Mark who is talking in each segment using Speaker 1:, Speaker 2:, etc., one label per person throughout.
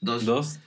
Speaker 1: Dos.
Speaker 2: Dos.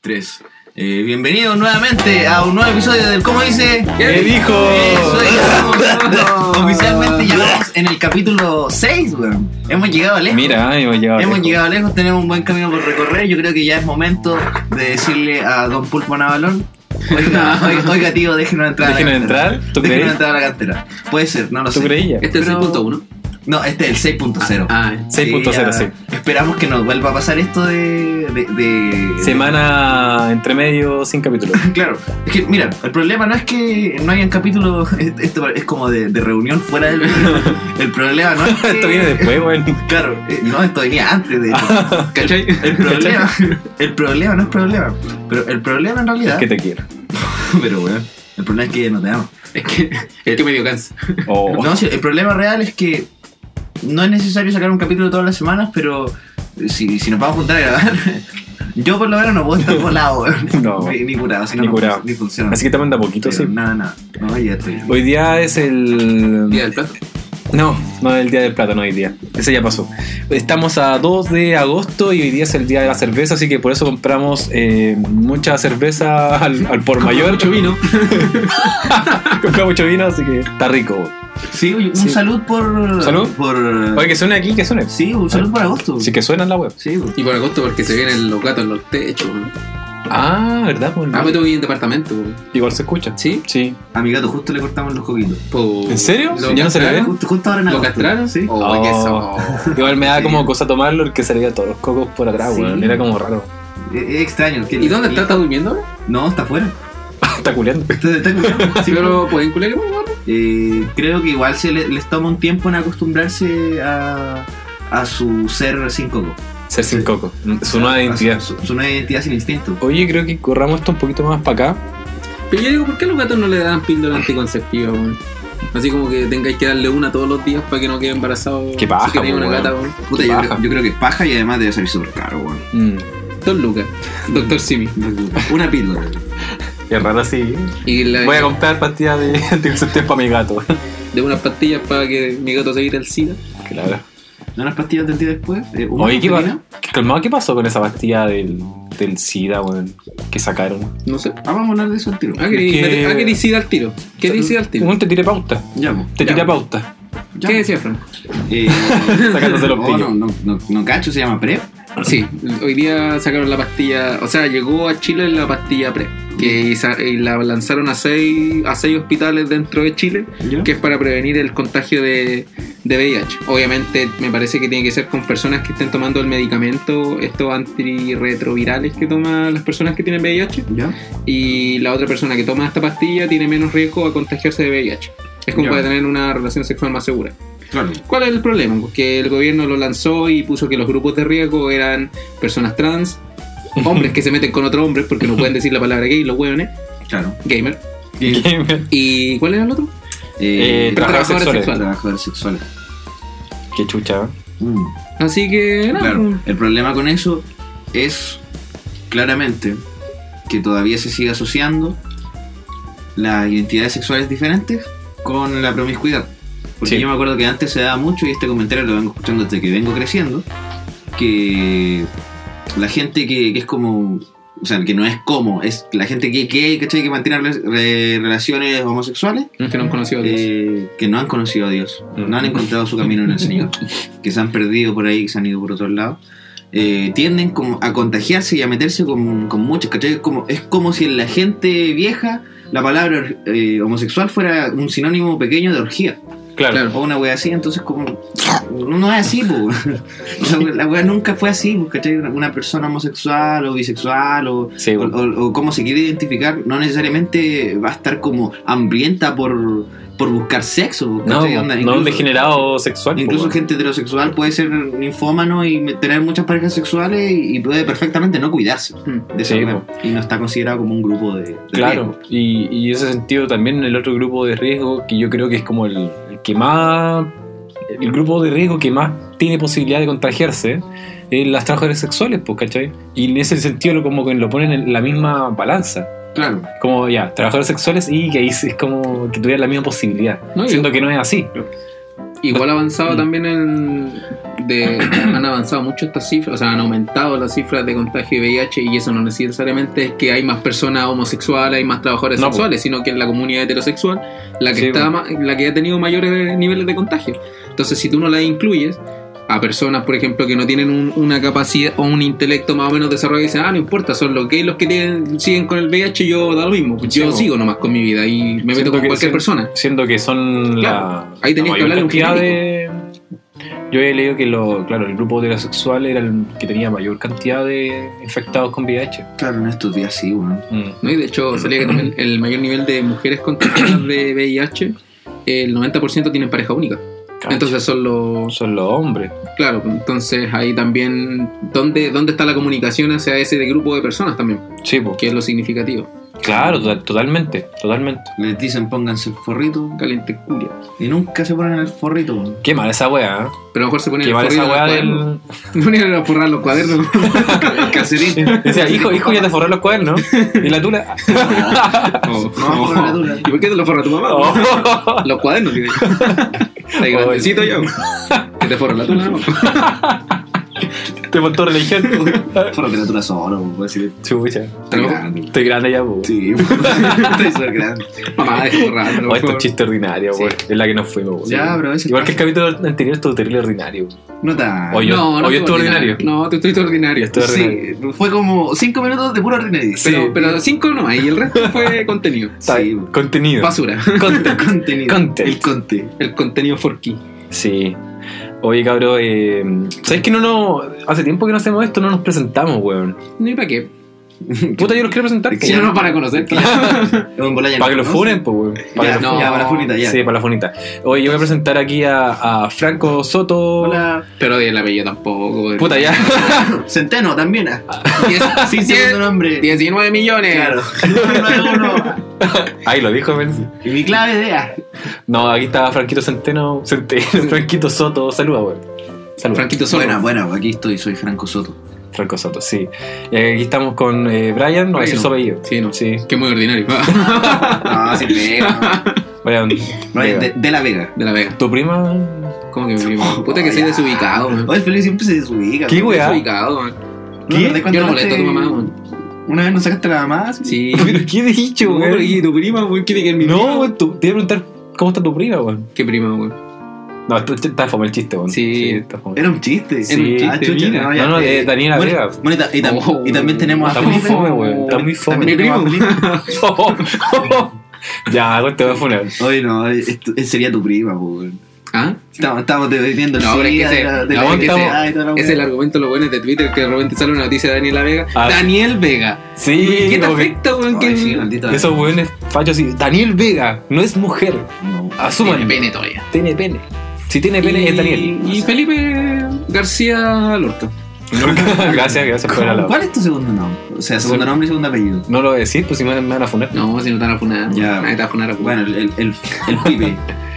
Speaker 1: Tres. Eh, bienvenidos nuevamente a un nuevo episodio del ¿Cómo dice? Eh,
Speaker 2: ¿Qué dijo?
Speaker 1: Eso, ya estamos, Oficialmente ya vamos en el capítulo 6, weón. Hemos llegado lejos.
Speaker 2: Mira, hemos llegado.
Speaker 1: Hemos
Speaker 2: lejos.
Speaker 1: llegado lejos, tenemos un buen camino por recorrer. Yo creo que ya es momento de decirle a Don Pulpo Navalón. Oiga, oiga, oiga, tío, déjenos entrar. a la
Speaker 2: Déjenos
Speaker 1: cantera.
Speaker 2: entrar, ¿tú
Speaker 1: Déjenos
Speaker 2: crees?
Speaker 1: entrar a la cantera. Puede ser, no lo
Speaker 2: ¿Tú
Speaker 1: sé.
Speaker 2: creías?
Speaker 3: Este es el 6.1.
Speaker 1: No, este es el 6.0.
Speaker 3: Ah, ah,
Speaker 2: 6.0,
Speaker 1: ya.
Speaker 2: sí.
Speaker 1: Esperamos que nos vuelva a pasar esto de. de, de-
Speaker 2: Semana entre medio, sin capítulo.
Speaker 1: Claro, es que mira, el problema no es que no hayan capítulos, es- esto es como de, de reunión fuera del. El problema no es que.
Speaker 2: Esto viene después, Ah, weón.
Speaker 1: Claro, eh, no, esto venía antes de. ¿Cachai? El problema, el problema no es problema, pero el problema en realidad.
Speaker 2: Que te quiero.
Speaker 1: Pero bueno, el problema es que no te amo.
Speaker 3: es que, es que me dio cansa.
Speaker 2: Oh.
Speaker 1: No, sí, el problema real es que no es necesario sacar un capítulo todas las semanas, pero si, si nos vamos a juntar a grabar, yo por lo menos no puedo estar volado, weón.
Speaker 2: No.
Speaker 1: ni, ni curado, si no,
Speaker 2: Ni
Speaker 1: no
Speaker 2: curado.
Speaker 1: ni funciona.
Speaker 2: Así que te manda poquito,
Speaker 1: Pero
Speaker 2: sí.
Speaker 1: Nada, nada. No, ya estoy.
Speaker 2: Hoy día es el.
Speaker 3: Día del plato.
Speaker 2: No, no es el día del plátano hoy día. Ese ya pasó. Estamos a 2 de agosto y hoy día es el día de la cerveza, así que por eso compramos eh, mucha cerveza al, al por mayor.
Speaker 3: Mucho vino.
Speaker 2: compramos mucho vino, así que está rico.
Speaker 1: Sí, oye, un
Speaker 2: Sí.
Speaker 1: salud por.
Speaker 2: ¿Salud?
Speaker 1: Por.
Speaker 2: Oye, que suene aquí, que suene.
Speaker 1: Sí, un salud por agosto.
Speaker 2: Sí, que suena en la web.
Speaker 1: Sí, weón.
Speaker 3: Y por agosto porque se vienen los gatos en los techos. ¿no?
Speaker 2: Ah, ¿verdad? Pues,
Speaker 3: Ah, me tengo que ir en departamento. ¿no?
Speaker 2: Igual se escucha.
Speaker 3: ¿Sí?
Speaker 2: Sí.
Speaker 1: A mi gato justo le cortamos los coquitos.
Speaker 3: Po-
Speaker 2: ¿En serio?
Speaker 3: ¿Lo
Speaker 2: ¿Ya no se le
Speaker 3: castraron?
Speaker 1: Justo, justo ahora en
Speaker 3: ¿Lo
Speaker 1: agosto.
Speaker 3: castraron?
Speaker 1: Sí.
Speaker 3: Oh,
Speaker 2: Oh.
Speaker 3: qué eso.
Speaker 2: Igual me da
Speaker 1: Sí.
Speaker 2: como cosa tomarlo el que se le veía todos los cocos por atrás,
Speaker 1: Sí.
Speaker 2: weón. Era como raro.
Speaker 1: Es Eh, es extraño. que-
Speaker 3: ¿Y dónde está? ¿Está durmiendo ahora?
Speaker 1: No, está afuera.
Speaker 2: está culeando.
Speaker 1: Está, está escuchando. Sí,
Speaker 3: ¿Sí lo pueden culiar igual, ¿no?
Speaker 1: Eh, creo que igual se le- les toma un tiempo en acostumbrarse a, a su ser sin coco.
Speaker 2: Ser sin
Speaker 1: Sí.
Speaker 2: coco. Su nueva
Speaker 1: A
Speaker 2: identidad.
Speaker 1: Su, su nueva identidad sin instinto.
Speaker 2: Oye, creo que corramos esto un poquito más para acá.
Speaker 3: Pero yo digo, ¿por qué a los gatos no le dan píldora anticonceptiva, weón? Así como que tengáis que darle una todos los días para que no quede embarazado.
Speaker 2: Qué paja, pues,
Speaker 3: Si tenéis una
Speaker 2: weón.
Speaker 3: gata, weón.
Speaker 1: Puta, yo,
Speaker 2: paja.
Speaker 1: creo, yo creo que es paja y además debe salir súper caro, weón.
Speaker 2: Mm.
Speaker 3: Dos lucas. Doctor Simi.
Speaker 1: Una píldora.
Speaker 2: Es raro así.
Speaker 3: Y la,
Speaker 2: Voy a comprar pastillas de anticonceptivos para mi gato.
Speaker 3: de unas pastillas para que mi gato se quite el SIDA.
Speaker 2: Claro.
Speaker 1: ¿No unas pastillas del día después? Eh, una
Speaker 2: Oye, ¿qué,
Speaker 1: aspirina.
Speaker 2: pa- qué- calmado, ¿qué pasó con esa pastilla del, del SIDA, weón? Que sacaron.
Speaker 3: No sé.
Speaker 1: Ah, vamos a hablar de eso al tiro.
Speaker 3: Ah,
Speaker 2: Es que-
Speaker 3: que decir al tiro. ¿Qué decir al tiro?
Speaker 2: Weón, te tiré pauta.
Speaker 1: Ya, po,
Speaker 2: Te
Speaker 3: Ya.
Speaker 2: tiré pauta.
Speaker 1: ya,
Speaker 3: ¿Qué
Speaker 1: po.
Speaker 3: decía Fran?
Speaker 1: Eh,
Speaker 2: Sacándose los
Speaker 1: no,
Speaker 2: pillos.
Speaker 1: no, no, no, no cacho, se llama PrEP.
Speaker 3: Sí, hoy día sacaron la pastilla, o sea, llegó a Chile la pastilla PRE, que sa- y la lanzaron a seis, a seis hospitales dentro de Chile,
Speaker 1: ¿Ya?
Speaker 3: que es para prevenir el contagio de, de VIH. Obviamente me parece que tiene que ser con personas que estén tomando el medicamento, estos antirretrovirales que toman las personas que tienen VIH,
Speaker 1: ¿Ya?
Speaker 3: y la otra persona que toma esta pastilla tiene menos riesgo a contagiarse de VIH. Es como
Speaker 1: Ya.
Speaker 3: para tener una relación sexual más segura.
Speaker 1: Claro.
Speaker 3: ¿Cuál es el problema? Que el gobierno lo lanzó y puso que los grupos de riesgo eran personas trans, hombres que se meten con otros hombres porque no pueden decir la palabra gay, los hueones,
Speaker 1: Claro.
Speaker 3: gamer.
Speaker 1: Eh,
Speaker 3: ¿Y cuál era el otro?
Speaker 2: Eh, trabajadores
Speaker 1: trabajadores
Speaker 2: sexuales.
Speaker 3: trabajadores sexuales.
Speaker 1: sexuales.
Speaker 2: Qué chucha. ¿eh?
Speaker 1: Mm.
Speaker 3: Así que, nada,
Speaker 1: Claro, el problema con eso es claramente que todavía se sigue asociando las identidades sexuales diferentes con la promiscuidad. Porque
Speaker 2: Sí.
Speaker 1: yo me acuerdo que antes se daba mucho, y este comentario lo vengo escuchando desde que vengo creciendo, que la gente que, que es como, o sea, que no es como, es la gente que, que, ¿cachai? que mantiene rela- re- relaciones homosexuales,
Speaker 3: Mm, pues, que no han conocido a Dios. Mm.
Speaker 1: eh, que no han conocido a Dios, no han encontrado su camino en el Señor, que se han perdido por ahí, que se han ido por otros lados, eh, tienden como a contagiarse y a meterse con, con muchos, ¿cachai? Como, es como si en la gente vieja la palabra eh, homosexual fuera un sinónimo pequeño de orgía,
Speaker 2: Claro.
Speaker 3: Claro.
Speaker 1: o una wea así, entonces como... No, no es así, po. La wea- La wea nunca fue así, po, ¿cachai? Una persona homosexual o bisexual o
Speaker 2: Sí,
Speaker 1: o,
Speaker 2: weón.
Speaker 1: o- o cómo se quiere identificar, no necesariamente va a estar como hambrienta por, por buscar sexo.
Speaker 2: No,
Speaker 1: ¿cachai? Onda,
Speaker 2: no pues, un degenerado sexual.
Speaker 1: Incluso
Speaker 2: po,
Speaker 1: gente heterosexual puede ser ninfómano y me- tener muchas parejas sexuales y y puede perfectamente no cuidarse
Speaker 3: Mm.
Speaker 1: de esa
Speaker 2: Sí, pues.
Speaker 1: wea. Y no está considerado como un grupo de. de riesgo.
Speaker 2: Claro, y, y ese sentido también el otro grupo de riesgo que yo creo que es como el, el que más, el grupo de riesgo que más tiene posibilidad de contagiarse es las trabajadoras sexuales, pues, ¿cachai? Y en ese sentido lo, como que lo ponen en la misma balanza,
Speaker 1: Claro.
Speaker 2: como ya, trabajadores sexuales y que ahí es como que tuvieran la misma posibilidad,
Speaker 3: No, y-
Speaker 2: siendo que no es así.
Speaker 3: Igual avanzado
Speaker 2: Mm.
Speaker 3: también en. de- han avanzado mucho estas cifras, o sea, han aumentado las cifras de contagio de VIH y eso no necesariamente es que hay más personas homosexuales, hay más trabajadores
Speaker 2: No, pues.
Speaker 3: sexuales, sino que es la comunidad heterosexual la que,
Speaker 2: Sí,
Speaker 3: está,
Speaker 2: pues.
Speaker 3: ma- la que ha tenido mayores niveles de contagio. Entonces, si tú no la incluyes a personas, por ejemplo, que no tienen un- una capacidad o un intelecto más o menos desarrollado, y dicen, ah, no importa, son los gays los que tienen- siguen con el VIH, yo da lo mismo, yo
Speaker 2: Sí, pues.
Speaker 3: sigo nomás con mi vida y me meto
Speaker 2: Siento
Speaker 3: con
Speaker 2: que
Speaker 3: cualquier
Speaker 2: sí.
Speaker 3: persona.
Speaker 2: siendo que son
Speaker 3: Claro,
Speaker 2: la,
Speaker 3: ahí
Speaker 2: la
Speaker 3: tenías
Speaker 2: mayor
Speaker 3: que hablar de un
Speaker 2: cantidad de yo he leído que lo, claro, el grupo heterosexual era el que tenía mayor cantidad de infectados con VIH.
Speaker 1: Claro, en estos días sí, weón.
Speaker 2: Mm.
Speaker 3: ¿no? Y de hecho salía que también el mayor nivel de mujeres contagiadas de VIH, el 90% tienen pareja única.
Speaker 2: Cacha.
Speaker 3: Entonces son los...
Speaker 2: son los hombres.
Speaker 3: Claro, pues, entonces ahí también... ¿Dónde, dónde está la comunicación hacia ese grupo de personas también?
Speaker 2: Sí, po.
Speaker 3: Que es lo significativo.
Speaker 2: claro, to- totalmente, totalmente.
Speaker 1: Les dicen pónganse el forrito
Speaker 3: Caliente culia.
Speaker 1: y nunca se ponen el forrito, weón.
Speaker 2: Qué mal esa weá, ¿eh?
Speaker 3: Pero a lo mejor se ponen
Speaker 2: Qué mal
Speaker 3: forrito
Speaker 2: esa
Speaker 3: en los
Speaker 2: weá
Speaker 3: cuadernos.
Speaker 2: del.
Speaker 3: Ponían a forrar los cuadernos. El caserín.
Speaker 2: Decía, hijo, hijo, ya te forré los cuadernos. Y la tula.
Speaker 3: Oh,
Speaker 1: No,
Speaker 3: oh.
Speaker 1: por la dura.
Speaker 3: ¿Y por qué te lo forra tu mamá?
Speaker 2: Oh.
Speaker 3: Los cuadernos, tío. Ahí grandecito yo. Que te forra la tula, ¿no?
Speaker 2: Te faltó religión. Ah.
Speaker 1: Por lo que natura solo, weón, puedo decir.
Speaker 2: Chucha.
Speaker 3: A
Speaker 1: Estoy
Speaker 3: lo mejor-
Speaker 1: grande.
Speaker 2: Estoy grande ya, po.
Speaker 1: Sí, estoy súper grande.
Speaker 3: Mamá, deja forrar.
Speaker 2: Oh, esto es chiste ordinario,
Speaker 1: Sí.
Speaker 2: weón. Es la que nos fuimos, weón.
Speaker 1: Ya, pero ese
Speaker 2: Igual que el capítulo anterior estuvo terrible ordinario. weón.
Speaker 1: No tan.
Speaker 2: Oye,
Speaker 3: no, no
Speaker 2: hoy estuvo ordinario.
Speaker 3: No, tú estuviste
Speaker 2: Y
Speaker 3: ordinario.
Speaker 2: esto es ordinario.
Speaker 1: sí, fue como 5 minutos de pura ordinariedad.
Speaker 2: Sí.
Speaker 3: Pero, pero cinco no, y el resto fue contenido.
Speaker 2: Está
Speaker 1: Sí,
Speaker 2: bien.
Speaker 1: weón.
Speaker 2: Contenido.
Speaker 3: Basura.
Speaker 2: Conte-
Speaker 1: Contenido.
Speaker 2: Content.
Speaker 1: El conte.
Speaker 3: El contenido forky.
Speaker 2: Sí. Oye, cabrón, eh, ¿sabes que no nos. Hace tiempo que no hacemos esto, no nos presentamos, weón.
Speaker 3: Ni para qué.
Speaker 2: Puta, yo los quiero presentar.
Speaker 1: Es
Speaker 3: Si no, no para conocer.
Speaker 1: Para
Speaker 2: Para que los funen, pues, weón. Para
Speaker 1: Ya,
Speaker 2: que los
Speaker 1: no,
Speaker 2: funen.
Speaker 1: ya, para la funita, ya.
Speaker 2: Sí, para la funita. Oye, yo voy a presentar aquí a, a Franco Soto.
Speaker 1: Hola.
Speaker 3: Pero el apellido tampoco.
Speaker 2: Puta, ya.
Speaker 1: Centeno también. ah.
Speaker 3: Diez-
Speaker 1: Sin
Speaker 3: diez-
Speaker 1: segundo nombre.
Speaker 3: 19 millones.
Speaker 1: Claro. No, no, no.
Speaker 2: Ahí lo dijo, Messi.
Speaker 1: Y mi clave de A.
Speaker 2: No, aquí está Franquito Centeno. Centeno Franquito Soto. Saluda, weón. Saluda.
Speaker 3: Franquito Soto.
Speaker 1: Bueno, bueno, aquí estoy, soy Franco Soto.
Speaker 2: Franco Soto, sí. Y aquí estamos con eh, Brian, no
Speaker 3: Brian.
Speaker 2: es su apellido.
Speaker 3: Sí, no.
Speaker 2: Sí,
Speaker 3: Que muy ordinario.
Speaker 1: Ah, sí, Vega.
Speaker 2: Brian. Vega.
Speaker 1: De, de la Vega.
Speaker 3: De la Vega.
Speaker 2: ¿Tu prima?
Speaker 3: ¿Cómo que mi primo? Puta que
Speaker 1: Oh,
Speaker 3: soy
Speaker 1: ya.
Speaker 3: desubicado, man.
Speaker 1: Oye, Felipe siempre se desubica.
Speaker 2: ¿Qué,
Speaker 1: weón.
Speaker 2: weá?
Speaker 3: Desubicado, man.
Speaker 1: ¿No,
Speaker 2: ¿Qué?
Speaker 1: te acordás
Speaker 3: Yo
Speaker 1: cuando
Speaker 3: no molesto a
Speaker 1: te-
Speaker 3: tu mamá, man.
Speaker 1: Una vez nos sacaste a la mamá. Sí.
Speaker 3: Sí.
Speaker 2: ¿Pero qué he dicho,
Speaker 3: No, pero
Speaker 2: weón?
Speaker 3: ¿Y tu prima, weón? ¿Quiere que mi
Speaker 2: No,
Speaker 3: prima?
Speaker 2: weón, tú- te iba a preguntar cómo está tu prima, weón.
Speaker 3: ¿Qué prima, weón?
Speaker 2: No, está, está fome el chiste, weón.
Speaker 3: Sí.
Speaker 2: está fome.
Speaker 1: Era un chiste.
Speaker 2: Sí.
Speaker 1: Era un chiste.
Speaker 3: Ah,
Speaker 1: chucha,
Speaker 3: mira.
Speaker 1: ya
Speaker 2: No, no,
Speaker 1: te-
Speaker 2: de Daniela
Speaker 1: Bueno,
Speaker 2: Vega.
Speaker 1: bonita, y, tam-
Speaker 3: Oh.
Speaker 1: y también tenemos a
Speaker 2: Está muy
Speaker 1: Felipe.
Speaker 2: fome, weón. Está muy fome.
Speaker 1: También tenemos a
Speaker 3: Mi
Speaker 1: Felipe.
Speaker 2: ya, weón, te voy a funar.
Speaker 1: Oye, no, es tu- es- sería tu prima, weón.
Speaker 3: ¿Ah?
Speaker 1: Estamos, estamos defendiendo
Speaker 3: No, pero es que
Speaker 1: vida
Speaker 3: ese-
Speaker 1: de la, de
Speaker 3: no,
Speaker 1: la
Speaker 3: es que ese-
Speaker 1: identidad ah, y toda la
Speaker 3: Es
Speaker 1: weá.
Speaker 3: el argumento, lo bueno es de Twitter, que de repente sale una noticia de Daniela Vega.
Speaker 2: Ah.
Speaker 3: Daniel Vega.
Speaker 2: Sí,
Speaker 3: ¿Qué te
Speaker 2: weón.
Speaker 3: afecta, weón?
Speaker 1: Ay,
Speaker 3: Que
Speaker 1: sí, maldita.
Speaker 2: Esos weones fachos así. Daniel Vega no es mujer.
Speaker 1: Ah, No.
Speaker 2: Asuman.
Speaker 3: pene todavía.
Speaker 2: Tiene pene. Si tiene pene, es Daniel.
Speaker 3: Y Felipe García Lorca.
Speaker 2: gracias, gracias por el
Speaker 1: ¿Cómo-
Speaker 2: halago.
Speaker 1: ¿Cuál es tu segundo nombre? O sea, segundo
Speaker 2: Sí.
Speaker 1: nombre y segundo apellido.
Speaker 2: No lo voy a decir, pues si me, me van a funar.
Speaker 3: No, si no te van a funar.
Speaker 1: Ya.
Speaker 3: Nadie te va a funar.
Speaker 1: Bueno, el, el, el, el pibe.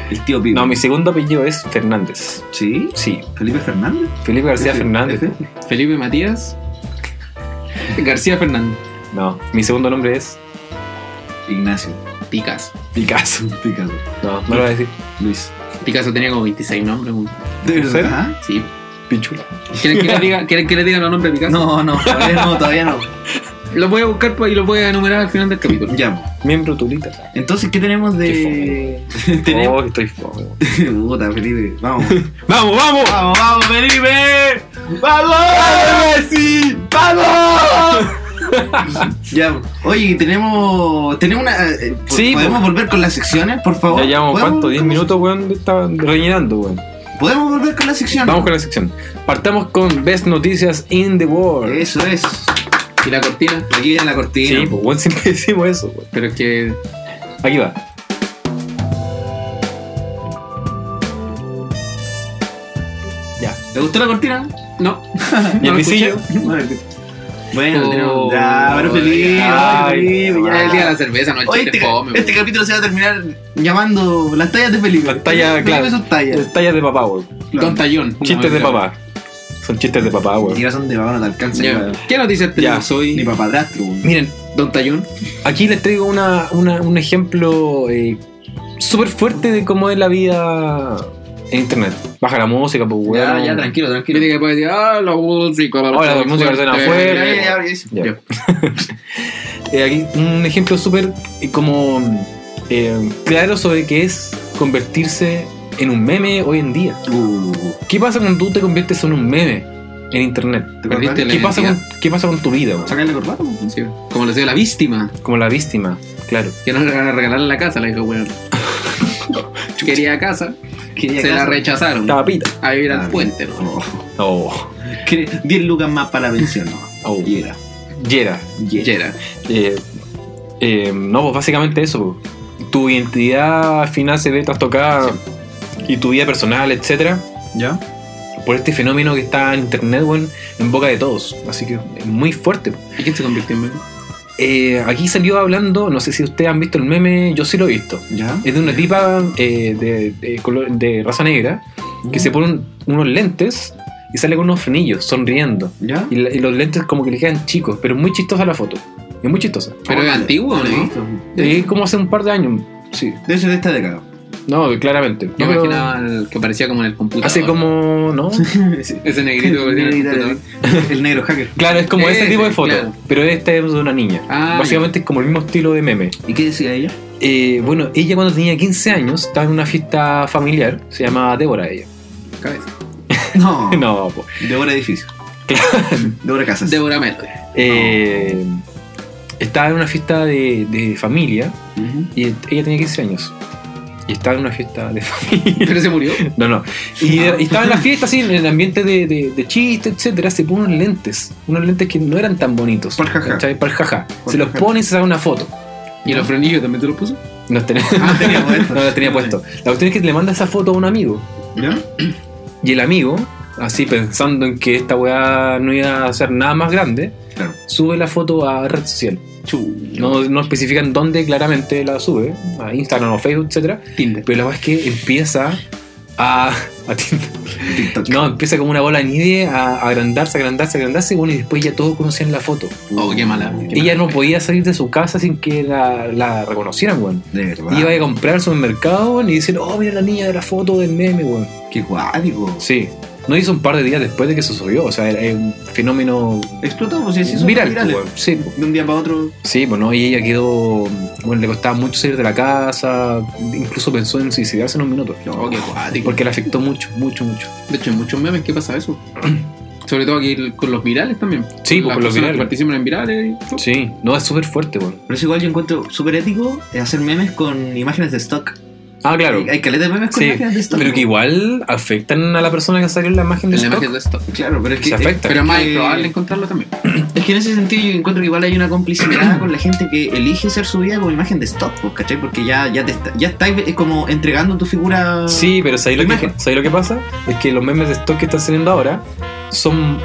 Speaker 1: El tío pibe.
Speaker 2: No, mi segundo apellido es Fernández.
Speaker 1: ¿Sí?
Speaker 2: Sí,
Speaker 1: ¿Felipe Fernández?
Speaker 2: Felipe García
Speaker 1: F-
Speaker 2: Fernández.
Speaker 1: F.
Speaker 3: Felipe Matías García Fernández.
Speaker 2: No, mi segundo nombre es
Speaker 1: Ignacio.
Speaker 3: Picasso.
Speaker 2: Picasso.
Speaker 1: Picasso.
Speaker 2: No, no lo voy a decir.
Speaker 1: Luis.
Speaker 3: Picasso tenía como 26 nombres. weón.
Speaker 1: ¿De
Speaker 2: serio?
Speaker 1: verdad?
Speaker 3: Sí.
Speaker 2: Pichula.
Speaker 3: ¿Quieren que le diga, quieren que le digan los nombres de Picasso?
Speaker 1: No, no, todavía no, todavía no.
Speaker 3: Los voy a buscar pues, y los voy a enumerar al final del capítulo.
Speaker 1: Ya, po.
Speaker 2: Miembro tulita.
Speaker 1: entonces, ¿qué tenemos de. tenemos.
Speaker 2: Oh, estoy fome. Oh.
Speaker 1: Puta, Felipe, vamos.
Speaker 2: ¡Vamos, vamos!
Speaker 1: vamos, vamos, Felipe.
Speaker 2: ¡Vamos, Messi! ¡Vamos!
Speaker 1: Ya, oye, tenemos. Tenemos una. eh, po-
Speaker 2: Sí,
Speaker 1: ¿Podemos
Speaker 2: po.
Speaker 1: volver con las secciones, por favor?
Speaker 2: Ya llevamos,
Speaker 1: ¿Podemos
Speaker 2: ¿cuánto?
Speaker 1: volver
Speaker 2: ¿10
Speaker 1: con-
Speaker 2: minutos, weón? de esta- Rellenando, weón.
Speaker 1: ¿Podemos volver con las secciones?
Speaker 2: Vamos con la sección. Partamos con Best Noticias in the World.
Speaker 1: Eso es.
Speaker 3: Y la cortina.
Speaker 1: Aquí viene la
Speaker 2: Sí,
Speaker 1: cortina.
Speaker 2: pues, weón, siempre decimos eso, weón.
Speaker 3: Pero es que
Speaker 2: Aquí va. Ya.
Speaker 1: ¿Te gustó la cortina?
Speaker 3: No.
Speaker 2: ¿Y el
Speaker 3: lo escuché.
Speaker 2: visillo?
Speaker 1: Bueno,
Speaker 3: Oh,
Speaker 1: tenemos. Ya, pero Felipe.
Speaker 2: ya,
Speaker 1: ay, Felipe,
Speaker 2: ya.
Speaker 1: ya.
Speaker 3: el día de la cerveza, no el
Speaker 1: Oye,
Speaker 3: chiste
Speaker 1: este,
Speaker 3: fome.
Speaker 1: este capítulo se va a terminar llamando las tallas de Felipe.
Speaker 2: Las tallas,
Speaker 1: Felipe
Speaker 2: claro.
Speaker 1: sus tallas.
Speaker 2: Tallas de papá, weón.
Speaker 3: weón. Don Tallón.
Speaker 2: Chistes de papá. Son chistes de papá, weón.
Speaker 1: Ni razón de papá no te alcanza.
Speaker 3: Ya.
Speaker 1: weón.
Speaker 3: ¿Qué noticias tenemos
Speaker 1: Ni
Speaker 3: hoy?
Speaker 1: para padrastro. weón.
Speaker 2: Miren,
Speaker 3: Don Tallón.
Speaker 2: aquí les traigo una, una- un ejemplo eh, súper fuerte de cómo es la vida en internet. Baja la música, pues,
Speaker 1: Ya,
Speaker 2: weón.
Speaker 1: ya, tranquilo, tranquilo.
Speaker 3: Crítica que puede decir, ah, la música, la
Speaker 2: Ahora la música suena fuerte.
Speaker 1: Ya, ya, ya, ya.
Speaker 2: Ya. Eh, aquí un ejemplo súper eh, como eh, claro sobre qué es convertirse en un meme hoy en día.
Speaker 1: Uh,
Speaker 2: ¿Qué pasa cuando tú te conviertes en un meme en internet?
Speaker 1: ¿Te
Speaker 3: Perdiste
Speaker 1: acordás?
Speaker 3: la
Speaker 2: ¿Qué pasa, con, ¿Qué pasa con tu vida? weón?
Speaker 1: ¿Sacarle corbata? po?
Speaker 3: Sí, como le decía, la víctima,
Speaker 2: Como la víctima, claro.
Speaker 3: que no le van a regalar la casa, la dijo, weón. Quería casa,
Speaker 1: Quería
Speaker 3: se la
Speaker 1: casa.
Speaker 3: rechazaron.
Speaker 2: Tapita.
Speaker 3: A vivir
Speaker 1: Ah,
Speaker 3: al puente, ¿no?
Speaker 1: Mm. Oh.
Speaker 2: Oh,
Speaker 1: Que- 10 lucas más para la pensión, no.
Speaker 2: oh.
Speaker 1: Y era.
Speaker 2: Yera.
Speaker 1: Y era.
Speaker 3: Yera.
Speaker 2: Eh, eh, no, pues básicamente eso. pues. Tu identidad al final se ve trastocada y tu vida personal, etcétera,
Speaker 1: ¿Ya?
Speaker 2: por este fenómeno que está en internet, weón, en boca de todos. Así que es muy fuerte.
Speaker 3: ¿Y quién se convirtió en meme?
Speaker 2: Eh, aquí salió hablando, no sé si ustedes han visto el meme, yo sí lo he visto.
Speaker 1: ¿Ya?
Speaker 2: Es de una tipa eh, de, de color- de raza negra que
Speaker 1: Mm.
Speaker 2: se pone un- unos lentes y sale con unos frenillos, sonriendo.
Speaker 1: ¿Ya?
Speaker 2: Y, la- y los lentes como que le quedan chicos, pero es muy chistosa la foto. Es muy chistosa.
Speaker 3: Pero es
Speaker 1: Órale.
Speaker 3: antiguo,
Speaker 1: Lo he
Speaker 3: ¿no?
Speaker 1: visto.
Speaker 2: Es como hace un par de años. Sí.
Speaker 1: ah, Debe ser de esta década.
Speaker 2: No, claramente. No,
Speaker 3: Yo
Speaker 2: pero
Speaker 3: imaginaba el que parecía como en el computador.
Speaker 2: hace como. ¿No?
Speaker 3: Ese negrito que tiene el computador.
Speaker 1: El negro hacker.
Speaker 2: Claro, es como ese
Speaker 3: Ese,
Speaker 2: tipo de foto.
Speaker 3: claro.
Speaker 2: Pero esta es de una niña.
Speaker 3: Ah,
Speaker 2: Básicamente es como el mismo estilo de meme.
Speaker 1: ¿Y qué decía ella?
Speaker 2: Eh, bueno, ella cuando tenía 15 años estaba en una fiesta familiar, se llamaba Débora ella.
Speaker 3: ya, cabeza.
Speaker 1: No.
Speaker 3: Ah.
Speaker 2: No, po.
Speaker 1: Débora Edificio. Débora Casas.
Speaker 3: Débora Melody.
Speaker 2: Eh, Estaba en una fiesta de, de familia
Speaker 1: Ujú.
Speaker 2: y ella tenía 15 años. Y estaba en una fiesta de familia.
Speaker 3: Pero se murió.
Speaker 2: No, no. Y, y estaba en la fiesta así, en el ambiente de, de, de chiste, etcétera. Se puso unos lentes. Unos lentes que no eran tan bonitos.
Speaker 1: Pa'l jajá.
Speaker 2: ¿cachai? Pa'l jajá.
Speaker 1: Pa'l
Speaker 2: Se los
Speaker 1: jajá.
Speaker 2: pone y se saca una foto.
Speaker 3: ¿Y los frenillos también te los puso?
Speaker 2: Los tenía,
Speaker 1: Ah, tenía puesto.
Speaker 2: no los tenía puesto. La cuestión es que le manda esa foto a un amigo.
Speaker 1: ¿Ya?
Speaker 2: Y el amigo, así pensando en que esta weá no iba a ser nada más grande,
Speaker 1: Claro.
Speaker 2: sube la foto a red social. No, no especifican dónde claramente la sube, a Instagram o Facebook, etcétera
Speaker 3: Tinder.
Speaker 2: Pero la verdad es que empieza a. a Tinder.
Speaker 1: TikTok.
Speaker 2: no, empieza como una bola de nieve a agrandarse, agrandarse, agrandarse, bueno, y después ya todos conocían la foto.
Speaker 3: Oh, qué mala. Qué
Speaker 2: Ella no podía salir de su casa sin que la, la reconocieran, weón.
Speaker 1: De verdad.
Speaker 2: Iba a comprar al supermercado, weón, y dicen, oh, mira la niña de la foto del meme, weón.
Speaker 1: Qué guádico.
Speaker 2: Sí. No hizo un par de días después de que se subió. O sea, era era un fenómeno
Speaker 1: Explotamos, si así son
Speaker 2: viral.
Speaker 1: virales.
Speaker 2: pues, Sí, pues.
Speaker 1: De un día para otro.
Speaker 2: sí, pues no, y ella quedó. Bueno, le costaba mucho salir de la casa. Incluso pensó en suicidarse en un minuto.
Speaker 3: Oh, qué acuático.
Speaker 2: Porque le afectó mucho, mucho, mucho.
Speaker 3: De hecho, en muchos memes, ¿qué pasa eso? Sobre todo aquí el- con los virales también.
Speaker 2: Sí, pues,
Speaker 3: Las
Speaker 2: con los
Speaker 3: personas
Speaker 2: virales.
Speaker 3: que participan en virales. y todo.
Speaker 2: Sí, no, es súper fuerte, weón.
Speaker 1: Pero es igual yo encuentro súper ético eh, hacer memes con imágenes de stock.
Speaker 2: Ah, claro.
Speaker 1: Hay, hay caleta de memes con
Speaker 2: Sí,
Speaker 1: imágenes de stock.
Speaker 2: Pero que igual afectan a la persona que salió en la imagen de
Speaker 3: En la
Speaker 2: stock.
Speaker 3: imagen de esto.
Speaker 1: Claro, pero es que.
Speaker 2: Se afecta.
Speaker 3: Pero es más
Speaker 1: que-
Speaker 3: probable encontrarlo también.
Speaker 1: Es que en ese sentido yo encuentro que igual hay una complicidad con la gente que elige ser subida con imagen de stock, pues, ¿cachai? Porque ya, ya te está, ya estáis eh, como entregando tu figura.
Speaker 2: Sí, pero ¿sabéis lo, que,
Speaker 1: Imagen.
Speaker 2: ¿sabéis lo que pasa? Es que los memes de stock que están saliendo ahora son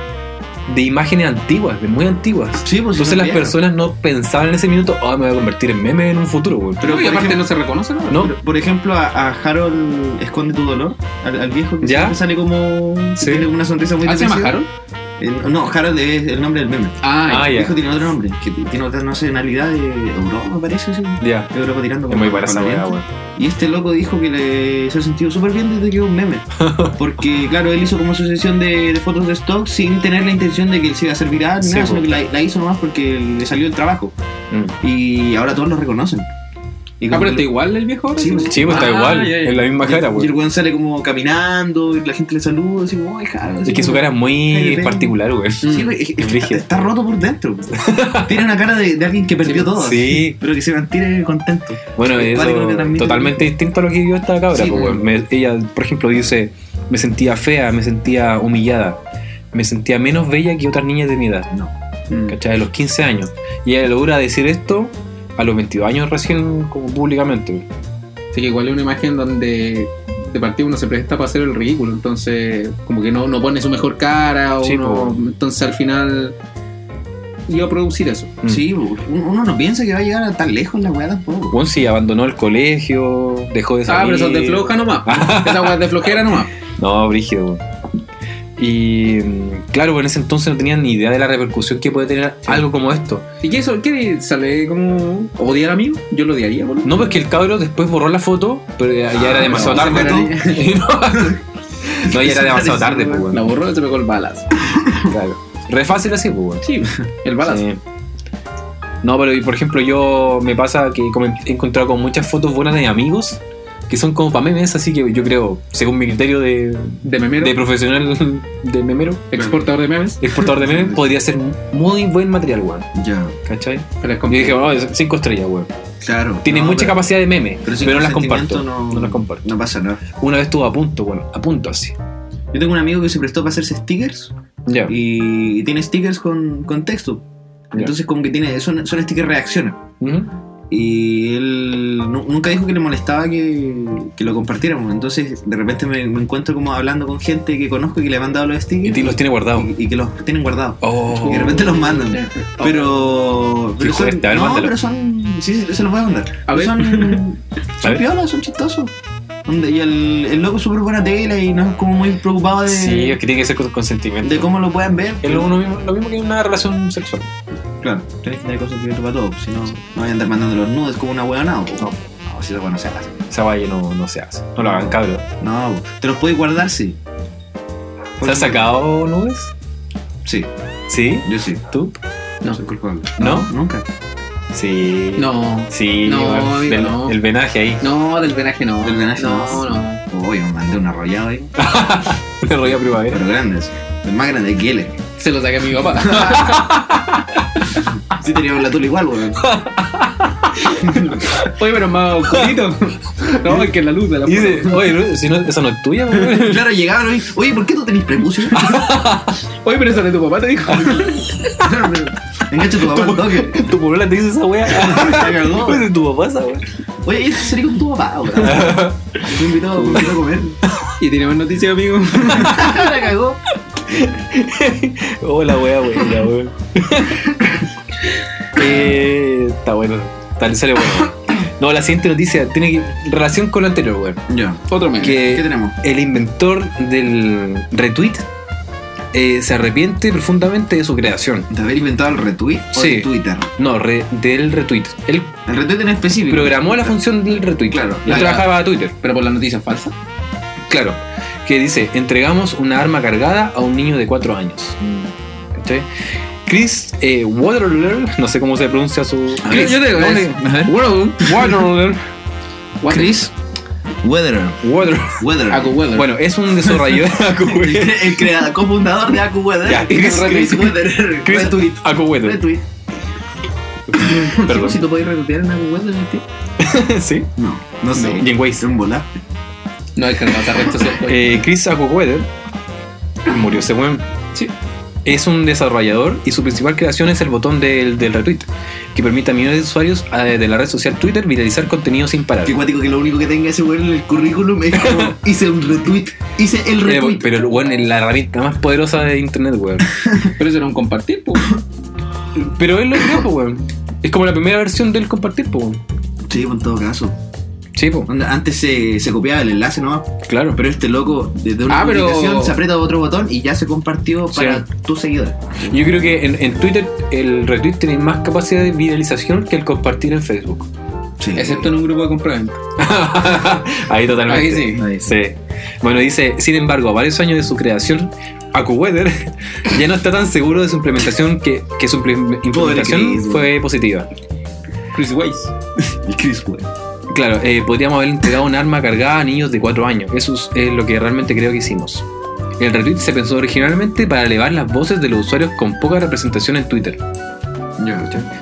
Speaker 2: de imágenes antiguas, de muy antiguas.
Speaker 1: Sí, pues. si
Speaker 2: Entonces
Speaker 1: no
Speaker 2: las
Speaker 1: es vieja.
Speaker 2: personas no pensaban en ese minuto, ah, me voy a convertir en meme en un futuro, güey.
Speaker 1: Pero,
Speaker 3: Pero y
Speaker 1: por
Speaker 3: aparte
Speaker 1: ejemplo-
Speaker 3: no se reconoce nada.
Speaker 2: ¿No?
Speaker 1: Pero, por ejemplo, a, a Harold Esconde tu dolor, al, al viejo que
Speaker 2: ¿Ya?
Speaker 1: siempre sale como. que
Speaker 2: Sí.
Speaker 1: Tiene una sonrisa muy
Speaker 3: ¿Ah, se llama
Speaker 1: depresiva.
Speaker 3: Harold?
Speaker 1: Eh, no, Harold es el nombre del meme.
Speaker 2: Ah,
Speaker 3: Ah,
Speaker 1: El
Speaker 2: ya.
Speaker 1: viejo tiene otro nombre, que t- tiene otra nacionalidad de Europa, parece, sí.
Speaker 2: Ya.
Speaker 1: Europa tirando
Speaker 2: Es
Speaker 1: como
Speaker 2: muy
Speaker 1: para
Speaker 2: buena esa
Speaker 1: Oriente.
Speaker 2: weá, güey.
Speaker 1: Y este loco dijo que le, se ha sentido súper bien desde que era un meme. Porque, claro, él hizo como su sesión de, de fotos de stock sin tener la intención de que él se iba a hacer viral, ni
Speaker 2: Sí,
Speaker 1: nada,
Speaker 2: po.
Speaker 1: sino que la, la hizo nomás porque le salió el trabajo.
Speaker 2: Mm.
Speaker 1: Y ahora todos lo reconocen. Y
Speaker 3: Ah,
Speaker 1: como
Speaker 3: pero está
Speaker 1: que-
Speaker 3: igual el viejo ahora.
Speaker 1: Sí,
Speaker 2: Sí, pues está
Speaker 3: Ah,
Speaker 2: igual,
Speaker 3: ya, ya.
Speaker 2: es la misma cara,
Speaker 1: y
Speaker 2: güey.
Speaker 1: el weón sale como caminando, y la gente le saluda, así como, ay, Harold", así
Speaker 2: Es que su
Speaker 1: como-
Speaker 2: cara es
Speaker 1: Ay,
Speaker 2: muy
Speaker 1: ven.
Speaker 2: particular, güey.
Speaker 1: Sí, güey, es- es que
Speaker 2: Es
Speaker 1: está,
Speaker 2: brígido.
Speaker 1: está roto por dentro. Tiene una cara de, de alguien que perdió todo.
Speaker 2: Sí.
Speaker 1: así, Pero que se mantiene contento.
Speaker 2: Bueno,
Speaker 1: Es
Speaker 2: eso
Speaker 1: cuático lo que transmite.
Speaker 2: totalmente distinto a lo que vio esta cabra.
Speaker 1: Sí,
Speaker 2: po, weón. Me- ella, por ejemplo, dice, me sentía fea, me sentía humillada, me sentía menos bella que otras niñas de mi edad,
Speaker 1: No.
Speaker 3: Mm.
Speaker 2: ¿cachai? De los 15 años. Y ella logra decir esto a los 22 años recién, como públicamente.
Speaker 3: Así que igual es una imagen donde de partido uno se presta para hacer el ridículo, entonces como que no, no pone su mejor cara, o
Speaker 2: Sí, pues.
Speaker 3: uno- entonces al final iba a producir eso.
Speaker 2: Mm.
Speaker 1: Sí, bo, uno uno no piensa que va a llegar a tan lejos la weá tampoco.
Speaker 2: Bueno, sí, abandonó el colegio,
Speaker 1: Ah,
Speaker 2: dejó de salir.
Speaker 3: Ah, pero eso es de floja nomás. Esa weá es de flojera nomás.
Speaker 2: No, brígido, weón. Y mm, claro, en ese entonces no tenían ni idea de la repercusión que puede tener algo como esto.
Speaker 3: ¿Y qué, eso, qué sale como odiar a mí? Yo lo odiaría, boludo.
Speaker 2: No, porque el cabro después borró la foto, pero ya, ya era
Speaker 1: Ah,
Speaker 2: demasiado
Speaker 1: no,
Speaker 2: tarde.
Speaker 1: se
Speaker 2: ¿no? no, ya era demasiado tarde, pues,
Speaker 3: La
Speaker 2: bueno.
Speaker 3: borró y se pegó el balas.
Speaker 2: Claro. Re fácil así, pues, bueno.
Speaker 3: Sí, el balas.
Speaker 2: Sí. No, pero y, por ejemplo, yo me pasa que como he encontrado con muchas fotos buenas de amigos que son como para memes, así que yo creo, según mi criterio de,
Speaker 3: De memero.
Speaker 2: de profesional de memero,
Speaker 3: exportador de memes.
Speaker 2: exportador de memes, podría ser muy buen material, weón.
Speaker 1: Ya,
Speaker 2: ¿Cachai?
Speaker 3: Pero es
Speaker 2: Yo
Speaker 3: como-
Speaker 2: dije, bueno, es cinco estrellas, weón.
Speaker 1: claro.
Speaker 2: Tiene
Speaker 1: No,
Speaker 2: mucha
Speaker 1: pero-
Speaker 2: capacidad de meme, pero,
Speaker 1: sin
Speaker 2: no las
Speaker 1: consentimiento
Speaker 2: comparto.
Speaker 1: No,
Speaker 2: no las comparto.
Speaker 1: No pasa nada.
Speaker 2: Una vez estuvo a punto, bueno, a punto así.
Speaker 1: Yo tengo un amigo que se prestó para hacerse stickers
Speaker 2: Ya.
Speaker 1: y tiene stickers con, con texto.
Speaker 2: Ya.
Speaker 1: Entonces, como que tiene. Son, son stickers reacciones.
Speaker 2: Ujú.
Speaker 1: Y él nu- nunca dijo que le molestaba que, que lo compartiéramos. Entonces, de repente me, me encuentro como hablando con gente que conozco y que le he mandado los
Speaker 2: Y
Speaker 1: stickers
Speaker 2: ti- los tiene guardados.
Speaker 1: y, y que los tienen guardados.
Speaker 2: Oh.
Speaker 1: Y de repente los mandan. Pero. pero
Speaker 2: Hijo de
Speaker 1: son-
Speaker 2: esta, a ver,
Speaker 1: no,
Speaker 2: mándalo.
Speaker 1: pero son. Sí, sí, se los voy a mandar.
Speaker 3: A ver.
Speaker 1: Son,
Speaker 2: A
Speaker 1: son
Speaker 2: ver.
Speaker 1: piolas, son chistosos. Donde- Y el, el loco es súper buena tela y no es como muy preocupado de,
Speaker 2: Sí, es que tiene que ser con consentimiento.
Speaker 1: de cómo lo puedan ver.
Speaker 2: Es lo, uno mismo, lo mismo que una relación sexual.
Speaker 1: Claro, tenés que tener cosas que ver para todo, si no, no vayan a andar mandando los nudes como una huevona. po.
Speaker 2: No.
Speaker 1: no, si eso bueno, se hace.
Speaker 2: Esa valle no, no se hace. No lo hagan, cabrón.
Speaker 1: No, po. te los puedes guardar, sí.
Speaker 2: ¿Se han sacado nubes?
Speaker 1: Sí,
Speaker 2: ¿Sí?
Speaker 1: yo sí.
Speaker 2: ¿Tú?
Speaker 1: No soy culpable.
Speaker 2: ¿No?
Speaker 1: Nunca.
Speaker 2: Sí.
Speaker 3: No.
Speaker 2: Sí,
Speaker 3: No,
Speaker 2: bueno,
Speaker 3: amigo,
Speaker 2: del-
Speaker 3: no.
Speaker 2: el venaje ahí.
Speaker 3: No, del venaje no.
Speaker 1: Del venaje
Speaker 3: no.
Speaker 1: no.
Speaker 3: No,
Speaker 1: Uy, me mandé un arrollado ahí.
Speaker 2: ¿Eh? Una roya primavera.
Speaker 1: Pero grandes. El más grande que él.
Speaker 3: Se lo saqué a mi papá.
Speaker 2: Ah.
Speaker 1: Sí teníamos la tula igual, weón.
Speaker 3: Oye, pero más oscurito. No, es que la luz de la
Speaker 2: Y dice, oye, ¿no? si no, esa no es tuya, weón.
Speaker 1: Claro, llegaban y oye, ¿por qué no tenés prepucio?
Speaker 3: Oye, pero esa de tu papá te dijo.
Speaker 1: Claro, pero Engancha a tu papá al toque.
Speaker 2: Tu polola te dice esa weá.
Speaker 1: Te cagó.
Speaker 2: ¿Cómo es tu papá esa weá?
Speaker 1: Oye, salí con tu papá, weón. Me invitó, me invitó a comer.
Speaker 3: Y tenemos noticias, amigo.
Speaker 1: La cagó.
Speaker 2: Hola, weá, weá, weá. Eh, Está bueno. Tal sale bueno. No, la siguiente noticia tiene que- relación con lo anterior, weón.
Speaker 1: Ya.
Speaker 3: Otro meme.
Speaker 2: Que-
Speaker 1: ¿Qué tenemos?
Speaker 2: El inventor del retweet eh, se arrepiente profundamente de su creación.
Speaker 1: ¿De haber inventado el retweet o
Speaker 2: Sí.
Speaker 1: el Twitter?
Speaker 2: No, re- del retweet. Él
Speaker 1: El retweet en específico.
Speaker 2: programó la función del retweet.
Speaker 1: Claro.
Speaker 2: Él
Speaker 3: La-
Speaker 2: trabajaba a Twitter.
Speaker 3: Pero por la noticia falsa.
Speaker 2: Claro. Que dice, entregamos una arma cargada a un niño de 4 años. ¿Cachai? Chris eh, Waterler, no sé cómo se pronuncia su... Chris,
Speaker 3: Yo te digo,
Speaker 2: ¿dónde?
Speaker 3: es- World.
Speaker 2: Waterler.
Speaker 1: Chris Weatherer.
Speaker 2: Water-
Speaker 1: Weather.
Speaker 3: Aku Weather.
Speaker 2: Bueno, es un desarrollador...
Speaker 1: el creador, cofundador de Aku Weather.
Speaker 2: Ya, Chris-
Speaker 1: Chris
Speaker 2: Chris-
Speaker 1: Weatherer.
Speaker 2: Chris
Speaker 1: Retweet.
Speaker 2: Acuweather.
Speaker 1: Retweet.
Speaker 2: Perdón.
Speaker 1: Si tú podés retuitear en Aku Weather, ¿sí?
Speaker 2: Sí.
Speaker 1: No, no sé.
Speaker 2: Y en Waze.
Speaker 1: Un bola.
Speaker 3: No, es que no está red social. pues.
Speaker 2: Eh, Chris Acuweather murió ese weón.
Speaker 3: Sí.
Speaker 2: Es un desarrollador y su principal creación es el botón del, del retweet, que permite a millones de usuarios eh, de la red social Twitter viralizar contenido sin parar.
Speaker 1: Qué cuático que lo único que tenga ese weón en el currículum es como hice un retweet. Hice el
Speaker 2: Eh,
Speaker 1: retweet.
Speaker 2: pero el weón es la herramienta más poderosa de internet, weón.
Speaker 3: Pero eso era un compartir, pues.
Speaker 2: Pero él lo creó, po, weón. Es como la primera versión del compartir, po, weón.
Speaker 1: Sí, en todo caso.
Speaker 2: Sí, po,
Speaker 1: Onda, Antes se, se copiaba el enlace nomás.
Speaker 2: claro.
Speaker 1: Pero este loco, desde una
Speaker 3: Ah, pero-
Speaker 1: publicación, se aprieta otro botón y ya se compartió
Speaker 2: Sí.
Speaker 1: para tus seguidores.
Speaker 2: Yo creo que en, en Twitter el retweet tiene más capacidad de viralización que el compartir en Facebook.
Speaker 1: Sí.
Speaker 3: Excepto en un grupo de compraventa.
Speaker 2: Ahí totalmente.
Speaker 3: Ahí sí.
Speaker 1: Ahí.
Speaker 2: Sí. Bueno, dice, sin embargo, a varios años de su creación, AcuWeather ya no está tan seguro de su implementación que, que su imple- implementación
Speaker 1: Chris, güey.
Speaker 2: fue positiva.
Speaker 3: Chris Weiss.
Speaker 1: El Chris, güey.
Speaker 2: Claro, eh, podríamos haber entregado un arma cargada a niños de 4 años. Eso es, es lo que realmente creo que hicimos. El retweet se pensó originalmente para elevar las voces de los usuarios con poca representación en Twitter.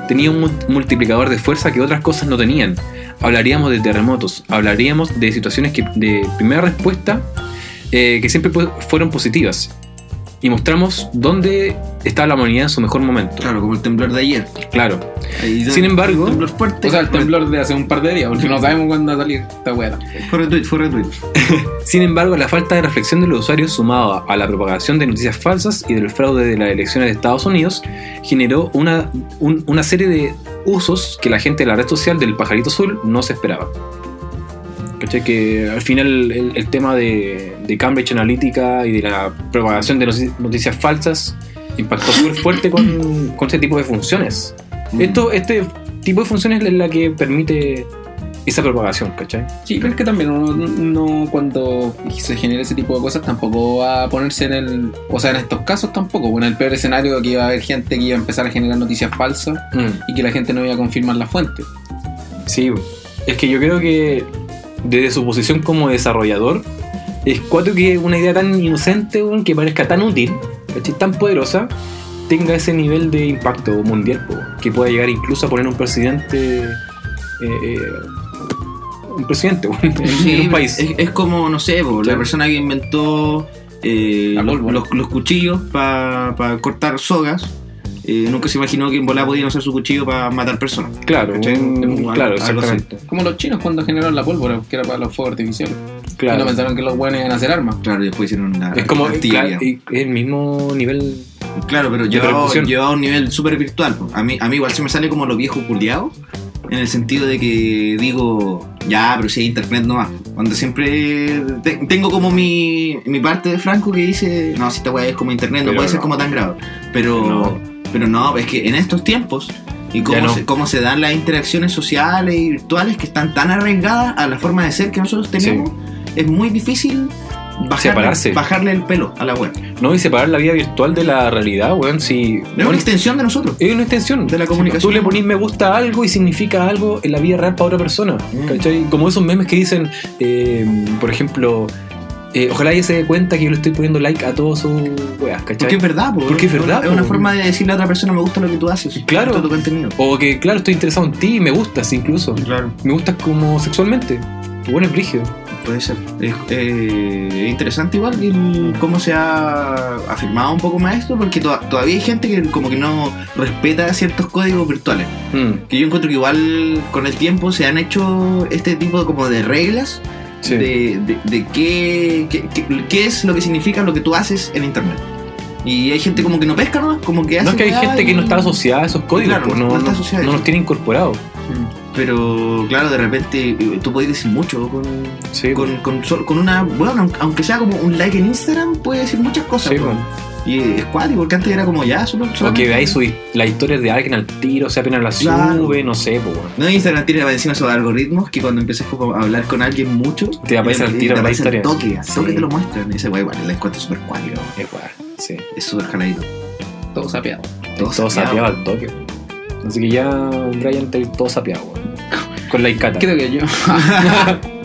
Speaker 2: Tenía un mu- multiplicador de fuerza que otras cosas no tenían. Hablaríamos de terremotos, hablaríamos de situaciones que, de primera respuesta eh, que siempre pu- fueron positivas. Y mostramos dónde estaba la humanidad en su mejor momento.
Speaker 1: Claro, como el temblor de ayer.
Speaker 2: Claro.
Speaker 1: Ahí
Speaker 2: Sin embargo-
Speaker 1: el temblor fuerte.
Speaker 3: O sea, el temblor de hace un par de días, porque no sabemos cuándo va a salir esta weá.
Speaker 1: Fue retweet, fue retweet.
Speaker 2: Sin embargo, la falta de reflexión de los usuarios sumado a la propagación de noticias falsas y del fraude de las elecciones de Estados Unidos generó una, un- una serie de usos que la gente de la red social del pajarito azul no se esperaba. ¿Cachai? Que al final el, el tema de, de Cambridge Analytica y de la propagación de notici- noticias falsas impactó súper fuerte con, con este tipo de funciones.
Speaker 1: Mm.
Speaker 2: Esto, este tipo de funciones es la que permite esa propagación, ¿cachai?
Speaker 3: Sí, pero es que también uno, no- cuando se genera ese tipo de cosas tampoco va a ponerse en el... O sea, en estos casos tampoco. Bueno, el peor escenario que iba a haber gente que iba a empezar a generar noticias falsas y que la gente no iba a confirmar la fuente.
Speaker 2: Sí, es que yo creo que desde su posición como desarrollador, es cuatro que una idea tan inocente, weón, que parezca tan útil, ¿cachai? tan poderosa, tenga ese nivel de impacto mundial, po, que pueda llegar incluso a poner un presidente. eh, eh, un presidente weón, en, en un país.
Speaker 1: Es, es como, no sé, po, la
Speaker 2: Claro.
Speaker 1: persona que inventó eh,
Speaker 3: La
Speaker 1: los,
Speaker 3: pólvora.
Speaker 1: los- los cuchillos para cortar sogas. eh, nunca se imaginó que en volada podían usar su cuchillo para matar personas.
Speaker 2: claro,
Speaker 1: ¿cachai?
Speaker 2: un-
Speaker 1: Algo-
Speaker 2: claro,
Speaker 1: algo así.
Speaker 2: exactamente.
Speaker 3: Como los chinos cuando generaron la pólvora, que era para los fuegos artificiales. Y no
Speaker 2: Claro.
Speaker 3: pensaron que los buenos iban a hacer armas.
Speaker 1: Claro, y después hicieron una
Speaker 2: Es como
Speaker 1: artillería.
Speaker 2: claro, y- es el mismo nivel.
Speaker 1: Claro, pero
Speaker 2: de
Speaker 1: llevaba,
Speaker 2: percusión.
Speaker 1: llevaba a un nivel súper virtual. po. A mí, a mí igual se me sale como lo viejo culiado. En el sentido de que digo, ya, pero si hay internet no va. Cuando siempre te- tengo como mi, mi parte de Franco que dice, no, si esta weá es como internet, no
Speaker 2: Pero
Speaker 1: puede ser
Speaker 2: no.
Speaker 1: como tan grave. Pero
Speaker 2: No.
Speaker 1: no. pero no, es que en estos tiempos y
Speaker 2: Ya
Speaker 1: cómo,
Speaker 2: no.
Speaker 1: se, cómo se dan las interacciones sociales y virtuales que están tan arriesgadas a la forma de ser que nosotros tenemos, es muy difícil bajarle,
Speaker 2: Separarse.
Speaker 1: bajarle el pelo a la web.
Speaker 2: No, y separar la vida virtual de la realidad, weón. Si.
Speaker 1: Es una
Speaker 2: weón,
Speaker 1: extensión de nosotros.
Speaker 2: Es una extensión
Speaker 1: De la comunicación.
Speaker 2: Tú le ponís me gusta a algo y significa algo en la vida real para otra persona.
Speaker 1: Mm.
Speaker 2: ¿cachai? Como esos memes que dicen, eh, por ejemplo, eh, ojalá ella se dé cuenta que yo le estoy poniendo like a todos sus weas, ¿cachai?
Speaker 1: Porque es verdad, po,
Speaker 2: Porque es verdad,
Speaker 1: Es una
Speaker 2: po.
Speaker 1: forma de decirle a otra persona me gusta lo que tú haces.
Speaker 2: Claro.
Speaker 1: Todo tu contenido.
Speaker 2: O que, claro, estoy interesado en ti y me gustas incluso.
Speaker 1: Claro,
Speaker 2: Me gustas como sexualmente. Bueno, es brígido.
Speaker 1: puede ser. Es eh, interesante igual el- cómo se ha afirmado un poco más esto, porque to- todavía hay gente que como que no respeta ciertos códigos virtuales.
Speaker 2: Mm,
Speaker 1: Que yo encuentro que igual con el tiempo se han hecho este tipo como de reglas
Speaker 2: sí.
Speaker 1: de, de- de qué, qué- qué- qué es lo que significa lo que tú haces en internet. Y hay gente como que no pesca, ¿no? Como que hace
Speaker 2: No es que hay
Speaker 1: weá
Speaker 2: gente que
Speaker 1: y-
Speaker 2: no está asociada a esos códigos,
Speaker 1: Claro,
Speaker 2: pues,
Speaker 1: no
Speaker 2: no,
Speaker 1: está
Speaker 2: no-
Speaker 1: asociada a
Speaker 2: no
Speaker 1: eso.
Speaker 2: los tiene incorporados.
Speaker 3: Mm.
Speaker 1: Pero claro, de repente eh, tú puedes decir mucho con,
Speaker 2: Sí, pues,
Speaker 1: con, con, sol- con una. Bueno, aunque- aunque sea como un like en Instagram, puede decir muchas cosas.
Speaker 2: sí,
Speaker 1: weón.
Speaker 2: pues.
Speaker 1: Y es cuático, porque antes era como ya, solo.
Speaker 2: O que
Speaker 1: solamente-
Speaker 2: veáis su- las historias de alguien al tiro, o sea, apenas la
Speaker 1: Claro.
Speaker 2: sube, no sé, pues, weón.
Speaker 1: No, Instagram tiene encima esos algoritmos que cuando empiezas como a hablar con alguien mucho.
Speaker 2: Te aparece
Speaker 1: y-
Speaker 2: al
Speaker 1: y te
Speaker 2: tiro la
Speaker 1: aparece al
Speaker 2: historia.
Speaker 1: toque, al
Speaker 2: Sí.
Speaker 1: toque te lo muestran. Y ese wey, bueno, el encuentro es súper cuático,
Speaker 2: Es weá, sí.
Speaker 1: es súper jaladito.
Speaker 3: Todo sapeado.
Speaker 1: Todo
Speaker 2: Todo sapeado
Speaker 1: sapeado.
Speaker 2: al toque. Así que ya Brian está todo sapeado, weón. Con la Icata.
Speaker 3: Creo que yo.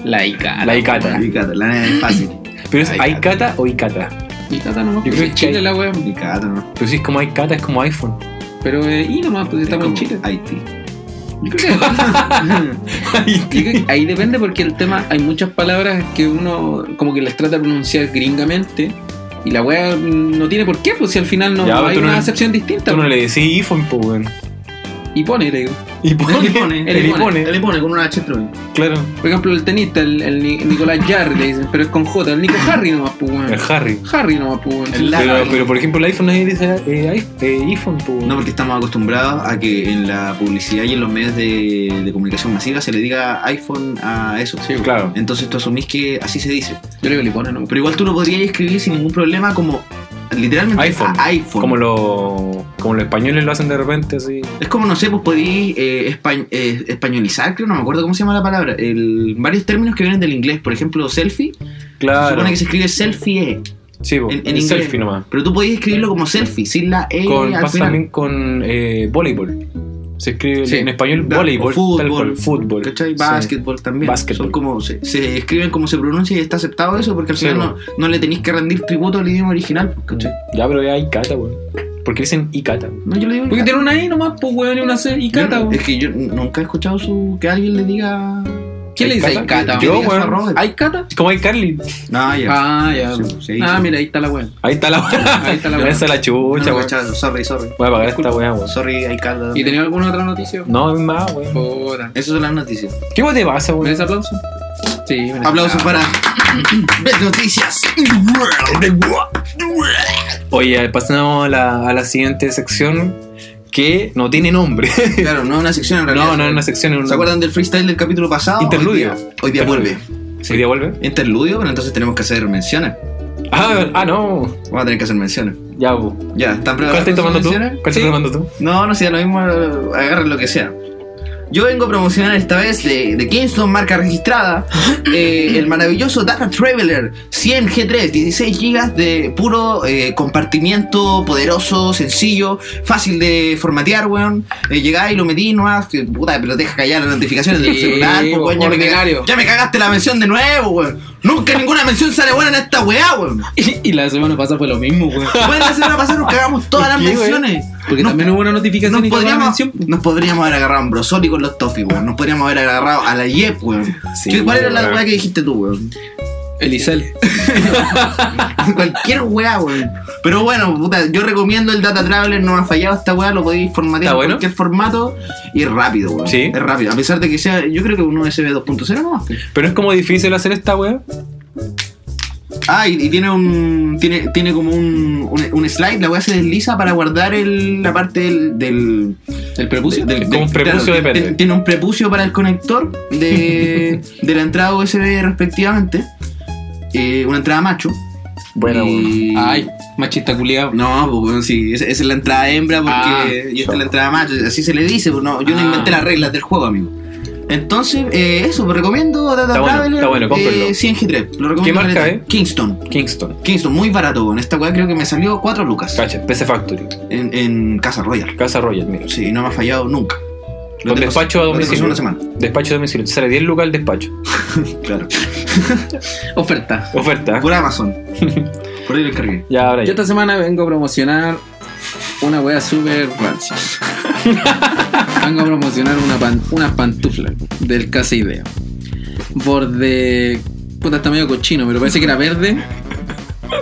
Speaker 3: la Icata.
Speaker 2: La Icata.
Speaker 1: Y catalana es fácil.
Speaker 2: Pero es
Speaker 1: Ah, La Icata.
Speaker 2: Icata o Icata.
Speaker 3: Icata
Speaker 2: Yo
Speaker 3: nomás. pues,
Speaker 2: creo
Speaker 3: es
Speaker 2: que
Speaker 3: Chile
Speaker 2: hay-
Speaker 3: la wea.
Speaker 1: Y catalana.
Speaker 2: Pero si es como Icata, es como iPhone.
Speaker 3: Pero eh, y nomás, pues estamos en Chile.
Speaker 1: Haití.
Speaker 3: Yo creo que- Yo creo que ahí depende porque el tema, hay muchas palabras que uno como que las trata de pronunciar gringamente y la wea mm, no tiene por qué, pues si al final no,
Speaker 2: Ya,
Speaker 3: no
Speaker 2: pero
Speaker 3: hay
Speaker 2: tú no
Speaker 3: una
Speaker 2: le-
Speaker 3: acepción distinta.
Speaker 2: Tú no le decís iPhone, pues, weón.
Speaker 3: Y pone, le digo.
Speaker 2: Y pone,
Speaker 1: Elipone.
Speaker 2: el
Speaker 1: Elipone.
Speaker 2: Ipone.
Speaker 1: Elipone con una H true.
Speaker 2: Claro.
Speaker 3: Por ejemplo, el tenista, el, el Ni- Nicolás Jarry, le dicen, pero es con J, el Nico Harry nomás, pues weón.
Speaker 2: El Harry.
Speaker 3: Harry nomás, pues weón.
Speaker 1: El- La-
Speaker 2: Pero, pero, por ejemplo, el iPhone nadie dice eh, iPhone, eh, iPhone, pues, weón.
Speaker 1: No, porque estamos acostumbrados a que en la publicidad y en los medios de, de comunicación masiva se le diga iPhone a eso.
Speaker 3: Sí, claro.
Speaker 2: Claro.
Speaker 1: Entonces tú asumís que así se dice.
Speaker 3: Yo le digo, le pone nomás.
Speaker 1: Pero igual tú lo podrías escribir sin ningún problema como literalmente
Speaker 2: iPhone.
Speaker 1: a- iPhone.
Speaker 2: Como, lo, como los españoles lo hacen de repente, así.
Speaker 1: Es como, no sé, pues podí eh, espa- eh, españolizar, creo, no me acuerdo cómo se llama la palabra. El, varios términos que vienen del inglés, por ejemplo, selfie. Se
Speaker 2: Claro.
Speaker 1: supone que se escribe selfie,
Speaker 2: Sí, po.
Speaker 1: en- en
Speaker 2: el
Speaker 1: inglés.
Speaker 2: selfie nomás.
Speaker 1: pero tú podías escribirlo como selfie, sin la E
Speaker 2: Con,
Speaker 1: al
Speaker 2: pasa
Speaker 1: final.
Speaker 2: también con eh, voleibol. Se escribe
Speaker 3: Sí.
Speaker 2: en español
Speaker 1: Claro,
Speaker 2: voleibol,
Speaker 1: o
Speaker 2: tal cual,
Speaker 1: fútbol,
Speaker 2: fútbol.
Speaker 1: ¿Cachai?
Speaker 2: Sí.
Speaker 1: Básquetbol también.
Speaker 2: Básquetbol.
Speaker 1: Son como, se, se escriben como se pronuncia y está aceptado eso porque al
Speaker 2: Sí,
Speaker 1: final
Speaker 2: bueno.
Speaker 1: no, no le tenéis que rendir tributo al idioma original. pues, ¿cachai?
Speaker 2: Ya, pero ya hay cata, weón. ¿Por qué dicen Icata?
Speaker 1: No, yo le digo.
Speaker 3: Porque
Speaker 1: Icata.
Speaker 3: tiene una I nomás, pues weón, y una C, y
Speaker 1: Yo
Speaker 3: Cata,
Speaker 1: no-
Speaker 3: weón.
Speaker 1: es que yo nunca he escuchado su, que alguien le diga.
Speaker 3: ¿Quién le dice
Speaker 2: ¿Hay Cata?
Speaker 3: Icata?
Speaker 2: Yo,
Speaker 3: weón?
Speaker 1: que diga
Speaker 2: weón.
Speaker 1: Robert.
Speaker 3: ¿Hay Cata?
Speaker 2: Es como hay Carly.
Speaker 1: No, ya.
Speaker 3: Ah, ya.
Speaker 1: Sí, sí, sí.
Speaker 3: ah, mira, ahí está la weón.
Speaker 2: Ahí está la weá.
Speaker 3: Ahí está la
Speaker 2: Ahí
Speaker 3: weón.
Speaker 2: está la
Speaker 1: No,
Speaker 2: chucha, weón.
Speaker 1: cachado, sorry, sorry.
Speaker 2: Voy a pagar esta weá, weón.
Speaker 1: Sorry, Icata.
Speaker 3: ¿Y tenía alguna otra noticia?
Speaker 2: No, es más, weón.
Speaker 3: Puta.
Speaker 1: Esas son las noticias.
Speaker 2: ¿Qué weón te pasa,
Speaker 3: ¿Me
Speaker 2: weón?
Speaker 3: des aplauso? Sí, me
Speaker 1: Aplausos para. Best Noticias. in the world, the world.
Speaker 2: Oye, pasamos a la, a la siguiente sección que no tiene nombre.
Speaker 1: Claro, no es una sección en realidad.
Speaker 2: No, no es una sección, es un
Speaker 1: ¿Se acuerdan del freestyle del capítulo pasado?
Speaker 2: Interludio.
Speaker 1: Hoy día, hoy día
Speaker 2: Interludio.
Speaker 1: vuelve. Sí.
Speaker 2: ¿Hoy día vuelve?
Speaker 1: Interludio, pero entonces tenemos que hacer menciones.
Speaker 2: Ah, ah, no.
Speaker 1: Vamos a tener que hacer menciones.
Speaker 2: Ya, bu.
Speaker 1: Ya, ¿están
Speaker 2: ¿Cuál
Speaker 1: preparados?
Speaker 2: estás tomando tú?
Speaker 1: para sus
Speaker 2: ¿Cuál
Speaker 1: menciones?
Speaker 2: estás
Speaker 1: Sí.
Speaker 2: tomando tú?
Speaker 1: No, no sea lo mismo, agarren lo que sea. Yo vengo a promocionar esta vez de, de Kingston, marca registrada, eh, el maravilloso Data Traveler 100 G3, 16 GB de puro eh, compartimiento poderoso, sencillo, fácil de formatear, weón. Eh, llegáis, lo metí, no has- que puta, pero deja callar las notificaciones del
Speaker 3: Sí,
Speaker 1: celular, pues, weón, ya, me
Speaker 3: ordinario.
Speaker 1: cagaste, ya me cagaste la mención de nuevo, weón. Nunca ninguna mención sale buena en esta weá, weón.
Speaker 3: y la semana pasada fue lo mismo, güey.
Speaker 1: Weón, la semana pasada nos cagamos todas las
Speaker 2: ¿Por qué, weón?
Speaker 1: menciones.
Speaker 3: Porque
Speaker 1: No
Speaker 3: también hubo una notificación
Speaker 1: nos
Speaker 3: y llamó la
Speaker 1: podríamos,
Speaker 3: atención.
Speaker 1: nos podríamos haber agarrado a Ambrosoli con los Toffee, weón. Nos podríamos haber agarrado a la YEP, weón.
Speaker 2: Sí,
Speaker 1: ¿Qué- ¿Cuál era la
Speaker 2: weón.
Speaker 1: weá que dijiste tú, weón?
Speaker 3: Elizalde.
Speaker 1: Cualquier weá, weón. Pero bueno, puta, yo recomiendo el Data Traveler, no me ha fallado esta weá, lo podéis formatear
Speaker 2: ¿Está
Speaker 1: en
Speaker 2: bueno?
Speaker 1: cualquier formato y es rápido, weón.
Speaker 2: Sí.
Speaker 1: Es rápido. A pesar de que sea, yo creo que un USB 2.0 no
Speaker 2: Pero es como difícil hacer esta weá.
Speaker 1: Ah, y, y tiene un. Tiene, tiene como un, un, un slide, la weá se desliza para guardar el, la parte del- del
Speaker 3: ¿El prepucio?
Speaker 1: Del-
Speaker 2: Como
Speaker 1: del-
Speaker 2: un prepucio de
Speaker 1: ti-
Speaker 2: pene.
Speaker 1: Tiene un prepucio para el conector de, de la entrada USB respectivamente. Eh, una entrada macho.
Speaker 2: Bueno,
Speaker 1: Y-
Speaker 3: Ay, machista culiado.
Speaker 1: No, pues bueno, sí, esa, esa es la entrada hembra porque
Speaker 3: Ah,
Speaker 1: y esta es la entrada macho, así se le dice, pues, no, yo no
Speaker 3: Ah.
Speaker 1: inventé las reglas del juego, amigo. Entonces, eh, eso, pues, recomiendo Data
Speaker 2: Está bueno,
Speaker 1: Traveler
Speaker 2: está bueno, cómpralo.
Speaker 1: eh, 100 G3. Lo recomiendo
Speaker 2: ¿Qué marca,
Speaker 1: caleta.
Speaker 2: eh?
Speaker 1: Kingston.
Speaker 2: Kingston.
Speaker 1: Kingston, muy barato, con esta weá creo que me salió 4 lucas
Speaker 2: Cacha, PC Factory.
Speaker 1: en, en Casa Royal.
Speaker 2: Casa Royal, mira.
Speaker 1: Sí, no me ha fallado nunca. Lo
Speaker 2: Con
Speaker 1: tengo-
Speaker 2: despacho a
Speaker 1: lo tengo hace
Speaker 2: domicilio.
Speaker 1: una semana.
Speaker 2: Despacho de domicilio. Te sale 10 lucas el despacho.
Speaker 1: Claro.
Speaker 3: Oferta.
Speaker 2: Oferta.
Speaker 1: Por Amazon. Por ahí lo encargué.
Speaker 2: Ya, ahora
Speaker 3: Yo
Speaker 2: ya.
Speaker 3: esta semana vengo a promocionar una wea super rancia. vengo a promocionar una pan- unas pantuflas del Casa Idea. Borde. Puta, está medio cochino, pero parece que era verde.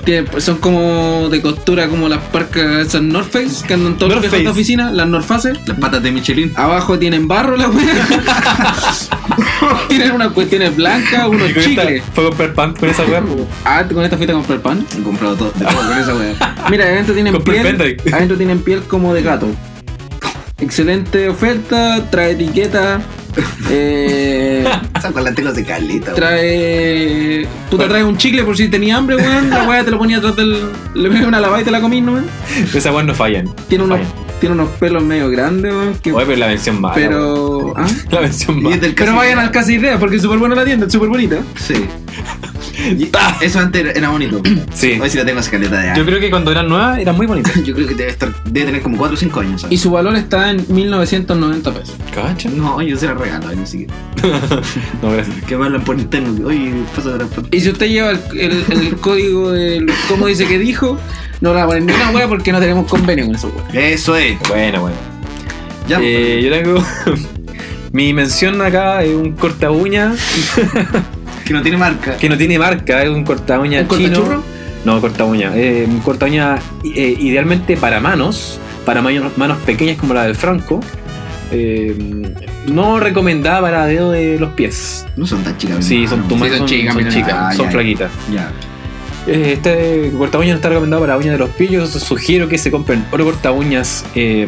Speaker 3: Tiene- son como de costura como las parcas esas North Face que andan todos los
Speaker 2: North
Speaker 3: viejos de
Speaker 2: Face.
Speaker 3: oficina, las North Face.
Speaker 1: Las patas de Michelin.
Speaker 2: Ah,
Speaker 3: Abajo tienen barro las weas. tienen unas cuestiones blancas, unos
Speaker 2: Y con esta-
Speaker 3: chicles.
Speaker 2: Fue a comprar pan con esa weá. po.
Speaker 3: Ah, con esta fuiste a comprar pan.
Speaker 1: He comprado todo. de todo con esa wea.
Speaker 3: Mira, adentro tienen
Speaker 2: Compré
Speaker 3: piel.
Speaker 2: Pendrive.
Speaker 3: Adentro tienen piel como de gato. Excelente oferta, trae etiqueta. Eh,
Speaker 1: Esa con las teclas de caleta. wea.
Speaker 3: trae. Tú te traes un chicle por si tenías hambre, weón. La weá te lo ponía atrás del. Le pegas una lavada y te la comís, ¿no, weón?
Speaker 2: pues. Esas weas no fallan.
Speaker 3: Tiene unos,
Speaker 2: Fallan.
Speaker 3: tiene unos pelos medio grandes, weón. que-
Speaker 2: Oye, pero la mención mala. weón.
Speaker 3: pero. ¿ah?
Speaker 2: La mención
Speaker 1: Y es
Speaker 2: mala.
Speaker 1: del
Speaker 3: Pero
Speaker 1: Casa
Speaker 3: vayan
Speaker 1: Idea.
Speaker 3: al Casa Idea porque es súper buena la tienda, es súper bonita.
Speaker 1: Sí. Y- Eso antes era- era bonito.
Speaker 2: Sí.
Speaker 1: Hoy sí la tengo esa caleta de
Speaker 2: Yo
Speaker 1: años.
Speaker 2: creo que cuando eran nuevas eran muy bonitas.
Speaker 1: Yo creo que debe, estar, debe tener como 4 o 5 años.
Speaker 3: Y
Speaker 1: ¿sabes?
Speaker 3: su valor está en 1990 pesos.
Speaker 2: Cacha.
Speaker 1: No, yo se la regalo. Ni siquiera.
Speaker 2: No, gracias.
Speaker 1: Que me hablan por interno. Oye, pasa de la
Speaker 3: Y si usted lleva el, el- el código del cómo dice que dijo, no la ponen ni una wea porque no tenemos convenio con eso, wea.
Speaker 1: Eso es.
Speaker 2: Bueno, bueno.
Speaker 1: Ya.
Speaker 2: Eh, yo tengo. Mi mención acá es un corta uña
Speaker 1: Que no tiene marca.
Speaker 2: que no tiene marca, es un corta uña
Speaker 3: ¿Un
Speaker 2: chino.
Speaker 3: cortachurro?
Speaker 2: No, corta uña. Eh, un corta uña eh, idealmente para manos, para manos, manos pequeñas como la del Franco. Eh, no recomendada para dedo de los pies.
Speaker 1: No Ah, son tan chicas.
Speaker 2: Sí,
Speaker 1: mi
Speaker 2: son,
Speaker 1: hermano.
Speaker 2: tu
Speaker 3: son chicas,
Speaker 2: son
Speaker 3: mira.
Speaker 2: chicas,
Speaker 1: Ah,
Speaker 2: son
Speaker 1: ya,
Speaker 2: flaquitas.
Speaker 1: Ya.
Speaker 2: Eh, Este corta uñas no está recomendado para uñas de los pies. Yo sugiero que se compren otro corta uñas eh,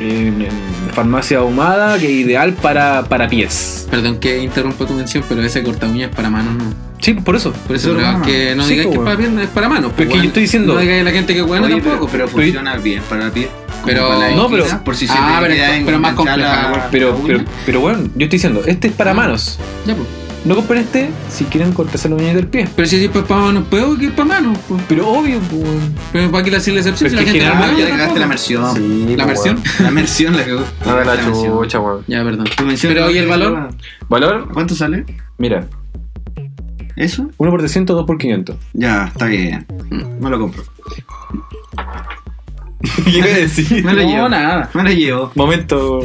Speaker 2: en, en farmacia ahumada, que es ideal para, para pies.
Speaker 3: Perdón que interrumpa tu mención, pero ese corta uñas para manos no.
Speaker 2: Sí, por eso.
Speaker 3: Por eso
Speaker 1: Pero
Speaker 3: pero
Speaker 1: no.
Speaker 3: que no
Speaker 2: Sí,
Speaker 3: digáis
Speaker 2: po,
Speaker 3: que es
Speaker 2: wea.
Speaker 3: para piernas, es para manos. po,
Speaker 2: Pero es que
Speaker 3: wea.
Speaker 2: yo estoy diciendo-
Speaker 3: No digáis a la gente que es buena
Speaker 1: Oye,
Speaker 3: tampoco.
Speaker 1: pero, pero
Speaker 2: Pero-
Speaker 1: funciona bien para el pie. Como
Speaker 3: Pero-
Speaker 1: para la
Speaker 2: No, pero-
Speaker 1: esquina, por si se
Speaker 3: Ah,
Speaker 1: te
Speaker 3: pero-
Speaker 1: queda
Speaker 3: pero más
Speaker 1: enganchada
Speaker 3: compleja,
Speaker 1: la-
Speaker 3: güey.
Speaker 2: Pero,
Speaker 1: la
Speaker 2: pero,
Speaker 1: uña.
Speaker 2: pero bueno, yo estoy diciendo, este es para
Speaker 3: Ah.
Speaker 2: manos.
Speaker 3: Ya, po.
Speaker 2: No compren este si quieren cortarse la uña del pie.
Speaker 3: Pero si es para manos, puedo que es para manos. po.
Speaker 2: Pero obvio, pues.
Speaker 3: Pero para que le hacéis la excepción.
Speaker 2: Pero
Speaker 3: si
Speaker 2: es que
Speaker 3: la gente
Speaker 1: Ah,
Speaker 2: generalmente
Speaker 3: no
Speaker 1: ya
Speaker 3: es
Speaker 1: le
Speaker 3: buena
Speaker 1: cagaste la
Speaker 3: tampoco.
Speaker 1: merción.
Speaker 3: ¿La versión?
Speaker 1: La merción la cagó.
Speaker 2: No, la
Speaker 1: merción.
Speaker 2: chucha, weón.
Speaker 3: Ya, perdón.
Speaker 1: Tu mención
Speaker 3: Pero,
Speaker 1: no
Speaker 3: ¿y el
Speaker 1: tiene
Speaker 3: valor?
Speaker 1: nada.
Speaker 2: Valor,
Speaker 1: ¿Cuánto sale?
Speaker 2: mira,
Speaker 1: ¿Eso?
Speaker 2: 1 por 300, 2 por 500.
Speaker 1: Ya, está bien. No lo compro.
Speaker 2: ¿Qué iba a decir?
Speaker 1: No lo llevo.
Speaker 3: No, nada.
Speaker 1: No lo llevo.
Speaker 2: Momento,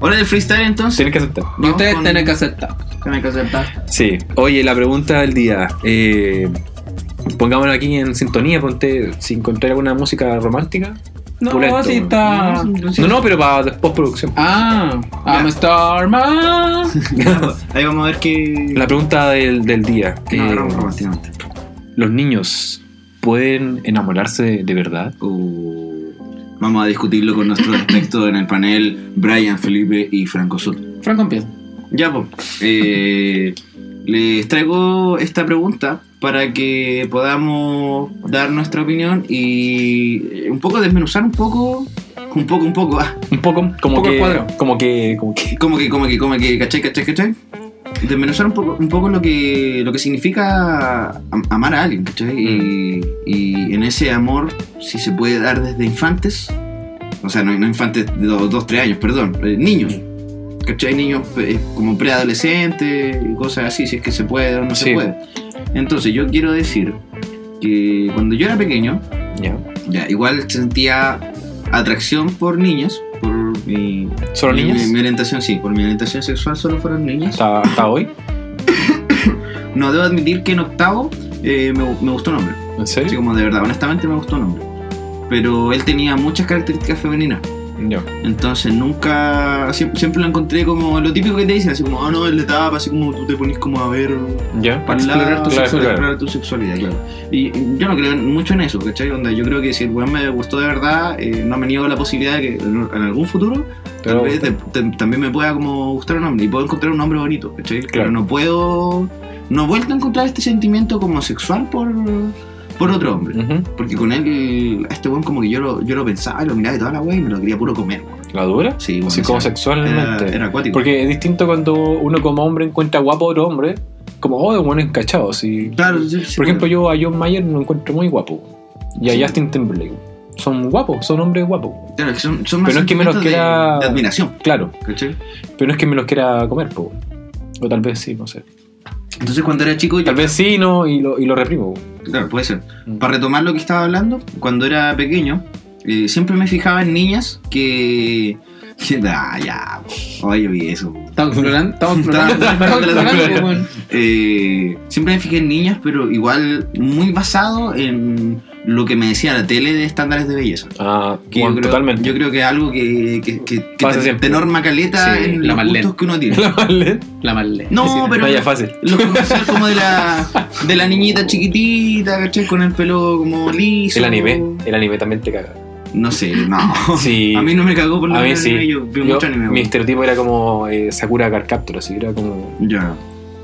Speaker 1: Hora del freestyle entonces.
Speaker 2: tienes que aceptar.
Speaker 3: Y ustedes
Speaker 1: con-
Speaker 3: tienen que aceptar.
Speaker 1: Tienen que aceptar.
Speaker 2: Sí, oye, la pregunta del día. Eh, pongámonos aquí en sintonía, ponte si encontré alguna música romántica.
Speaker 3: No,
Speaker 2: Pulento,
Speaker 3: si
Speaker 2: wea.
Speaker 3: está.
Speaker 2: No, no, pero para postproducción.
Speaker 3: Ah, I'm
Speaker 1: Ya.
Speaker 3: a star man.
Speaker 1: Ahí vamos a ver que.
Speaker 2: La pregunta del, del día.
Speaker 1: No,
Speaker 2: eh,
Speaker 1: agarramos románticamente.
Speaker 2: ¿Los niños pueden enamorarse de, de verdad?
Speaker 1: Uh, Vamos a discutirlo con nuestro experto en el panel, Brian, Felipe y Franco Sud.
Speaker 3: Franco empieza.
Speaker 1: Ya, pues. Eh, les traigo esta pregunta para que podamos dar nuestra opinión y un poco desmenuzar un poco, un poco, un poco, ah,
Speaker 2: Un poco, como,
Speaker 3: poco al
Speaker 2: que,
Speaker 3: cuadrado.
Speaker 2: como que. Como que.
Speaker 1: como que, como que, como que, ¿cachai, cachai, cachai? Desmenuzar un poco, un poco lo que lo que significa am- amar a alguien, ¿cachai? Y, y en ese amor, si se puede dar desde infantes, o sea, no, no infantes de dos, dos, tres años, perdón, eh, niños. ¿Cachai? Niños eh, como preadolescentes y cosas así, si es que se puede o no
Speaker 2: Sí.
Speaker 1: se puede. Entonces, yo quiero decir que cuando yo era pequeño,
Speaker 2: Ya.
Speaker 1: ya, igual sentía atracción por niños, por mi,
Speaker 2: ¿Solo
Speaker 1: mi-
Speaker 2: niñas?
Speaker 1: Mi, mi orientación, sí, por mi orientación sexual solo fueron niñas.
Speaker 2: Hasta, hasta hoy.
Speaker 1: No, debo admitir que en octavo eh, me, me gustó un hombre.
Speaker 2: ¿En serio?
Speaker 1: Así como de verdad, honestamente me gustó un hombre. Pero él tenía muchas características femeninas.
Speaker 2: Ya.
Speaker 1: Entonces nunca. siem- Siempre, lo encontré como lo típico que te dicen, así como, ah, no, él le tapa, así como tú te pones como a ver.
Speaker 2: Ya.
Speaker 1: Para
Speaker 3: Explorar
Speaker 1: explorar,
Speaker 3: tu
Speaker 1: tu
Speaker 2: Claro,
Speaker 1: sexualidad,
Speaker 2: claro.
Speaker 1: explorar tu sexualidad, claro. Y y yo no creo mucho en eso, ¿cachai? Onda, yo creo que si el weón me gustó de verdad, eh, no me niego la posibilidad de que en, en algún futuro
Speaker 2: Te
Speaker 1: tal
Speaker 2: va a
Speaker 1: vez te- te- también me pueda como gustar un hombre y puedo encontrar un hombre bonito, ¿cachai?
Speaker 2: Claro.
Speaker 1: Pero no puedo. No he vuelto a encontrar este sentimiento como sexual por, por otro hombre.
Speaker 2: Ujú.
Speaker 1: Porque con él, a este weón como que yo lo, yo lo pensaba y lo miraba y toda la wea y me lo quería puro comer. weón.
Speaker 2: ¿La dura?
Speaker 1: Sí, weón,
Speaker 2: Así
Speaker 1: o
Speaker 2: como
Speaker 1: sea, era,
Speaker 2: sexualmente.
Speaker 1: era acuático.
Speaker 2: Porque es distinto cuando uno como hombre encuentra guapo a otro hombre, como, oh, es bueno encachado. Sí.
Speaker 1: Claro, sí, sí,
Speaker 2: Por ejemplo,
Speaker 1: weón.
Speaker 2: yo a John Mayer lo encuentro muy guapo. Y a
Speaker 1: Sí.
Speaker 2: Justin Timberlake. Son guapos, son hombres guapos.
Speaker 1: Claro, es que son, son más
Speaker 2: Pero es que menos
Speaker 1: sentimientos
Speaker 2: que
Speaker 1: de-
Speaker 2: era-
Speaker 1: de admiración,
Speaker 2: Claro.
Speaker 1: ¿cachai?
Speaker 2: Pero no es que me los quiera comer, po. O tal vez sí, no sé.
Speaker 1: Entonces cuando era chico, yo,
Speaker 2: Tal vez sí, no, y lo, y lo reprimo. po.
Speaker 1: claro, puede ser.
Speaker 2: Mm.
Speaker 1: Para retomar lo que estaba hablando, cuando era pequeño, eh, siempre me fijaba en niñas que... que- ah, ya, po. oye, vi eso. po.
Speaker 3: Estamos explorando, estamos explorando.
Speaker 1: Estamos
Speaker 3: estamos
Speaker 1: explorando,
Speaker 3: explorando, weón.
Speaker 1: Eh, siempre me fijé en niñas, pero igual muy basado en lo que me decía la tele de estándares de belleza.
Speaker 2: Ah,
Speaker 1: Que
Speaker 2: bueno,
Speaker 1: yo, creo,
Speaker 2: totalmente.
Speaker 1: yo creo que es algo que, que, que- que
Speaker 2: Pasa
Speaker 1: te- te,
Speaker 2: siempre.
Speaker 1: norma caleta
Speaker 3: Sí,
Speaker 1: en
Speaker 3: la
Speaker 1: los
Speaker 3: Marlene.
Speaker 1: gustos que uno tiene.
Speaker 2: La Marlene.
Speaker 3: La más lenta.
Speaker 1: No,
Speaker 3: Sí,
Speaker 1: pero-
Speaker 2: Vaya fácil.
Speaker 1: Los comerciales como de la, de la niñita chiquitita, ¿cachai? Con el pelo como liso.
Speaker 2: El anime, el anime también te caga.
Speaker 1: No sé, no.
Speaker 2: Sí.
Speaker 1: A mí no me cagó por lo
Speaker 2: A mí
Speaker 1: menos el
Speaker 2: sí.
Speaker 1: anime, yo veo
Speaker 2: Yo-
Speaker 1: mucho anime.
Speaker 2: mi
Speaker 1: weón.
Speaker 2: estereotipo era como eh, Sakura Carcaptor, así era como
Speaker 1: Ya.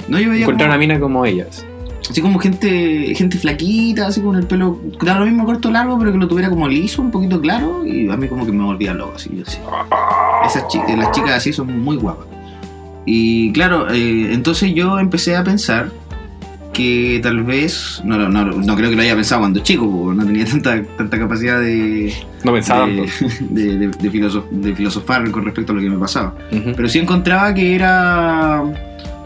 Speaker 1: No, yo veía como,
Speaker 2: encontrar una mina como ellas.
Speaker 1: así como gente, gente flaquita, así con el pelo, da lo mismo corto o largo, pero que lo tuviera como liso, un poquito claro, y a mí como que me volvía loco, así, yo así. Esas chicas, las chicas así son muy guapas. Y claro, eh, entonces yo empecé a pensar que tal vez, no, no, no, no creo que lo haya pensado cuando chico, porque no tenía tanta, tanta capacidad de,
Speaker 2: No pues. pensaba
Speaker 1: de,
Speaker 2: tanto.
Speaker 1: de- de- de filosof- de filosofar con respecto a lo que me pasaba.
Speaker 2: Ujú.
Speaker 1: Pero sí encontraba que era.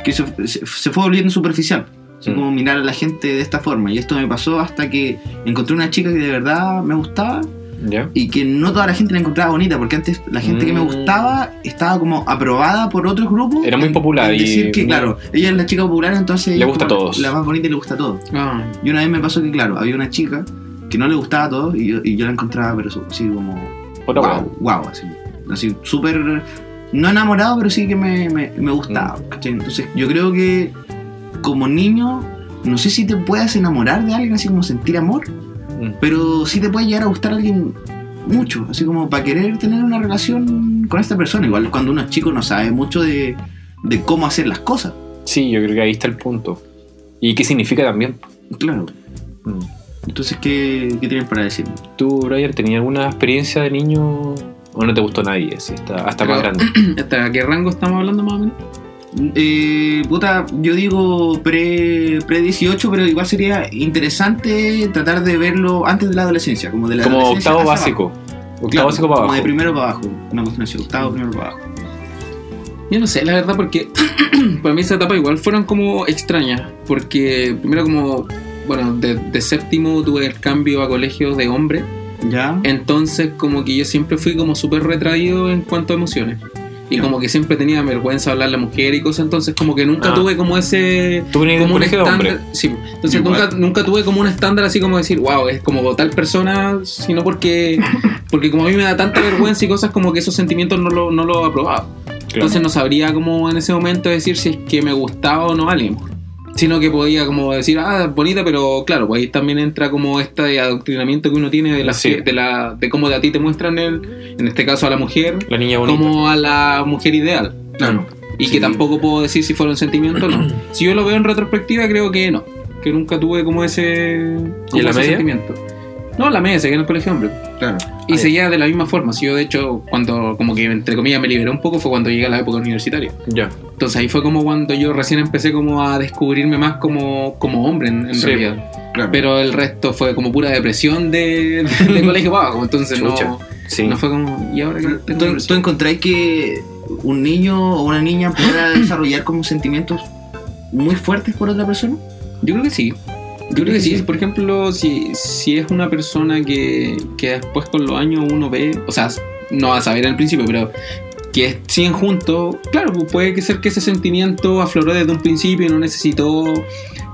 Speaker 1: que se, se- se fue volviendo superficial. Así
Speaker 2: Mm.
Speaker 1: como mirar a la gente de esta forma. Y esto me pasó hasta que encontré una chica que de verdad me gustaba
Speaker 2: ¿Ya?
Speaker 1: y que no toda la gente la encontraba bonita, porque antes la gente que me
Speaker 2: Mm.
Speaker 1: gustaba estaba como aprobada por otros grupos.
Speaker 2: Era muy
Speaker 1: en-
Speaker 2: popular
Speaker 1: en
Speaker 2: y-
Speaker 1: decir que, claro, ella es la chica popular, entonces. ella es
Speaker 2: gusta a
Speaker 1: como la-
Speaker 2: todos.
Speaker 1: La más bonita y le gusta a todos.
Speaker 3: Ah,
Speaker 1: Y una vez me pasó que, claro, había una chica que no le gustaba a todos y yo, y yo la encontraba, pero su- así como
Speaker 2: Otra
Speaker 1: wow, wow, así, así súper, no enamorado, pero sí que me, me, me gustaba, ¿cachai? Entonces yo creo que como niño, no sé si te puedas enamorar de alguien, así como sentir amor,
Speaker 2: hueá.
Speaker 1: pero sí te puede llegar a gustar a alguien mucho, así como para querer tener una relación con esta persona, igual cuando uno es chico no sabe mucho de, de cómo hacer las cosas,
Speaker 2: Sí, yo creo que ahí está el punto. ¿Y qué significa también?
Speaker 1: claro.
Speaker 2: Mm.
Speaker 1: Entonces, ¿qué, qué tienen para decir?
Speaker 2: ¿Tú, Brian, tenías alguna experiencia de niño o no te gustó nadie? así, hasta, hasta más
Speaker 3: Creo-
Speaker 2: grande.
Speaker 3: ¿Hasta qué rango estamos hablando más o menos?
Speaker 1: Eh, puta, yo digo pre, pre 18, pero igual sería interesante tratar de verlo antes de la adolescencia, como de la
Speaker 2: Como
Speaker 1: adolescencia
Speaker 2: octavo
Speaker 1: hacia
Speaker 2: básico.
Speaker 1: abajo.
Speaker 2: Octavo
Speaker 1: Claro,
Speaker 2: básico para
Speaker 1: Como de
Speaker 2: abajo.
Speaker 1: primero para abajo, una cuestión así, octavo, primero para abajo.
Speaker 3: Yo no sé, la verdad, porque para mí esa etapa igual fueron como extrañas. Porque primero, como, bueno, de, de séptimo tuve el cambio a colegios de hombre.
Speaker 1: ¿Ya?
Speaker 2: Eh,
Speaker 3: Entonces, como que yo siempre fui como súper retraído en cuanto a emociones. Y como que siempre tenía vergüenza hablar a la mujer y cosas. Entonces, como que nunca
Speaker 2: Ah.
Speaker 3: tuve como ese.
Speaker 2: ¿Tú venías de un
Speaker 3: Como un
Speaker 2: colegio de hombre?
Speaker 3: estándar. Sí, entonces
Speaker 1: Igual.
Speaker 3: nunca, nunca tuve como un estándar así como decir, wow, es como tal persona, sino porque, porque como a mí me da tanta vergüenza y cosas como que esos sentimientos no lo, no lo aprobaba.
Speaker 2: Claro.
Speaker 3: Entonces no sabría como en ese momento decir si es que me gustaba o no alguien. Sino que podía como decir, ah, bonita, pero claro, pues ahí también entra como este adoctrinamiento que uno tiene de, la,
Speaker 2: Sí.
Speaker 3: de, la, de cómo a ti te muestran, el, en este caso a la mujer,
Speaker 2: La niña bonita.
Speaker 3: como a la mujer ideal.
Speaker 1: Claro.
Speaker 3: Y
Speaker 1: Sí.
Speaker 3: que tampoco puedo decir si fueron sentimientos o no. Si yo lo veo en retrospectiva, creo que no. Que nunca tuve como ese, como
Speaker 2: en la
Speaker 3: ese
Speaker 2: media?
Speaker 3: sentimiento. No, en la media, seguí en el colegio hombre.
Speaker 1: Claro.
Speaker 3: Y
Speaker 2: Ah,
Speaker 3: seguía de la misma forma. Si yo, de hecho, cuando, como que entre comillas, me liberé un poco, fue cuando llegué a la época universitaria.
Speaker 2: Ya.
Speaker 3: Entonces ahí fue como cuando yo recién empecé como a descubrirme más como, como hombre, en, en
Speaker 2: Sí.
Speaker 3: realidad.
Speaker 1: claro.
Speaker 3: Pero el resto fue como pura depresión de, de, colegio para abajo. Entonces
Speaker 2: Chucha.
Speaker 3: no,
Speaker 2: Sí.
Speaker 3: no fue como. ¿Y ahora que
Speaker 1: ¿Tú, tú encontrás que un niño o una niña pueda desarrollar como sentimientos muy fuertes por otra persona?
Speaker 3: Yo creo que sí. Yo creo que sí. Por ejemplo, si, si es una persona que, que después con los años uno ve, o sea, no va a saber al principio, pero que siguen juntos, claro, pues puede que ser que ese sentimiento afloró desde un principio y no necesitó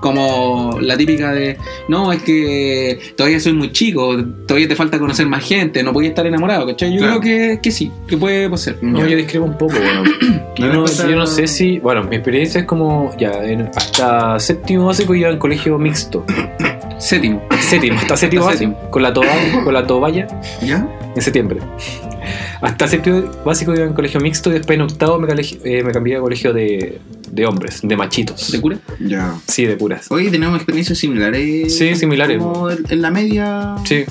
Speaker 3: como la típica de, no, es que todavía soy muy chico, todavía te falta conocer más gente, no podía estar enamorado, ¿cachai? Yo
Speaker 1: Claro.
Speaker 3: creo que, que sí, que puede ser.
Speaker 2: No,
Speaker 1: Ya.
Speaker 2: yo discrepo un poco, bueno. Yo
Speaker 1: ¿No les
Speaker 2: no,
Speaker 1: pasa-
Speaker 2: yo no sé si. Bueno, mi experiencia es como. Ya, en- hasta séptimo básico yo iba en colegio mixto.
Speaker 3: Séptimo.
Speaker 2: Séptimo, hasta séptimo
Speaker 3: Hasta
Speaker 2: básico. Con la, toba- con la toballa
Speaker 1: ¿Ya?
Speaker 2: en septiembre. Hasta séptimo básico iba en colegio mixto y después en octavo me, cale- eh, me cambié a colegio de, de hombres, de machitos.
Speaker 3: ¿De cura?
Speaker 1: Ya.
Speaker 2: sí, de puras.
Speaker 1: Hoy tenemos experiencias similares.
Speaker 2: Sí, similares.
Speaker 1: Como en en la media.
Speaker 2: Sí,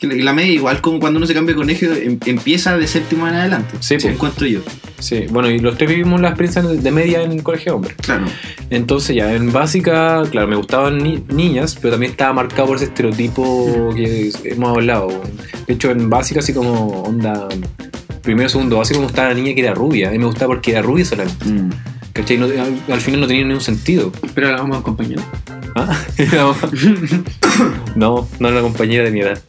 Speaker 1: Que La la media, igual como cuando uno se cambia de colegio, em- empieza de séptimo en adelante.
Speaker 2: Sí, pues.
Speaker 1: encuentro yo.
Speaker 2: sí. Bueno, y los tres vivimos la experiencia de media en el colegio de hombres.
Speaker 1: Claro.
Speaker 2: Entonces ya, en básica, claro, me gustaban ni- niñas, pero también estaba marcado por ese estereotipo que hemos hablado. De hecho, en básica, así como onda, primero, segundo, básico, me gustaba la niña que era rubia. A mí me gustaba porque era rubia solamente. ¿Cachai? No- al, al final no tenía ningún sentido.
Speaker 3: Pero la vamos a acompañar.
Speaker 2: ¿Ah? no, no era la compañera de mi edad.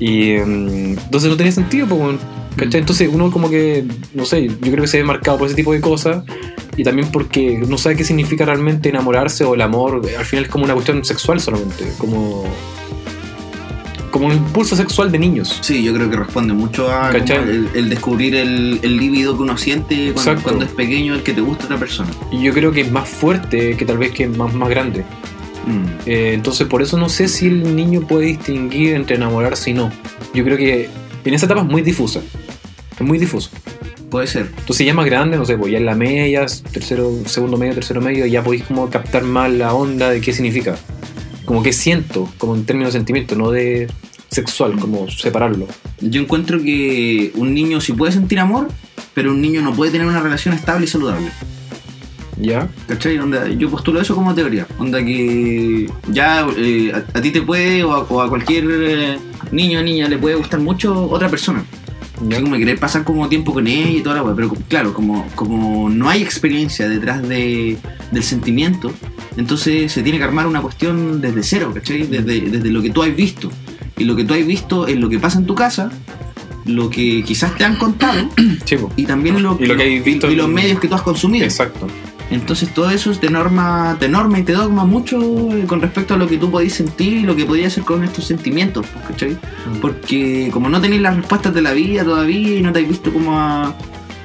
Speaker 2: Y em, entonces no tenía sentido, pues, weón. ¿cachai? Entonces uno como que, no sé, yo creo que se ve marcado por ese tipo de cosas y también porque no sabe qué significa realmente enamorarse o el amor. Al final es como una cuestión sexual solamente, como, como un impulso sexual de niños.
Speaker 1: Sí, yo creo que responde mucho a como
Speaker 2: ¿Cachai?
Speaker 1: el, el descubrir el, el líbido que uno siente cuando,
Speaker 2: Exacto.
Speaker 1: cuando es pequeño, el que te gusta otra persona.
Speaker 2: Y yo creo que es más fuerte que tal vez que es más, más grande. Eh, entonces por eso no sé si el niño puede distinguir entre enamorarse y no. Yo creo que en esa etapa es muy difusa. Es muy difuso.
Speaker 1: Puede ser.
Speaker 2: Entonces ya más grande, no sé, pues ya en la media, tercero, segundo medio, tercero medio, ya podéis como captar más la onda de qué significa. Como qué siento, como en términos de sentimiento, no de sexual, como separarlo.
Speaker 1: Yo encuentro que un niño sí puede sentir amor, pero un niño no puede tener una relación estable y saludable.
Speaker 2: ¿Ya?
Speaker 1: ¿Cachai? Onda, yo postulo eso como teoría. Onda que ya eh, a, a ti te puede o a, o a cualquier eh, niño o niña le puede gustar mucho otra persona.
Speaker 2: ¿Ya?
Speaker 1: Así como querer pasar como tiempo con ella y toda la weá. Pero co- claro, como, como no hay experiencia detrás de, del sentimiento, entonces se tiene que armar una cuestión desde cero, ¿cachai? Desde, desde lo que tú has visto. Y lo que tú has visto es lo que pasa en tu casa, lo que quizás te han contado
Speaker 2: Sí, pues.
Speaker 1: y también lo,
Speaker 2: Y lo que has visto
Speaker 1: y- y los
Speaker 2: en-
Speaker 1: medios que tú has consumido.
Speaker 2: Exacto.
Speaker 1: Entonces todo eso te norma, te norma y te dogma mucho eh, con respecto a lo que tú podías sentir y lo que podías hacer con estos sentimientos, pues, ¿cachai? Porque como no tenéis las respuestas de la vida todavía y no te has visto como a-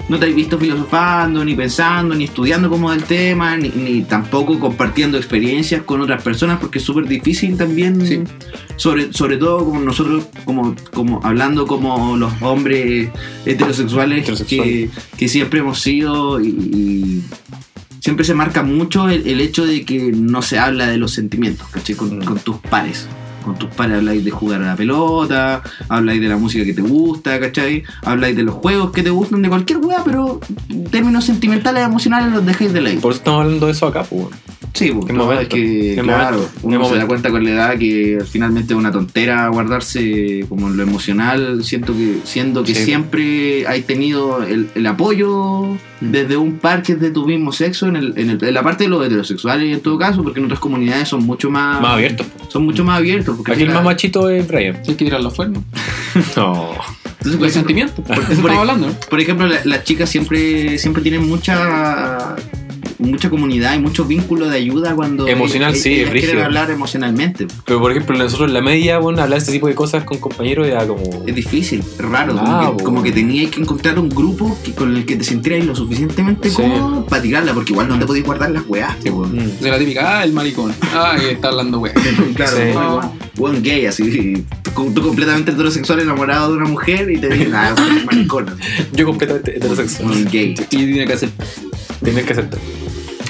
Speaker 1: no te has visto filosofando, ni pensando, ni estudiando como del tema, ni, ni tampoco compartiendo experiencias con otras personas, porque es súper difícil también,
Speaker 3: Sí.
Speaker 1: sobre, sobre todo como nosotros, como, como hablando como los hombres heterosexuales que,
Speaker 2: Heterosexuales.
Speaker 1: que siempre hemos sido y, y siempre se marca mucho el, el hecho de que no se habla de los sentimientos, ¿cachai? Con,
Speaker 2: Mm.
Speaker 1: con tus pares. Con tus pares habláis de jugar a la pelota, habláis de la música que te gusta, ¿cachai? Habláis de los juegos que te gustan, de cualquier weá, pero en términos sentimentales, emocionales los dejáis de lado.
Speaker 2: Por eso estamos hablando de eso acá, pues. bueno.
Speaker 1: Sí, porque
Speaker 2: ¿Qué
Speaker 1: la
Speaker 2: momento?
Speaker 1: verdad es que,
Speaker 2: ¿Qué
Speaker 1: claro,
Speaker 2: momento? ¿Qué
Speaker 1: uno se da
Speaker 2: momento?
Speaker 1: cuenta con la edad que finalmente es una tontera guardarse como en lo emocional, siento que, siendo que
Speaker 2: Sí.
Speaker 1: siempre hay tenido el, el apoyo
Speaker 2: Mm.
Speaker 1: desde un par que es de tu mismo sexo, en, el- en el- en la parte de los heterosexuales en todo caso, porque en otras comunidades son mucho más,
Speaker 2: Más abierto.
Speaker 1: son mucho más abiertos. Ah, Porque
Speaker 2: Aquí el
Speaker 1: la-
Speaker 2: más machito es Brian.
Speaker 3: Hay que tirar los fuernos.
Speaker 2: No.
Speaker 1: entonces, por
Speaker 3: Los
Speaker 1: ejemplo-
Speaker 3: sentimientos. Por eso
Speaker 1: por-
Speaker 3: estamos hablando, ¿no?
Speaker 1: Por ejemplo, la- las chicas siempre, siempre tienen mucha mucha comunidad y mucho vínculo de ayuda cuando
Speaker 2: Emocional,
Speaker 1: ellas-
Speaker 2: sí,
Speaker 1: ellas quieren
Speaker 2: brígido.
Speaker 1: hablar emocionalmente.
Speaker 2: Pero por ejemplo, nosotros en la media, bueno, hablar de este tipo de cosas con compañeros era como.
Speaker 1: Es difícil, es raro.
Speaker 2: Ah,
Speaker 1: como, que,
Speaker 2: bueno.
Speaker 1: como que tenías que encontrar un grupo que- con el que te sintieras lo suficientemente
Speaker 2: Sí.
Speaker 1: cómodo para tirarla, porque igual no te podías guardar las weas. po, weón.
Speaker 2: Mm.
Speaker 3: O sea, la típica, ah, el maricón. Ah, que está hablando wea.
Speaker 1: Claro,
Speaker 2: Sí.
Speaker 1: como, weón, weón gay, así. Tú tú completamente heterosexual enamorado de una mujer y te dicen, ah, maricona. Mm.
Speaker 2: Yo completamente heterosexual.
Speaker 1: Weón gay.
Speaker 3: Y tiene que hacer.
Speaker 2: Tienes que aceptar.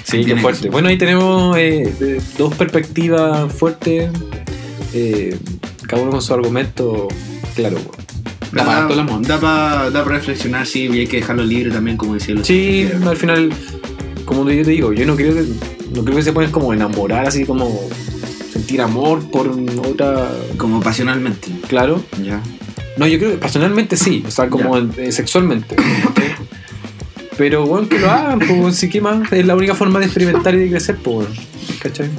Speaker 2: Sí, qué
Speaker 1: Tienes que
Speaker 2: fuerte.
Speaker 1: aceptar.
Speaker 2: Bueno, ahí tenemos eh, eh, dos perspectivas fuertes, eh, cada uno con su argumento claro. weón.
Speaker 3: Da para harto la monda.
Speaker 1: da pa- da pa reflexionar, sí, y hay que dejarlo libre también, como decía el
Speaker 2: Sí,
Speaker 1: otro.
Speaker 2: al final, como yo te digo, yo no creo que, no creo que se puedan como enamorar, así como sentir amor por otra...
Speaker 1: Como pasionalmente.
Speaker 2: Claro.
Speaker 1: Ya.
Speaker 2: No, yo creo que personalmente sí, o sea, como eh, sexualmente. ¿cachai? Pero, bueno, que lo hagan, pues, si qué más, es la única forma de experimentar y de crecer, pues, weón. ¿cachai?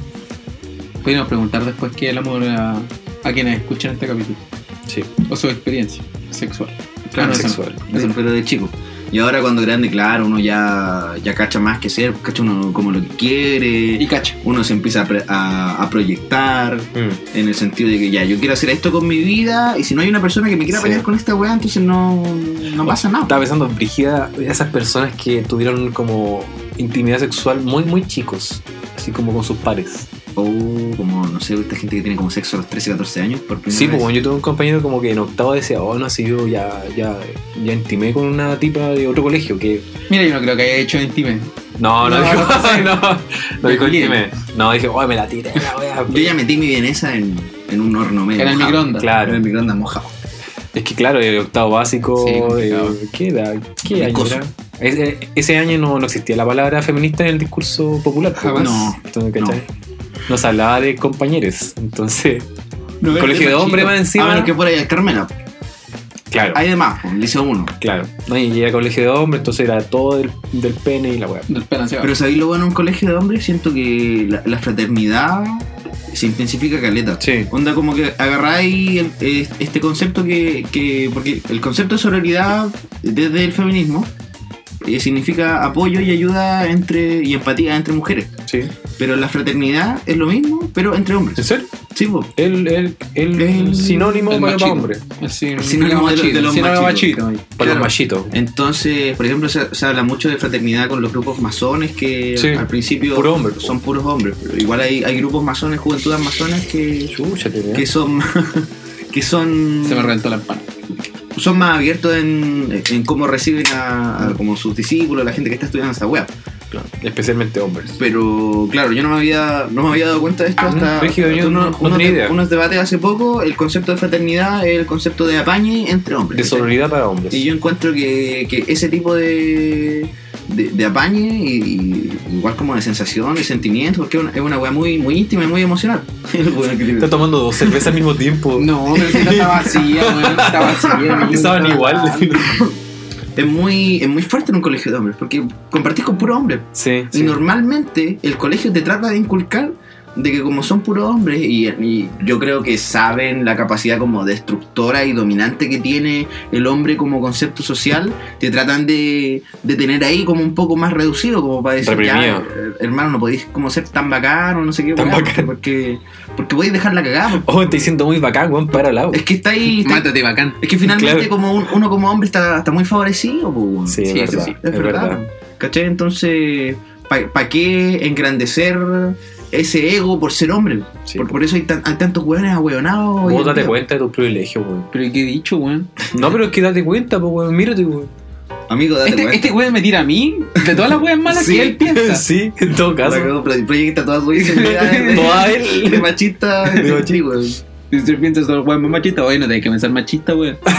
Speaker 3: Podríamos preguntar después qué es el amor a, a quienes escuchan este capítulo.
Speaker 2: Sí,
Speaker 3: O su experiencia sexual.
Speaker 1: Claro,
Speaker 3: Ah, no, eso no.
Speaker 2: sexual.
Speaker 3: Eso no.
Speaker 1: pero de chico. Y ahora cuando grande, claro, uno ya, ya cacha más que ser, cacha uno como lo que
Speaker 3: Y
Speaker 1: quiere,
Speaker 3: cacha.
Speaker 1: uno se empieza a, pre- a- a proyectar
Speaker 2: Mm.
Speaker 1: en el sentido de que ya, yo quiero hacer esto con mi vida y si no hay una persona que me quiera
Speaker 2: Sí.
Speaker 1: pelear con esta weá, entonces no, no pasa nada.
Speaker 2: Estaba pensando, Brigida, esas personas que tuvieron como intimidad sexual muy, muy chicos, así como con sus pares.
Speaker 1: O como, no sé, esta gente que tiene como sexo a los 13, 14 años por primera
Speaker 2: Sí,
Speaker 1: vez.
Speaker 2: pues bueno, yo tuve un compañero como que en octavo decía, oh, no, si yo ya, ya, ya intimé con una tipa de otro colegio que...
Speaker 3: Mira, yo no creo que haya hecho intime.
Speaker 2: No, no,
Speaker 3: No,
Speaker 2: dijo,
Speaker 3: no sé.
Speaker 2: no, no, dijo
Speaker 3: Bien.
Speaker 2: intimé. No, dije, oh, me la tiré, la wea.
Speaker 1: Yo ya metí mi vienesa en, en un horno medio
Speaker 3: En el
Speaker 1: mojado.
Speaker 3: microondas.
Speaker 1: En el
Speaker 2: Claro,
Speaker 1: microondas mojado.
Speaker 2: es que claro, el octavo básico,
Speaker 3: Sí, complicado.
Speaker 2: eh, ¿qué era? ¿Qué año
Speaker 1: Viscoso.
Speaker 2: era? Ese, ese año no, no existía la palabra feminista en el discurso popular. pues,
Speaker 3: Jamás.
Speaker 2: bueno. Entonces,
Speaker 1: no.
Speaker 2: ¿cachai? Nos hablaba de compañeros, entonces...
Speaker 3: No,
Speaker 2: Colegio de hombre más
Speaker 1: Sí, a
Speaker 2: encima.
Speaker 1: menos que por ahí al Carmela.
Speaker 2: Claro,
Speaker 1: Hay de más, pues, liceo 1.
Speaker 2: claro. No, y era colegio de hombre, entonces era todo del, del pene y la weá.
Speaker 3: Del pedazo.
Speaker 1: Pero sabéis lo bueno en un colegio de hombres, siento que la, la fraternidad se intensifica caleta.
Speaker 2: Sí.
Speaker 1: Onda como que agarráis el- eh, este concepto que, que- Porque el concepto de sororidad desde el feminismo eh, significa apoyo y ayuda entre y empatía entre mujeres.
Speaker 2: Sí.
Speaker 1: Pero la fraternidad es lo mismo, pero entre
Speaker 2: ¿En
Speaker 1: hombres.
Speaker 2: serio?
Speaker 1: Sí, po.
Speaker 2: El, el, el,
Speaker 1: El-
Speaker 2: sinónimo
Speaker 3: el
Speaker 2: para, para
Speaker 3: machito.
Speaker 2: hombre.
Speaker 3: El sin-
Speaker 1: Sinónimo de-
Speaker 3: machito,
Speaker 1: de los
Speaker 3: sinónimo
Speaker 1: machitos.
Speaker 3: machito.
Speaker 2: Para
Speaker 1: Claro.
Speaker 2: los machitos.
Speaker 1: Entonces, por ejemplo, se, se habla mucho de fraternidad con los grupos masones que
Speaker 2: Sí.
Speaker 1: al principio
Speaker 2: Puro hombre, po.
Speaker 1: son puros hombres. Pero igual hay, hay grupos masones, juventudes masones que,
Speaker 2: Chucha, te
Speaker 1: que son que son
Speaker 3: Se me reventó la empana.
Speaker 1: son más abiertos en, en cómo reciben a, a como sus discípulos, la gente que está estudiando esa web.
Speaker 2: Especialmente hombres.
Speaker 1: Pero claro, yo no me había no me había dado cuenta de esto
Speaker 2: Ah,
Speaker 1: hasta
Speaker 2: brígido, yo no- no
Speaker 1: unos,
Speaker 2: tenía
Speaker 1: de-
Speaker 2: idea.
Speaker 1: unos debates hace poco, el concepto de fraternidad, el concepto de apañe entre hombres.
Speaker 2: De
Speaker 1: ¿cachai?
Speaker 2: sororidad para hombres.
Speaker 1: Y yo encuentro que, que ese tipo de, de, de apañe, y, y igual como de sensación, de sentimiento, porque es una, es una weá muy, muy íntima y muy emocional. El weón que
Speaker 2: Está
Speaker 1: tiene-
Speaker 2: tomando dos cervezas al mismo tiempo.
Speaker 3: No, pero si está vacía, weón. Está vacía. weón.
Speaker 2: Estaban igual.
Speaker 1: es, muy, es muy fuerte en un colegio de hombres, porque compartís con puro hombre.
Speaker 2: sí.
Speaker 1: Y
Speaker 2: sí.
Speaker 1: normalmente el colegio te trata de inculcar de que como son puros hombres y, y yo creo que saben la capacidad como destructora y dominante que tiene el hombre como concepto social, te tratan de, de tener ahí como un poco más reducido, como para decir, ya,
Speaker 2: Reprimido.
Speaker 1: eh, hermano, no podéis como ser tan bacán o no sé qué,
Speaker 2: Tan
Speaker 1: weá,
Speaker 2: bacán.
Speaker 1: porque porque podéis dejar la cagada. porque-
Speaker 2: Oh, estoy siendo muy bacán, weón, para al lado.
Speaker 1: Es que está ahí... está-
Speaker 3: Mátate, bacán.
Speaker 1: es que finalmente
Speaker 2: Claro.
Speaker 1: como un- uno como hombre está, está muy favorecido. po, weón.
Speaker 2: Sí, es
Speaker 3: sí,
Speaker 2: verdad.
Speaker 3: sí, sí,
Speaker 1: Es, verdad. ¿Cachai? Entonces, ¿para qué engrandecer ese ego por ser hombre?
Speaker 2: Sí.
Speaker 1: por, por eso hay, tan- hay tantos hueones ahueonados. hoy en
Speaker 2: Vos date
Speaker 1: día.
Speaker 2: cuenta de tus privilegios, weón.
Speaker 3: Pero ¿qué he dicho, weón?
Speaker 2: No, pero es que date cuenta, pues, weón. Mírate, weón.
Speaker 1: Amigo, date
Speaker 3: Este,
Speaker 1: cuenta.
Speaker 3: este weón me tira a mí de todas las weas malas
Speaker 1: Sí.
Speaker 3: que él piensa.
Speaker 2: sí, en todo
Speaker 1: Ahora
Speaker 2: caso.
Speaker 1: creo que proyecta toda su inseguridad de-
Speaker 2: Toda
Speaker 1: de
Speaker 2: él.
Speaker 1: machista.
Speaker 2: De
Speaker 1: sí,
Speaker 2: machista.
Speaker 1: weón.
Speaker 3: Si tú piensas "Oh, todas las weas más machistas, bueno, tenés que pensar machista, weón. Te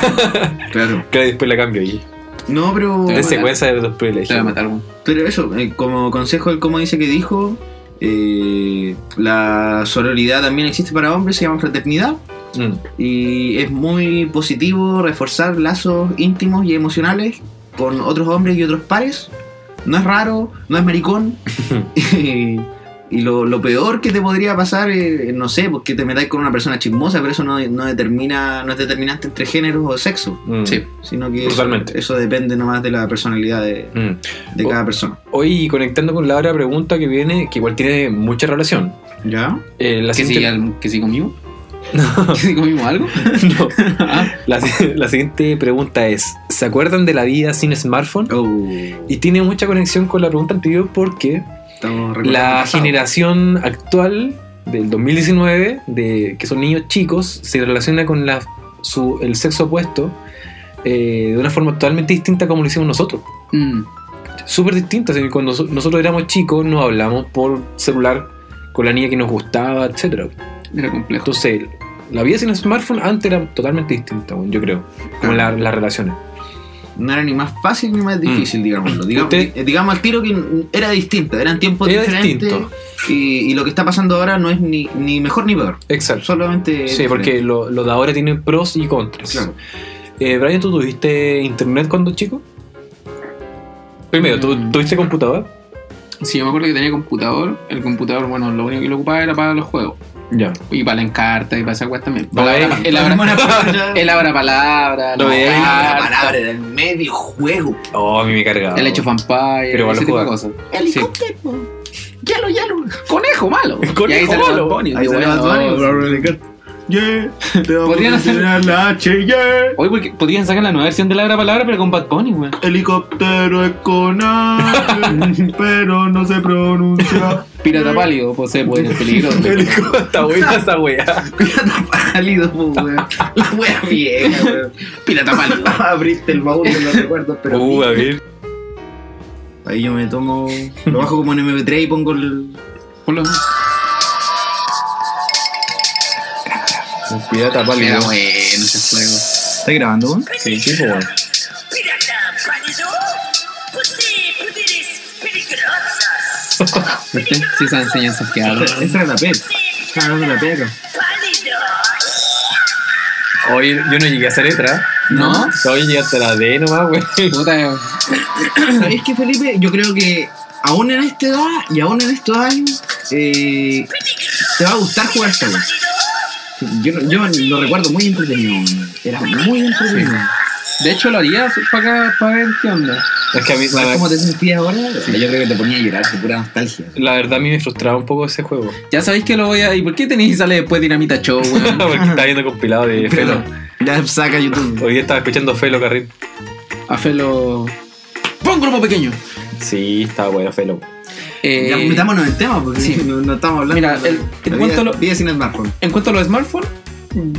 Speaker 1: Claro.
Speaker 2: Claro, después la cambio ahí.
Speaker 1: No, pero.
Speaker 2: Te
Speaker 3: Te voy a matar.
Speaker 2: secuencia de los
Speaker 3: voy a
Speaker 2: privilegios.
Speaker 3: matar, weón.
Speaker 1: Pero eso, eh, como consejo del cómo dice que dijo, eh, la sororidad también existe para hombres, se llama fraternidad.
Speaker 2: Mm.
Speaker 1: Y es muy positivo reforzar lazos íntimos y emocionales con otros hombres y otros pares. No es raro, no es maricón. y lo, lo peor que te podría pasar, eh, no sé, porque te metáis con una persona chismosa, pero eso no, no determina, no es determinante entre géneros o sexo,
Speaker 2: Mm.
Speaker 3: Sí.
Speaker 1: sino que eso,
Speaker 2: Totalmente.
Speaker 1: eso depende nomás de la personalidad de,
Speaker 2: Mm.
Speaker 1: de
Speaker 2: Oh.
Speaker 1: cada persona.
Speaker 2: Hoy, y conectando con la otra pregunta que viene, que igual tiene mucha relación.
Speaker 1: ¿Ya?
Speaker 2: Eh, la
Speaker 3: ¿Que sí,
Speaker 2: siguiente,
Speaker 3: al- ¿Que sí conmigo? ¿Que sí comimos algo?
Speaker 2: no.
Speaker 3: Ah,
Speaker 2: la, si- la siguiente pregunta es: ¿Se acuerdan de la vida sin smartphone? Y tiene mucha conexión con la pregunta anterior porque
Speaker 1: estamos recordando el
Speaker 2: la
Speaker 1: pasado.
Speaker 2: generación actual del 2019, de, que son niños chicos, se relaciona con la, su- el sexo opuesto eh, de una forma totalmente distinta a como lo hicimos nosotros.
Speaker 3: mm,
Speaker 2: súper distintas. Y Cuando so- nosotros éramos chicos, nos hablamos por celular con la niña que nos gustaba, etcétera.
Speaker 3: Era complejo.
Speaker 2: Entonces, la vida sin smartphone antes era totalmente distinta, weón, yo creo. Como la- las relaciones.
Speaker 1: No era ni más fácil ni más
Speaker 3: Mm.
Speaker 1: difícil, digámoslo. Digam-
Speaker 2: Usted-
Speaker 1: di- digamos al tiro que era distinta, eran tiempos
Speaker 2: Era
Speaker 1: diferentes.
Speaker 2: distinto.
Speaker 1: Y, y lo que está pasando ahora no es ni, ni mejor ni peor.
Speaker 2: Exacto.
Speaker 1: Solamente.
Speaker 2: Sí,
Speaker 1: diferente.
Speaker 2: porque lo, lo de ahora tiene pros y contras.
Speaker 1: Claro.
Speaker 2: Eh, Brian, ¿tú tuviste internet cuando chico? Primero, ¿tú
Speaker 3: Mm.
Speaker 2: tuviste computador?
Speaker 3: Sí, yo me acuerdo que tenía computador. El computador, bueno, lo único que lo ocupaba era para los juegos.
Speaker 2: Ya.
Speaker 3: Y para la encarta y para esa weá también.
Speaker 2: Para
Speaker 3: Palabra-
Speaker 2: él.
Speaker 3: el
Speaker 1: La
Speaker 3: abra,
Speaker 1: buena palabra-
Speaker 3: el abra palabra,
Speaker 2: Lo
Speaker 3: la
Speaker 2: veía ahí.
Speaker 1: La
Speaker 3: carta,
Speaker 1: palabra del medio juego.
Speaker 2: Oh, a mí me cargaba.
Speaker 3: el hecho vampire,
Speaker 2: Pero igual
Speaker 3: ese
Speaker 2: lo
Speaker 3: tipo de
Speaker 2: jugaba.
Speaker 3: cosas.
Speaker 1: Helicóptero. Yalo, yalo.
Speaker 3: Conejo malo.
Speaker 2: Conejo
Speaker 3: Y ahí sale
Speaker 2: malo.
Speaker 3: Bad Bunny,
Speaker 1: Ahí
Speaker 3: digo,
Speaker 1: sale
Speaker 3: bueno,
Speaker 1: Bad
Speaker 3: no,
Speaker 1: Bunny, bro, le encanta. Yeah, te vamos
Speaker 3: Podrían
Speaker 1: a
Speaker 3: hacer-
Speaker 1: mencionar la H, yeah.
Speaker 3: Oye, porque podrían sacar la nueva versión de la abra palabra, pero con Bad Bunny, weón.
Speaker 1: Helicóptero es con aire, pero no se pronuncia.
Speaker 3: Pirata pálido, pues se puede en peligro.
Speaker 2: Helicóptero. Está buena esa weá.
Speaker 1: Pirata pálido, po, weón. La wea vieja, weón. Pirata pálido. Abriste el baúl de los recuerdos, pero.
Speaker 2: Uh, a ver.
Speaker 1: Ahí yo me tomo. Lo bajo como en MP3 y pongo el.
Speaker 3: Ponlo.
Speaker 2: Un pirata
Speaker 3: Era
Speaker 2: pálido.
Speaker 3: bueno ese juego.
Speaker 1: ¿Estás grabando, weón?
Speaker 2: Sí, sí, po, weón.
Speaker 4: Pirata, pálido, putí, putiris, peligrosas.
Speaker 3: ¿Viste? Sí, esas enseñanzas que hablan.
Speaker 1: Esa era la pez. Estaba hablando de la pega.
Speaker 4: Pálido,
Speaker 2: Oye, yo no llegué a hacer letra.
Speaker 3: ¿No?
Speaker 2: Oye, llegué hasta la D nomás, weón.
Speaker 3: Puta,
Speaker 1: ¿Sabéis qué, Felipe? Yo creo que aún en esta edad y aún en estos años eh, te va a gustar jugar esta weá. Yo, no- yo lo recuerdo muy entretenido. weón. Era muy entretenido.
Speaker 3: de hecho lo haría para acá, para ver qué onda.
Speaker 2: Es que a mí,
Speaker 1: ¿Sabes
Speaker 2: la,
Speaker 1: cómo te sentías ahora? Yo creo que te ponía a llorar de pura nostalgia.
Speaker 2: la verdad a mí me frustraba un poco ese juego.
Speaker 3: Ya sabéis que lo voy a. ¿Y por qué tenéis y sale después Dinamita Show, weón?
Speaker 2: Porque estaba viendo compilado de Felo.
Speaker 1: Ya saca YouTube.
Speaker 2: Hoy día estaba escuchando Felo Carril.
Speaker 3: A Felo. ¡Pon grupo pequeño!
Speaker 2: Sí, estaba bueno Felo.
Speaker 3: Eh,
Speaker 1: Ya metámonos en el tema porque
Speaker 3: sí.
Speaker 1: no, no estamos hablando.
Speaker 3: Mira, el- te
Speaker 1: te
Speaker 3: cuento lo-
Speaker 1: Vida sin smartphone.
Speaker 3: En cuanto a los smartphones,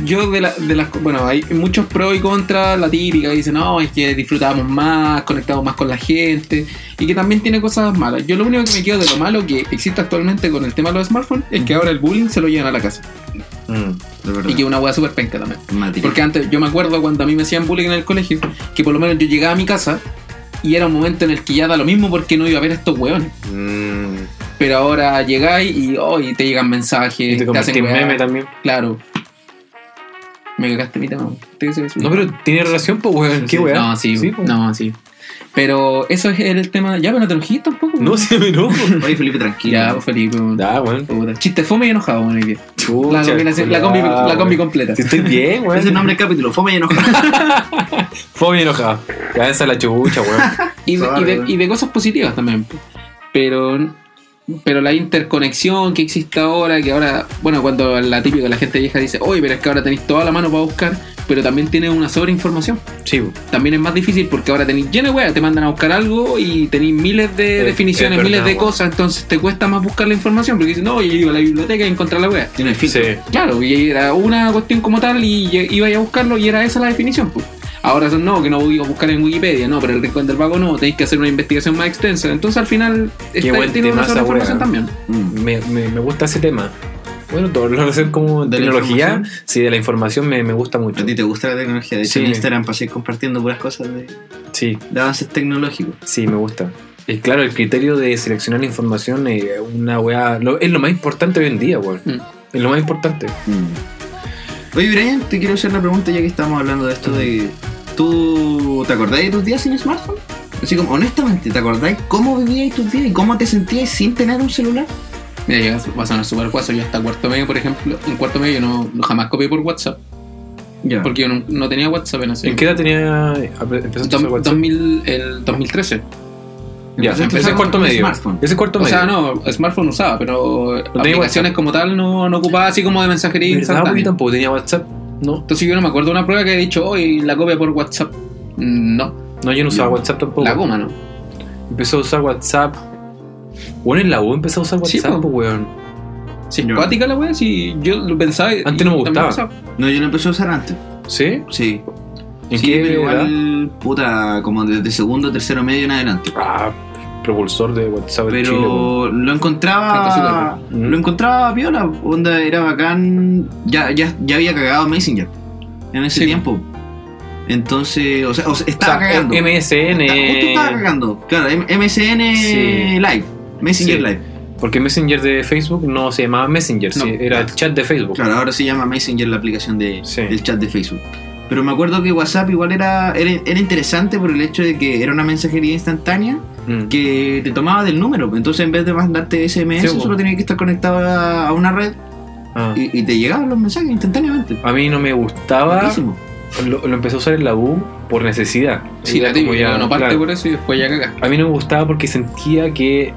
Speaker 3: yo de, la- de las... Bueno, hay muchos pros y contras, la típica, que dicen, no, es que disfrutábamos más, conectábamos más con la gente, y que también tiene cosas malas. Yo lo único que me quedo de lo malo que existe actualmente con el tema de los smartphones es que ahora el bullying se lo llevan a la casa.
Speaker 2: Mm.
Speaker 1: De verdad.
Speaker 3: Y que es una hueá súper penca también.
Speaker 1: Mati.
Speaker 3: Porque antes, yo me acuerdo cuando a mí me hacían bullying en el colegio, que por lo menos yo llegaba a mi casa y era un momento en el que ya da lo mismo porque no iba a ver a estos hueones.
Speaker 2: Mm.
Speaker 3: Pero ahora llegáis y, oh, y te llegan
Speaker 2: Y
Speaker 3: mensajes,
Speaker 2: te
Speaker 3: te,
Speaker 2: convertí
Speaker 3: hacen
Speaker 2: en
Speaker 3: hueá.
Speaker 2: meme también.
Speaker 3: Claro. Me cagaste mi tema. ¿Te quise decir?
Speaker 2: No, pero tiene relación, pues, weón. ¿Qué
Speaker 3: Sí,
Speaker 2: weón?
Speaker 3: No, sí,
Speaker 2: po.
Speaker 3: no, sí. Pero eso es el tema. Ya, pero no te enojiste tampoco.
Speaker 2: No, sí me enojo.
Speaker 1: Oye, Felipe, tranquilo.
Speaker 3: Ya, Felipe.
Speaker 2: Ya, weón.
Speaker 3: puta. Chiste fome y enojado, bueno, hoy día.
Speaker 2: Ah, Chucha,
Speaker 3: La, combinación- la, combi,
Speaker 2: culiao,
Speaker 3: la combi
Speaker 2: weón.
Speaker 3: completa.
Speaker 2: Sí, Estoy bien,
Speaker 1: Ese es el
Speaker 2: weón.
Speaker 1: nombre del capítulo. Fome y enojado.
Speaker 2: Fue bien enojado. Cabeza la chucha, weón.
Speaker 3: Y de, y, de,
Speaker 1: Sorry.
Speaker 3: y de cosas positivas también. po. Pero, pero la interconexión que existe ahora, que ahora, bueno, cuando la típica, la gente vieja dice, oye, pero es que ahora tenéis toda la mano para buscar, pero también tiene una sobreinformación.
Speaker 2: Sí, po.
Speaker 3: también es más difícil porque ahora tenéis lleno de weas, te mandan a buscar algo y tenéis miles de
Speaker 2: Es-
Speaker 3: definiciones,
Speaker 2: es
Speaker 3: miles
Speaker 2: verdad,
Speaker 3: de
Speaker 2: weón.
Speaker 3: cosas, entonces te cuesta más buscar la información porque dices, no, yo iba a la biblioteca y encontrar la wea.
Speaker 1: Tiene el
Speaker 2: Sí.
Speaker 1: filtro.
Speaker 3: Claro, y era una cuestión como tal y lle- iba a ir a buscarlo y era esa la definición. pues. Ahora son no, que no voy a buscar en Wikipedia, no, pero el rincón del vago no, tenéis que hacer una investigación más extensa. Entonces al final
Speaker 2: buen
Speaker 3: tiene
Speaker 2: tema
Speaker 3: una
Speaker 2: esa
Speaker 3: sola
Speaker 2: wea.
Speaker 3: información también.
Speaker 1: Mm.
Speaker 2: Me, me, me gusta ese tema. Bueno, todo lo relación como
Speaker 1: ¿De la
Speaker 2: tecnología,
Speaker 1: información?
Speaker 2: sí, de la información me, me gusta mucho.
Speaker 1: ¿A ti te gusta la tecnología? De hecho,
Speaker 2: Sí.
Speaker 1: en Instagram pasé compartiendo puras cosas de,
Speaker 2: Sí,
Speaker 1: de avances tecnológicos.
Speaker 2: sí, me gusta. Y claro, el criterio de seleccionar la información es una weá. lo- es lo más importante hoy en día, weón.
Speaker 3: Mm.
Speaker 2: Es lo más importante.
Speaker 1: Mm. Oye, Brian, te quiero hacer una pregunta ya que estamos hablando de esto de... ¿Tú te acordás de tus días sin smartphone? Así como, honestamente, ¿te acordás cómo vivías tus días y cómo te sentías sin tener un celular?
Speaker 3: Mira, ya va a sonar súper guaso, yo hasta cuarto medio, por ejemplo, en cuarto medio yo no, no jamás copié por WhatsApp,
Speaker 1: Ya.
Speaker 3: porque yo no, no tenía WhatsApp en ese
Speaker 2: ¿En qué edad tenía. empezaste a usar
Speaker 3: Dos-
Speaker 2: WhatsApp?
Speaker 3: 2000 el 2013.
Speaker 2: Ya,
Speaker 1: Empezaste a
Speaker 2: empecé
Speaker 1: usar
Speaker 2: en cuarto
Speaker 1: un
Speaker 2: medio.
Speaker 1: smartphone.
Speaker 2: Ese es cuarto
Speaker 3: O
Speaker 2: medio.
Speaker 3: sea, no, smartphone usaba, pero
Speaker 2: tenía
Speaker 3: aplicaciones
Speaker 2: WhatsApp.
Speaker 3: como tal no, no ocupaba así como de mensajería
Speaker 2: ¿Verdad? Porque
Speaker 3: instantánea.
Speaker 2: tampoco tenía WhatsApp. No,
Speaker 3: Entonces yo no me acuerdo de una prueba que he dicho, hoy la copia por WhatsApp. Mm, No,
Speaker 2: no, yo no usaba
Speaker 1: No.
Speaker 2: WhatsApp tampoco.
Speaker 3: la goma no.
Speaker 2: Empecé a usar WhatsApp. Bueno, en la U empecé a usar
Speaker 3: Sí,
Speaker 2: WhatsApp,
Speaker 3: po.
Speaker 2: pues, weón.
Speaker 1: Yo-
Speaker 3: Simpática la wea, si yo lo pensaba. y-
Speaker 2: Antes no me
Speaker 3: y también
Speaker 2: gustaba.
Speaker 3: WhatsApp.
Speaker 1: No, yo lo empecé a usar antes.
Speaker 2: ¿Sí?
Speaker 1: Sí.
Speaker 2: ¿En
Speaker 1: Sí,
Speaker 2: qué
Speaker 1: pero
Speaker 2: edad?
Speaker 1: igual, puta, como desde segundo, tercero, medio en adelante.
Speaker 2: Ah, propulsor de WhatsApp en Chile. po.
Speaker 1: Pero lo encontraba.
Speaker 2: Está súper.
Speaker 1: Lo encontraba piola. Onda era bacán. Ya, ya, ya había cagado Messenger en ese
Speaker 3: Sí.
Speaker 1: tiempo. Entonces, o sea, o sea,
Speaker 2: O sea,
Speaker 1: estaba cagando.
Speaker 2: MSN.
Speaker 1: Está- justo estaba cagando. Claro, M- MSN
Speaker 2: Sí.
Speaker 1: Live. Messenger
Speaker 2: Sí.
Speaker 1: Live.
Speaker 2: Porque Messenger de Facebook no se llamaba Messenger,
Speaker 3: No.
Speaker 2: sí, era el chat de Facebook.
Speaker 1: Claro, ahora se llama Messenger la aplicación de,
Speaker 2: Sí.
Speaker 1: del chat de Facebook. Pero me acuerdo que WhatsApp igual era, era, era interesante por el hecho de que era una mensajería instantánea
Speaker 2: Mm.
Speaker 1: que te tomaba del número. Entonces en vez de mandarte SMS,
Speaker 2: Sí, po.
Speaker 1: solo tenías que estar conectado a a una red
Speaker 2: Ah.
Speaker 1: y, y te llegaban los mensajes instantáneamente.
Speaker 2: A mí no me gustaba,
Speaker 1: Buenísimo.
Speaker 2: lo, lo empecé a usar en la U por necesidad.
Speaker 3: Sí,
Speaker 2: Era
Speaker 3: la
Speaker 2: como
Speaker 3: típica,
Speaker 2: ya,
Speaker 3: uno parte
Speaker 2: claro.
Speaker 3: por eso y después ya cagas.
Speaker 2: A mí no me gustaba porque sentía que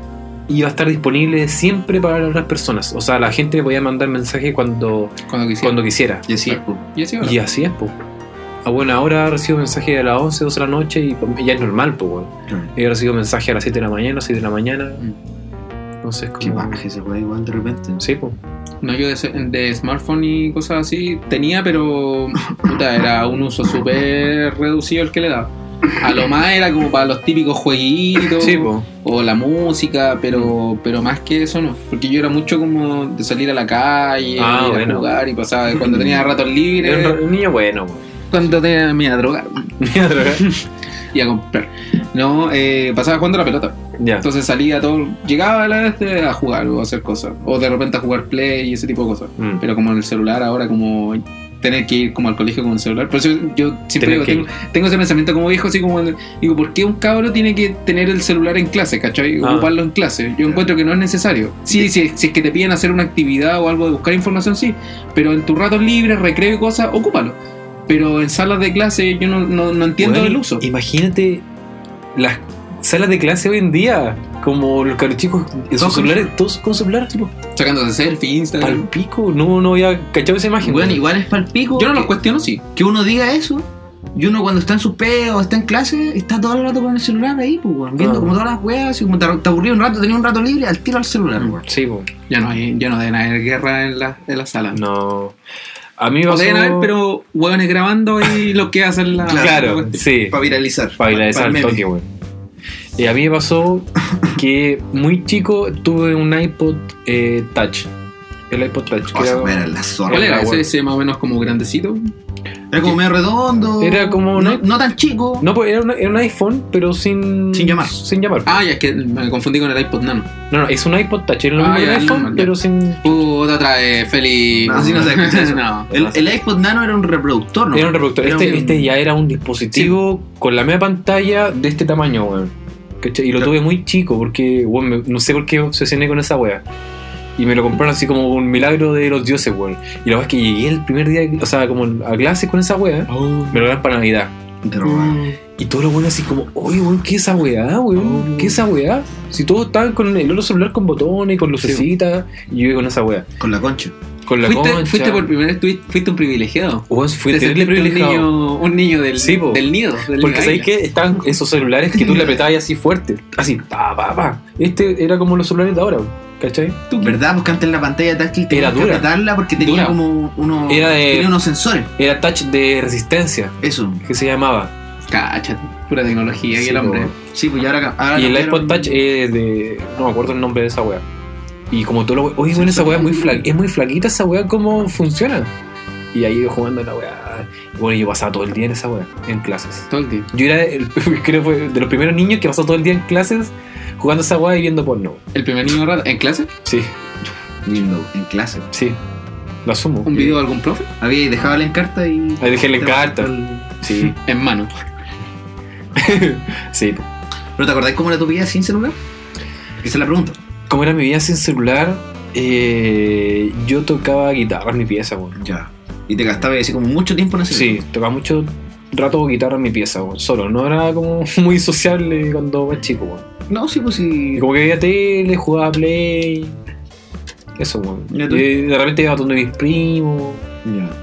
Speaker 2: iba a estar disponible siempre para las otras personas. O sea, la gente podía mandar mensajes cuando,
Speaker 3: Cuando quisiera.
Speaker 2: cuando quisiera.
Speaker 1: Y así es, po.
Speaker 3: Y así ahora.
Speaker 2: Y así es, po. Ah, bueno, ahora recibo mensajes a las 11, 12 de la noche y pa- ya es normal, po, weón.
Speaker 1: Claro.
Speaker 2: Yo recibo mensajes a las 7 de la mañana, 6 de la mañana. Entonces,
Speaker 1: Qué
Speaker 2: como.
Speaker 1: baja esa weá igual de repente.
Speaker 2: Ah. Sí, po.
Speaker 3: No, yo de, de smartphone y cosas así tenía, pero puta, era un uso súper reducido el que le daba. A lo más era como para los típicos jueguitos
Speaker 2: Sí, po.
Speaker 3: o la música, pero, pero más que eso no. Porque yo era mucho como de salir a la calle,
Speaker 2: Ah,
Speaker 3: ir
Speaker 2: bueno.
Speaker 3: a jugar y pasaba cuando tenía ratos libres,
Speaker 2: Era un, un niño bueno, po.
Speaker 3: cuando tenía me iba a drogar y a comprar. No, eh, pasaba jugando a la pelota.
Speaker 2: ya.
Speaker 3: Entonces salía todo, llegaba a, la, este, a jugar o a hacer cosas. O de repente a jugar play y ese tipo de cosas.
Speaker 2: Mm.
Speaker 3: pero como en el celular ahora como tener que ir como al colegio con el celular por eso yo
Speaker 2: Tener
Speaker 3: siempre digo,
Speaker 2: que
Speaker 3: tengo, tengo ese pensamiento como viejo así como digo ¿por qué un cabro tiene que tener el celular en clase ¿cachai?
Speaker 2: Ah.
Speaker 3: ocuparlo en clase yo encuentro que no es necesario sí si, si es que te piden hacer una actividad o algo de buscar información sí pero en tus ratos libres recreo y cosas ocúpalo pero en salas de clase yo no, no, no entiendo
Speaker 2: Weón,
Speaker 3: el uso
Speaker 2: Imagínate las salas de clase hoy en día, como los caros chicos en sus
Speaker 1: Todos con-
Speaker 2: celulares, todos con celulares, tipo,
Speaker 3: sacándose selfie Instagram
Speaker 2: pal pico, no, no había cachado esa imagen.
Speaker 1: Bueno, igual es para pico.
Speaker 3: yo no los
Speaker 1: que,
Speaker 3: cuestiono sí
Speaker 1: que uno diga eso. Y uno cuando está en sus peos, está en clase, está todo el rato con el celular ahí, pues, weón, viendo
Speaker 2: Ah.
Speaker 1: como todas las weas, y como te, te aburrí un rato, tenía un rato libre, al tiro al celular, weón.
Speaker 2: Sí, po.
Speaker 3: ya no hay ya no deben haber guerra en la, en la sala
Speaker 2: no. A mí me
Speaker 3: O
Speaker 2: pasó...
Speaker 3: deben haber, pero hueones grabando y lo que hacen la.
Speaker 2: Claro,
Speaker 3: la-
Speaker 2: sí.
Speaker 1: Para viralizar.
Speaker 2: Para bailar
Speaker 1: pa-
Speaker 2: esa
Speaker 1: pa'l
Speaker 2: al
Speaker 1: meme.
Speaker 2: toque, weón. Y a mí me pasó que muy chico tuve un iPod eh, Touch. El iPod Touch. que
Speaker 1: O sea,
Speaker 2: era-
Speaker 1: era la zorra.
Speaker 3: ¿Cuál era?
Speaker 2: Ah, bueno.
Speaker 3: Ese, ese más o menos como grandecito.
Speaker 1: Era como medio redondo.
Speaker 2: Era como-
Speaker 1: No, no tan chico.
Speaker 2: No, pues era, una- era un iPhone, pero sin...
Speaker 1: Sin llamar.
Speaker 2: Sin llamar.
Speaker 3: Ah, ya es que me confundí con el iPod Nano.
Speaker 2: No, no, es un iPod Touch, es lo
Speaker 3: Ah,
Speaker 2: mismo que
Speaker 3: ya,
Speaker 2: el iPhone,
Speaker 3: no, ya.
Speaker 2: pero sin.
Speaker 3: Puta, trae Feli.
Speaker 1: No, así no se escucha eso.
Speaker 3: no.
Speaker 1: El, el iPod Nano era un reproductor, ¿no?
Speaker 2: Era un reproductor.
Speaker 1: Era
Speaker 2: Este,
Speaker 1: un-
Speaker 2: este ya era un dispositivo con la misma pantalla de este tamaño, weón. ¿Cachai? Y lo
Speaker 1: Claro.
Speaker 2: tuve muy chico porque, weón, me- no sé por qué me obsesioné con esa weá. Y me lo compraron así como un milagro de los dioses, weón. Y la verdad es que llegué el primer día, o sea, como a clase con esa weá, me lo dan para Navidad.
Speaker 1: Te robaban.
Speaker 2: Y todos los buenos así como, oye, weón, ¿qué es esa weá, weón?
Speaker 3: Oh.
Speaker 2: ¿Qué es esa weá? Si todos estaban con el otro celular con botones, con lucecitas, y yo iba con esa weá.
Speaker 1: Con la concha.
Speaker 2: Con la
Speaker 3: Fuiste,
Speaker 2: concha.
Speaker 3: fuiste por primera vez, tuvi- fuiste un privilegiado.
Speaker 2: Weón, fui
Speaker 3: Te
Speaker 2: terrible
Speaker 3: sentiste
Speaker 2: privilegiado.
Speaker 3: Un niño, un niño del,
Speaker 2: Sí, po.
Speaker 3: del nido. del
Speaker 2: Porque
Speaker 3: nido
Speaker 2: sabéis
Speaker 3: águila.
Speaker 2: que están esos celulares que tú le apretabas así fuerte. Así, pa, pa, pa. Este era como los celulares de ahora, ¿cachai?
Speaker 1: ¿Verdad? Porque antes la pantalla táctil tenía
Speaker 2: Era
Speaker 1: que
Speaker 2: dura.
Speaker 1: apretarla porque tenía
Speaker 2: Dura.
Speaker 1: como unos,
Speaker 2: Era de-
Speaker 1: tenía unos sensores.
Speaker 2: Era touch de resistencia,
Speaker 1: Eso.
Speaker 2: que se llamaba.
Speaker 3: Cáchate, pura tecnología y
Speaker 2: Sí,
Speaker 3: el hombre.
Speaker 2: po.
Speaker 1: Sí, pues ya ahora, ahora
Speaker 2: Y el
Speaker 1: cambiaron-
Speaker 2: iPod Touch es de. No me acuerdo el nombre de esa wea. Y como todo lo. Oye, bueno, esa wea es muy, fla- es muy flaquita, esa wea, ¿cómo funciona? Y ahí iba jugando a la wea. Bueno, yo pasaba todo el día en esa wea, en clases.
Speaker 3: Todo el día.
Speaker 2: Yo era, el, creo que fue de los primeros niños que pasó todo el día en clases jugando a esa wea y viendo porno.
Speaker 3: El primer niño rata. ¿En clase?
Speaker 2: Sí,
Speaker 1: Lindo, en clase.
Speaker 2: sí. Lo asumo.
Speaker 3: ¿Un video de algún profe?
Speaker 1: Había y dejaba la encarta y.
Speaker 2: Ahí dejé la
Speaker 1: te pasaba
Speaker 2: encarta.
Speaker 1: todo el-
Speaker 2: Sí,
Speaker 3: En mano.
Speaker 2: sí.
Speaker 1: ¿Pero te acordás cómo era tu vida sin celular? Esa es la pregunta.
Speaker 2: Como era mi vida sin celular, eh, yo tocaba guitarra en mi pieza, weón.
Speaker 1: Ya. Y te gastabas así como mucho tiempo en ese
Speaker 2: Sí, tocaba mucho rato guitarra en mi pieza, weón. Solo, no era como muy sociable cuando era chico, weón.
Speaker 1: No, sí, pues
Speaker 2: Y
Speaker 1: sí.
Speaker 2: como que veía tele, jugaba play. Eso, weón.
Speaker 1: Ya tú-
Speaker 2: Y de repente iba a donde mis primos.
Speaker 1: Ya.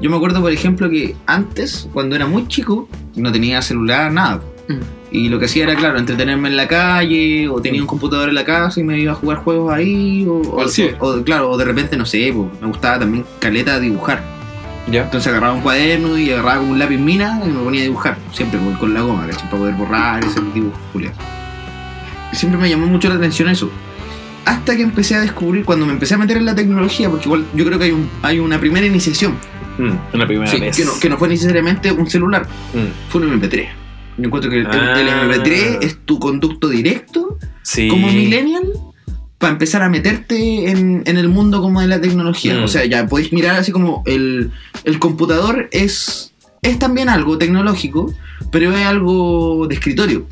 Speaker 1: Yo me acuerdo, por ejemplo, que antes, cuando era muy chico, no tenía celular, nada.
Speaker 3: Mm.
Speaker 1: Y lo que hacía era, claro, entretenerme en la calle, o tenía un computador en la casa y me iba a jugar juegos ahí, o, o-
Speaker 3: Al ciber.
Speaker 1: pues, o- claro, o de repente, no sé, po, me gustaba también caleta dibujar.
Speaker 2: Ya.
Speaker 1: Entonces agarraba un cuaderno y agarraba un lápiz mina y me ponía a dibujar, siempre con, con la goma, ¿cachai? Para poder borrar ese dibujo, culiao. Y Siempre me llamó mucho la atención eso. Hasta que empecé a descubrir, cuando me empecé a meter en la tecnología, porque igual yo creo que hay, un, hay una primera iniciación,
Speaker 2: Mm, una primera
Speaker 1: sí,
Speaker 2: vez.
Speaker 1: que, no, que no fue necesariamente un celular,
Speaker 2: Mm,
Speaker 1: fue un MP3. Yo encuentro que el, el
Speaker 2: Ah.
Speaker 1: MP3 es tu conducto directo
Speaker 2: sí.
Speaker 1: como millennial para empezar a meterte en, en el mundo como de la tecnología.
Speaker 2: Mm.
Speaker 1: O sea, ya podéis mirar así como el, el computador es, es también algo tecnológico, pero es algo de escritorio.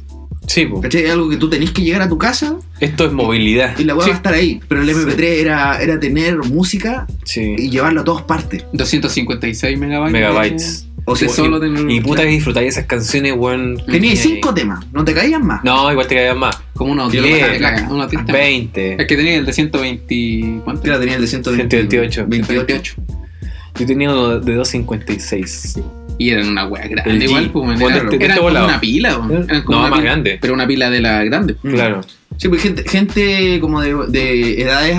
Speaker 2: Sí, po.
Speaker 1: ¿Cachai? Es algo que tú tenés que llegar a tu casa
Speaker 2: esto es movilidad.
Speaker 1: y la web
Speaker 2: Sí,
Speaker 1: va a estar ahí. Pero el MP3 era, era tener música
Speaker 2: sí.
Speaker 1: y llevarlo a todas partes.
Speaker 3: 256 megabytes.
Speaker 2: Megabytes.
Speaker 1: O sea,
Speaker 3: De solo tecnología.
Speaker 2: Y puta que disfrutáis esas canciones, weón.
Speaker 1: tenías
Speaker 2: Eh,
Speaker 1: cinco temas, no te caían más.
Speaker 2: No, igual te caían más.
Speaker 3: Como una
Speaker 2: Diez.
Speaker 3: autista. de caca, Una autista. Es
Speaker 2: 20.
Speaker 3: que tenía el de 120. ¿Cuánto?
Speaker 1: Claro, tenía el de 128.
Speaker 2: 128.
Speaker 1: 28.
Speaker 3: 128.
Speaker 2: Yo tenía uno de 256.
Speaker 3: Y eran una wea
Speaker 2: El
Speaker 3: grande
Speaker 2: G.
Speaker 3: igual, pues, man,
Speaker 2: Ponte
Speaker 3: eran,
Speaker 2: este- este
Speaker 3: eran como
Speaker 2: volado.
Speaker 3: una pila, man,
Speaker 2: No,
Speaker 3: eran como una
Speaker 2: más
Speaker 3: pila,
Speaker 2: grande.
Speaker 3: Pero una pila de la grande.
Speaker 1: Mm.
Speaker 2: Claro.
Speaker 1: Sí, pues gente, gente como de, de edades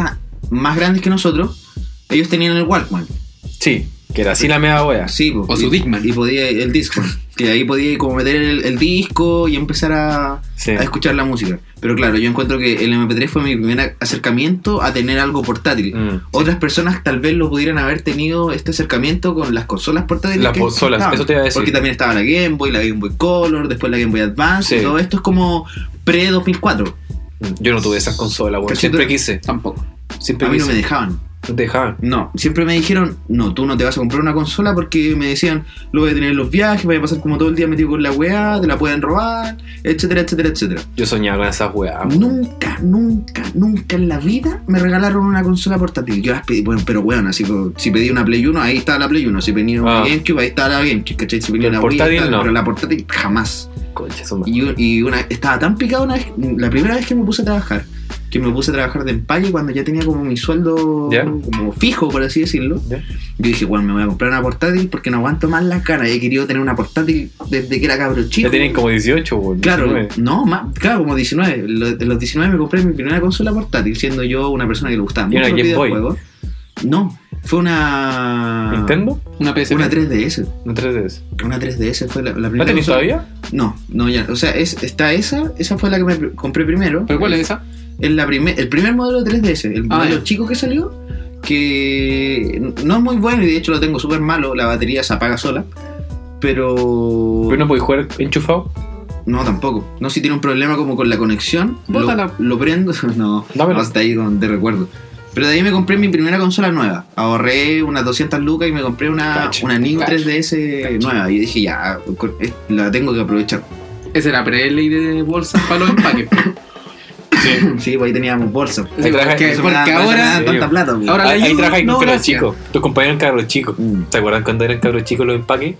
Speaker 1: más grandes que nosotros, ellos tenían el Walkman.
Speaker 2: Sí, que era así la mega wea.
Speaker 1: Sí, pues,
Speaker 3: O su
Speaker 1: y-
Speaker 3: Discman.
Speaker 1: Y podía el Discman. que ahí podía como meter el, el disco y empezar a,
Speaker 2: Sí.
Speaker 1: a escuchar la música. Pero claro, yo encuentro que el MP3 fue mi primer acercamiento a tener algo portátil.
Speaker 2: Mm.
Speaker 1: Otras personas tal vez lo pudieran haber tenido este acercamiento con las consolas portátiles.
Speaker 2: Las
Speaker 1: que
Speaker 2: consolas,
Speaker 1: estaban.
Speaker 2: eso te iba a decir.
Speaker 1: Porque también estaba la Game Boy, la Game Boy Color, después la Game Boy Advance.
Speaker 2: Sí.
Speaker 1: Y todo esto es como pre-2004.
Speaker 2: Mm. Yo no tuve esas consolas, weón.
Speaker 1: Cachito.
Speaker 2: Siempre quise.
Speaker 3: Tampoco.
Speaker 2: Siempre
Speaker 1: A mí no
Speaker 2: quise.
Speaker 1: me dejaban.
Speaker 2: No te dejaban.
Speaker 1: No, siempre me dijeron, no, tú no te vas a comprar una consola porque me decían, lo voy a tener en los viajes, voy a pasar como todo el día metido con la weá, te la pueden robar, etcétera, etcétera, etcétera.
Speaker 2: Yo soñaba con esas weas.
Speaker 1: Nunca, nunca, nunca en la vida me regalaron una consola portátil. Yo las pedí, bueno, pero weón, así como, si pedí una Play 1, ahí estaba la Play 1, si pedí una
Speaker 2: Ah.
Speaker 1: GameCube, ahí estaba la GameCube, ¿cachai? Si pedí
Speaker 2: El
Speaker 1: una
Speaker 2: portátil,
Speaker 1: estaba-
Speaker 2: no.
Speaker 1: pero la portátil jamás.
Speaker 2: Concha, su madre.
Speaker 1: Y, y una, estaba tan picado una vez, la primera vez que me puse a trabajar, que me puse a trabajar de empaque cuando ya tenía como mi sueldo
Speaker 2: Ya.
Speaker 1: como fijo, por así decirlo.
Speaker 2: Ya.
Speaker 1: Yo dije, bueno, me voy a comprar una portátil porque no aguanto más las caras. He querido tener una portátil desde que era cabro chico.
Speaker 2: Ya tenían como 18, weón.
Speaker 1: Claro,
Speaker 2: 19.
Speaker 1: no, más, claro, como 19. Lo- De los 19 me compré mi primera consola portátil, siendo yo una persona que le gustaba
Speaker 2: ¿Y
Speaker 1: mucho
Speaker 2: una
Speaker 1: los
Speaker 2: Game Boy?
Speaker 1: videojuegos. No, fue una...
Speaker 2: ¿Nintendo?
Speaker 3: Una PSP.
Speaker 1: Una 3DS.
Speaker 2: No 3DS.
Speaker 1: Una 3DS fue la, la primera
Speaker 2: ¿No tenéis
Speaker 1: consola-
Speaker 2: todavía?
Speaker 1: no, no, ya. O sea, es, está esa. Esa fue la que me pr- compré primero.
Speaker 3: ¿Pero cuál es esa?
Speaker 1: Es la primer, el primer modelo 3DS. El
Speaker 3: Ah,
Speaker 1: modelo
Speaker 3: ya.
Speaker 1: chico que salió. Que no es muy bueno y de hecho lo tengo súper malo. La batería se apaga sola. Pero.
Speaker 2: ¿Pero no podéis jugar enchufado?
Speaker 1: No, tampoco. No, si tiene un problema como con la conexión. Lo,
Speaker 3: Bótala.
Speaker 1: lo prendo. No,
Speaker 2: Dámela.
Speaker 1: hasta ahí con, de recuerdo. Pero de ahí me compré mi primera consola nueva. Ahorré unas 200 lucas y me compré una,
Speaker 2: Cacha,
Speaker 1: una Neo
Speaker 3: cacha,
Speaker 1: 3DS
Speaker 3: cacha.
Speaker 1: nueva. Y dije, ya, con- eh, la tengo que aprovechar.
Speaker 3: Esa era pre-ley de bolsas para los empaques.
Speaker 1: Sí, pues ahí teníamos bolsa.
Speaker 3: Sí, porque,
Speaker 1: Eso me
Speaker 3: porque
Speaker 1: da- me da
Speaker 3: ahora.
Speaker 2: sí.
Speaker 1: tanta plata, po.
Speaker 3: Ahora la
Speaker 2: ahí ahí
Speaker 3: ayuda,
Speaker 2: trabajáis
Speaker 3: no
Speaker 2: con cabros
Speaker 3: gracias.
Speaker 2: chicos. Tus compañeros eran cabros chicos. ¿Te acuerdan cuando eran cabros chicos los empaques?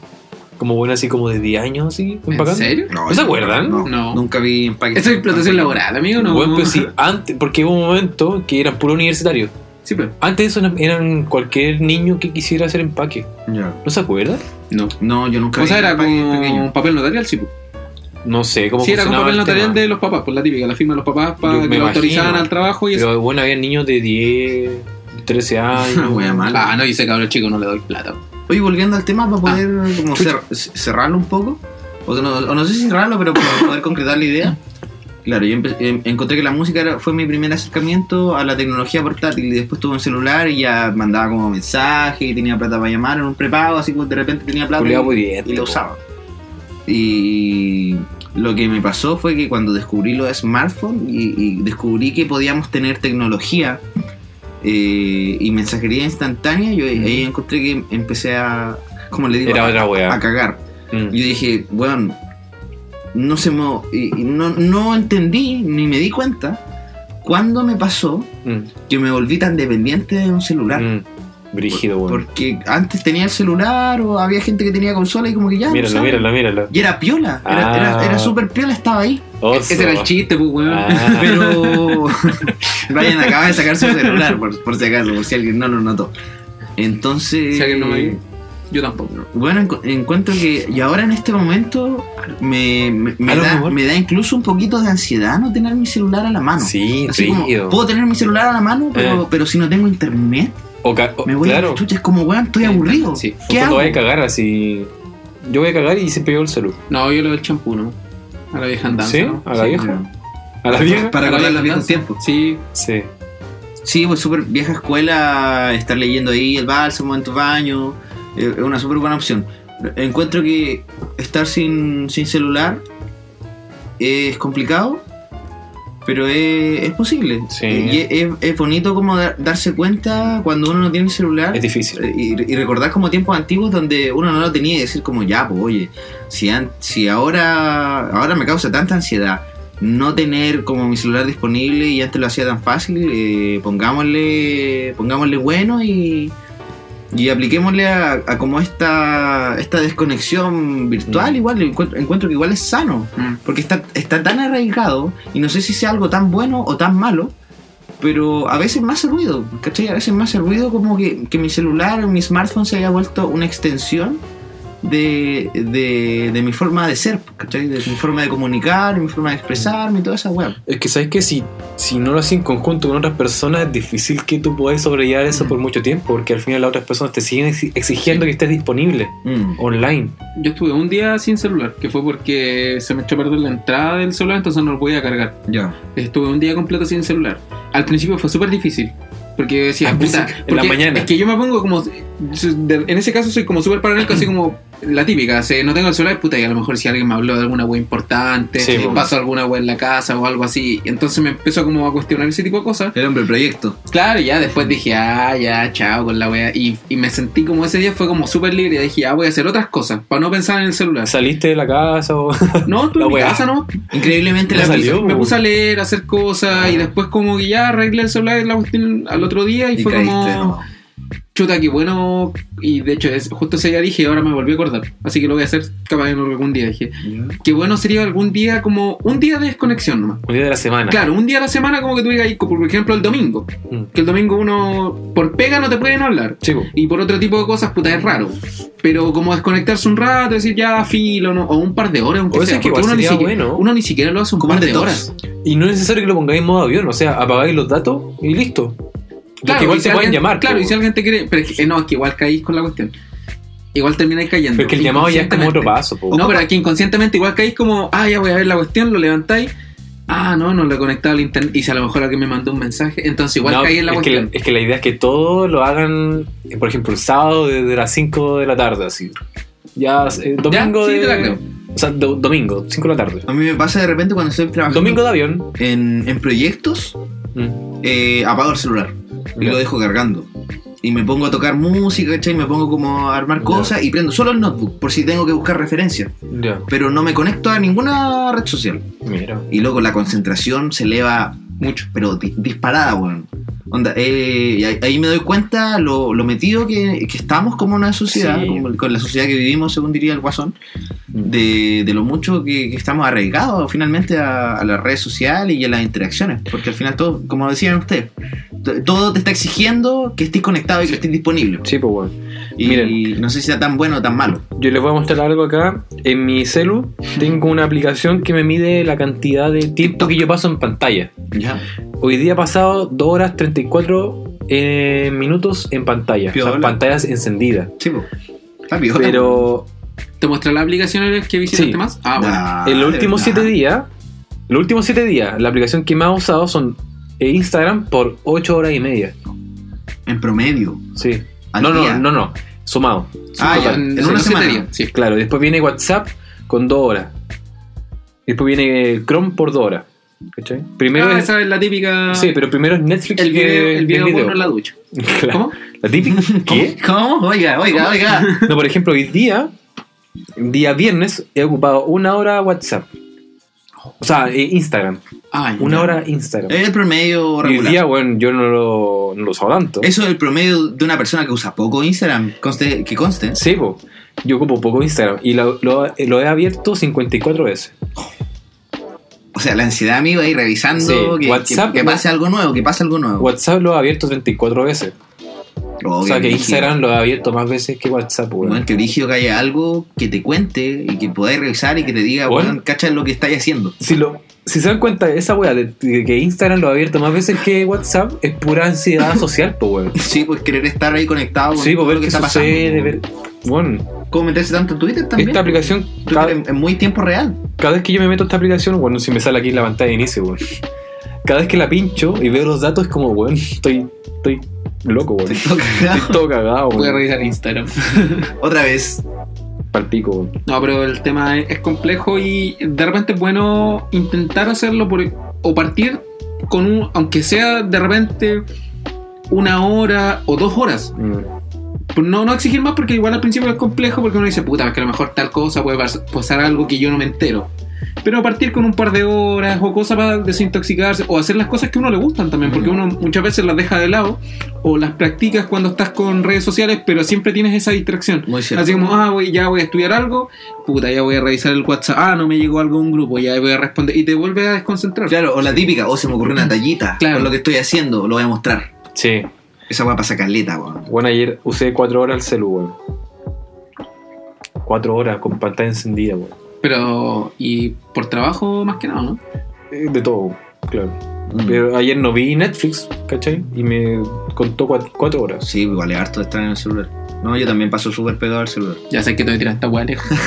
Speaker 2: Como bueno, así como de 10 años, así.
Speaker 3: ¿En
Speaker 2: empacando.
Speaker 3: serio?
Speaker 1: No,
Speaker 2: ¿No se acuerdan?
Speaker 1: No,
Speaker 3: No.
Speaker 1: Nunca vi empaque.
Speaker 3: Esa es explotación laboral, amigo, no.
Speaker 2: Bueno, pues sí, antes, porque hubo un momento que eran puro universitarios.
Speaker 3: Sí, pues. pero.
Speaker 2: Antes de eso eran- eran cualquier niño que quisiera hacer empaque.
Speaker 1: Ya.
Speaker 2: ¿No se acuerdan?
Speaker 3: No.
Speaker 1: No, yo nunca
Speaker 3: O sea, era
Speaker 1: empaque pequeño.
Speaker 3: con papel notarial, sí, pues.
Speaker 2: No sé cómo
Speaker 3: Sí, era con
Speaker 2: funcionaba
Speaker 3: papel
Speaker 2: el tema.
Speaker 3: notarial de los papás, pues la típica, la firma de los papás
Speaker 2: Yo
Speaker 3: para
Speaker 2: me
Speaker 3: que lo
Speaker 2: imagino.
Speaker 3: autorizaran al trabajo y eso.
Speaker 2: Pero bueno, había niños de 10, 13 años.
Speaker 1: Wea mala.
Speaker 3: Ah, no, y ese cabrón chico no le doy plata.
Speaker 1: Oye, volviendo al tema, para poder como
Speaker 3: chucha.
Speaker 1: cer- c- cerrarlo un poco, o no, o no sé si cerrarlo, pero para poder concretar la idea. Claro, yo empe- em- encontré que la música era- fue mi primer acercamiento a la tecnología portátil y después tuve un celular y ya mandaba como mensajes y tenía plata para llamar en un prepago, así que de repente tenía plata
Speaker 2: Culeado
Speaker 1: y,
Speaker 2: pudiente,
Speaker 1: y lo
Speaker 2: po.
Speaker 1: usaba. Y lo que me pasó fue que cuando descubrí los smartphones y, y descubrí que podíamos tener tecnología eh, y mensajería instantánea, yo ahí encontré que empecé a, como le digo,
Speaker 2: Era
Speaker 1: a-
Speaker 2: otra wea.
Speaker 1: a cagar.
Speaker 2: Mm.
Speaker 1: Yo dije, bueno, no se me, y- y no, no entendí ni me di cuenta cuándo me pasó
Speaker 2: Mm.
Speaker 1: que me volví tan dependiente de un celular.
Speaker 2: Mm. Brígido, bueno.
Speaker 1: Porque antes tenía el celular o había gente que tenía consola y como que ya. no
Speaker 2: Míralo,
Speaker 1: sabe.
Speaker 2: míralo, míralo.
Speaker 1: Y era piola, era,
Speaker 2: Ah.
Speaker 1: era, era súper piola, estaba ahí.
Speaker 2: Oso.
Speaker 3: Ese era el chiste, pues, weón.
Speaker 2: Ah.
Speaker 1: Pero Brian acaba de sacar su celular, por, por si acaso, por si alguien no lo notó. Entonces,
Speaker 3: Si alguien no me vio. Yo tampoco.
Speaker 1: bueno, encu- encuentro que, y ahora en este momento, me, me- me
Speaker 2: A lo
Speaker 1: da,
Speaker 2: mejor.
Speaker 1: me da incluso un poquito de ansiedad ah, no tener mi celular a la mano.
Speaker 2: Sí,
Speaker 1: Así como,
Speaker 2: brígido.
Speaker 1: puedo tener mi celular a la mano, pero,
Speaker 2: Eh.
Speaker 1: pero si no tengo internet,
Speaker 2: O ca- o-
Speaker 1: Me voy a
Speaker 2: claro,
Speaker 1: la chucha, es como, weón, estoy aburrido.
Speaker 3: Sí,
Speaker 1: ¿Qué
Speaker 2: tú
Speaker 1: hago?
Speaker 2: vas a cagar así. Yo voy a cagar y siempre llevo el celu.
Speaker 3: No, yo lo del champú, ¿no? A la vieja andanza.
Speaker 2: ¿Sí?
Speaker 3: ¿no?
Speaker 2: ¿A la vieja? ¿A la
Speaker 1: Para-
Speaker 2: vieja?
Speaker 1: Para
Speaker 3: A
Speaker 1: acordar
Speaker 3: vieja
Speaker 1: los viejos
Speaker 3: andanza.
Speaker 1: tiempos.
Speaker 3: Sí,
Speaker 2: Sí.
Speaker 1: Sí, pues súper vieja escuela, estar leyendo ahí el bálsamo en tu baño, eh, es una súper buena opción. Encuentro que estar sin, sin celular es complicado, pero es, es posible.
Speaker 2: Sí.
Speaker 1: Y es, es- es bonito como dar- darse cuenta cuando uno no tiene el celular.
Speaker 2: Es difícil.
Speaker 1: Y, y recordar como tiempos antiguos donde uno no lo tenía y decir como ya, pues oye, si, an- si ahora, ahora me causa tanta ansiedad no tener como mi celular disponible y antes lo hacía tan fácil, eh, pongámosle, pongámosle bueno y, y apliquémosle a, a como esta, esta desconexión virtual
Speaker 2: Mm.
Speaker 1: igual, encuentro, encuentro que igual es sano,
Speaker 3: Mm.
Speaker 1: porque está, está tan arraigado y no sé si sea algo tan bueno o tan malo, pero a veces me hace ruido, ¿cachai? A veces me hace ruido como que, que mi celular, mi smartphone se haya vuelto una extensión de, de, de mi forma de ser, ¿cachai? De mi forma de comunicar, mi forma de expresarme y toda esa web.
Speaker 2: Es que sabes que si, si no lo haces en conjunto con otras personas, es difícil que tú puedas sobrellevar eso
Speaker 3: Mm.
Speaker 2: por mucho tiempo, porque al final las otras personas te siguen exi- exigiendo que estés disponible online.
Speaker 3: yo estuve un día sin celular, que fue porque se me echó a perder la entrada del celular, entonces no lo podía cargar.
Speaker 1: Ya.
Speaker 3: Estuve un día completo sin celular. Al principio fue súper difícil. Porque yo decía,
Speaker 2: Al
Speaker 3: puta,
Speaker 2: principio, en
Speaker 3: porque
Speaker 2: la mañana.
Speaker 3: Es que yo me pongo como. de- En ese caso soy como súper paranoico, así como la típica. si no tengo el celular, puta, y a lo mejor si alguien me habló de alguna wea importante,
Speaker 2: Sí, pues.
Speaker 3: si
Speaker 2: po.
Speaker 3: pasó alguna wea en la casa o algo así. Y entonces me empezó como a cuestionar ese tipo de cosas.
Speaker 1: El hombre proyecto.
Speaker 3: Claro, y ya después dije, ah, ya, chao con la wea. Y, y me sentí como ese día fue como súper libre. Dije, ah, voy a hacer otras cosas para no pensar en el celular.
Speaker 2: ¿Saliste de la casa o.?
Speaker 3: No, tú
Speaker 2: La
Speaker 3: en mi
Speaker 2: wea. Uh.
Speaker 3: casa no.
Speaker 1: Increíblemente
Speaker 2: No
Speaker 1: la
Speaker 2: salió.
Speaker 3: Me
Speaker 2: po.
Speaker 3: puse a leer, a hacer cosas y después como que ya arreglé el celular y la cuestión al otro día y,
Speaker 1: Y
Speaker 3: fue
Speaker 1: caíste,
Speaker 3: como,
Speaker 1: ¿no?
Speaker 3: chuta, qué bueno. Y de hecho, es- justo ese día dije, ahora me volví a acordar. Así que lo voy a hacer capaz en algún día. Dije, qué bueno sería algún día como un día de desconexión nomás.
Speaker 2: Un día de la semana.
Speaker 3: Claro, un día a la semana como que tú digas, ahí, como por ejemplo el domingo.
Speaker 2: Mm.
Speaker 3: Que el domingo uno por pega no te pueden hablar.
Speaker 2: Sí, po.
Speaker 3: Y por otro tipo de cosas, puta, es raro. Pero como desconectarse un rato, decir ya, filo, no, o un par de horas, aunque
Speaker 2: O eso
Speaker 3: sea,
Speaker 2: es que
Speaker 3: porque
Speaker 2: igual
Speaker 3: uno, ni
Speaker 2: sería
Speaker 3: siquiera,
Speaker 2: bueno.
Speaker 3: uno ni siquiera lo hace un
Speaker 1: Como
Speaker 3: par
Speaker 1: un
Speaker 3: de
Speaker 1: detox.
Speaker 3: horas.
Speaker 2: Y no es necesario que lo pongáis en modo avión, o sea, apagáis los datos y listo. Porque igual
Speaker 3: y
Speaker 2: te
Speaker 3: si
Speaker 2: pueden
Speaker 3: alguien-
Speaker 2: llamar.
Speaker 3: Claro,
Speaker 2: po.
Speaker 3: y si alguien te quiere. Pero es que, eh, no, es que igual caís con la cuestión. Igual termináis cayendo.
Speaker 2: Pero es que el llamado ya es como otro
Speaker 3: inconscientemente.
Speaker 2: paso. po.
Speaker 3: No, pero aquí inconscientemente igual caís como, ah, ya voy a ver la cuestión, lo levantáis. Ah, no, no lo he conectado al internet. Y si a lo mejor alguien me mandó un mensaje, entonces igual
Speaker 2: No,
Speaker 3: caí en la
Speaker 2: es, que la,
Speaker 3: cuestión.
Speaker 2: es que la idea es que todo lo hagan, eh, por ejemplo, el sábado desde las 5 de la tarde, así. Ya, eh, domingo
Speaker 3: sí,
Speaker 2: de-
Speaker 3: te la creo.
Speaker 2: O sea, do- domingo, 5 de la tarde.
Speaker 1: A mí me pasa de repente cuando estoy trabajando
Speaker 2: Domingo de avión.
Speaker 1: en, en proyectos,
Speaker 2: Mm.
Speaker 1: eh, apago el celular y
Speaker 2: Ya.
Speaker 1: lo dejo cargando. Y me pongo a tocar música, ¿cachai? Me pongo como a armar
Speaker 2: Ya.
Speaker 1: cosas y prendo solo el notebook por si tengo que buscar referencias.
Speaker 2: Ya,
Speaker 1: Pero no me conecto a ninguna red social.
Speaker 2: mira.
Speaker 1: Y luego la concentración se eleva
Speaker 3: Mucho.
Speaker 1: pero di- disparada, weón. Onda, eh, y ahí- ahí me doy cuenta lo, lo metido que, que estamos como una sociedad,
Speaker 2: Sí.
Speaker 1: como- con la sociedad que vivimos, según diría el Guasón, de, de lo mucho que, que estamos arraigados finalmente a, a las redes sociales y a las interacciones. Porque al final todo, como decían ustedes, to- todo te está exigiendo que estés conectado y que estés disponible.
Speaker 2: Sí, pues bueno.
Speaker 1: Y
Speaker 2: Miren.
Speaker 1: no sé si sea tan bueno o tan malo.
Speaker 2: Yo les voy a mostrar algo acá. En mi celu tengo una aplicación que me mide la cantidad de tiempo que yo paso en pantalla.
Speaker 1: Ya.
Speaker 2: Hoy día he pasado 2 horas 34 eh, minutos en pantalla. O sea,
Speaker 1: Piola.
Speaker 2: pantallas encendidas.
Speaker 1: Sí, po. Está piola, po.
Speaker 2: Pero
Speaker 3: ¿Te muestra la aplicación ahora que visitaste
Speaker 2: Sí.
Speaker 3: más? Ah, bueno.
Speaker 1: Nah,
Speaker 2: en
Speaker 1: de
Speaker 2: los últimos
Speaker 1: verdad.
Speaker 2: 7 días, los últimos 7 días, la aplicación que más he usado son eh, Instagram por 8 horas y media.
Speaker 1: En promedio.
Speaker 2: Sí.
Speaker 1: al
Speaker 2: No, no,
Speaker 1: día.
Speaker 2: no, no. Sumado.
Speaker 1: Ah, ya.
Speaker 3: Total,
Speaker 1: En
Speaker 3: sí,
Speaker 1: una
Speaker 3: sí te
Speaker 1: semana.
Speaker 3: diría, Sí.
Speaker 2: Claro, después viene WhatsApp con 2 horas. Después viene Chrome por 2 horas. ¿Cachai? Primero
Speaker 3: Ah,
Speaker 2: es,
Speaker 3: esa es la típica.
Speaker 2: Sí, pero primero es Netflix
Speaker 3: el
Speaker 2: que-
Speaker 3: video, el video, Ah. porno en la ducha.
Speaker 2: Claro.
Speaker 3: ¿Cómo?
Speaker 2: ¿La típica? ¿Qué?
Speaker 1: ¿Cómo? Oiga, oiga, oiga.
Speaker 2: No, por ejemplo, hoy día, día viernes, he ocupado una hora WhatsApp. O sea, eh, Instagram.
Speaker 3: Ay,
Speaker 2: Una
Speaker 3: ya.
Speaker 2: hora Instagram.
Speaker 1: Es el promedio
Speaker 2: y hoy
Speaker 1: regular.
Speaker 2: día, bueno, yo no lo, no lo usaba tanto.
Speaker 1: Eso es el promedio de una persona que usa poco Instagram, conste- que conste.
Speaker 2: Sí, po. Yo ocupo poco Instagram y lo, lo- lo he abierto 54 veces.
Speaker 1: O sea, la ansiedad me iba a ir revisando
Speaker 2: Sí,
Speaker 1: que- que,
Speaker 2: WhatsApp,
Speaker 1: que pase algo nuevo, que pase algo
Speaker 3: Ah.
Speaker 1: nuevo.
Speaker 2: WhatsApp lo he abierto 34 veces.
Speaker 1: Oh,
Speaker 2: o sea,
Speaker 1: qué
Speaker 2: que
Speaker 1: brígido.
Speaker 2: Instagram lo he abierto más veces que WhatsApp, weón.
Speaker 1: Bueno, que brígido que haya algo que te cuente y que podáis revisar y que te diga,
Speaker 2: Bueno.
Speaker 1: bueno, cacha lo que estáis haciendo.
Speaker 2: Si lo, si se dan cuenta, esa weá de, de que Instagram lo ha abierto más veces que WhatsApp es pura ansiedad social, pues weón.
Speaker 1: Sí, pues querer estar ahí conectado con
Speaker 2: Sí,
Speaker 1: todo
Speaker 2: pues
Speaker 1: lo
Speaker 2: ver
Speaker 1: que
Speaker 2: qué
Speaker 1: está pasando.
Speaker 2: sucede, ver. Bueno,
Speaker 1: ¿Cómo meterse tanto en Twitter también?
Speaker 2: esta aplicación,
Speaker 1: Twitter
Speaker 2: cada,
Speaker 1: en, en muy tiempo real.
Speaker 2: cada vez que yo me meto a esta aplicación, bueno, si me sale aquí en la pantalla de inicio, weón. Cada vez que la pincho y veo los datos, es como, weón, estoy, estoy loco, weón.
Speaker 1: Te
Speaker 2: Estoy
Speaker 1: toca, ¿verdad?
Speaker 2: todo cagado,
Speaker 3: Voy a
Speaker 2: weón.
Speaker 3: revisar Instagram.
Speaker 1: Otra vez.
Speaker 2: Palpico, weón.
Speaker 3: No, pero el tema es, es complejo y de repente es bueno intentar hacerlo por, o partir con un, aunque sea de repente una hora o dos horas.
Speaker 2: Mm.
Speaker 3: Pues No, no exigir más porque igual al principio es complejo porque uno dice, puta, es que a lo mejor tal cosa puede pas- pasar algo que yo no me entero. Pero partir con un par de horas o cosas para desintoxicarse o hacer las cosas que a uno le gustan también, porque
Speaker 1: Mm.
Speaker 3: uno muchas veces las deja de lado o las practicas cuando estás con redes sociales, pero siempre tienes esa distracción.
Speaker 1: Muy cierto.
Speaker 3: Así como, ah, voy, ya voy a estudiar algo, puta, ya voy a revisar el WhatsApp, ah, no me llegó algo de un grupo, ya voy a responder y te vuelve a desconcentrar.
Speaker 1: Claro, o la típica, o se me ocurrió una tallita
Speaker 3: Claro.
Speaker 1: con lo que estoy haciendo, lo voy a mostrar.
Speaker 2: Sí.
Speaker 1: Esa weá pasa caleta, weón.
Speaker 2: Bueno, ayer usé cuatro horas el celu, weón. Cuatro horas con pantalla encendida, weón.
Speaker 3: Pero, y por trabajo más que nada, ¿no?
Speaker 2: Eh, De todo, claro.
Speaker 1: Mm.
Speaker 2: Pero ayer no vi Netflix, ¿cachai? Y me contó cuat- cuatro horas.
Speaker 1: Sí, igual es harto de estar en el celular. No, yo también paso súper pegado al celular.
Speaker 3: Ya sé que te voy a tirar esta hueá lejos.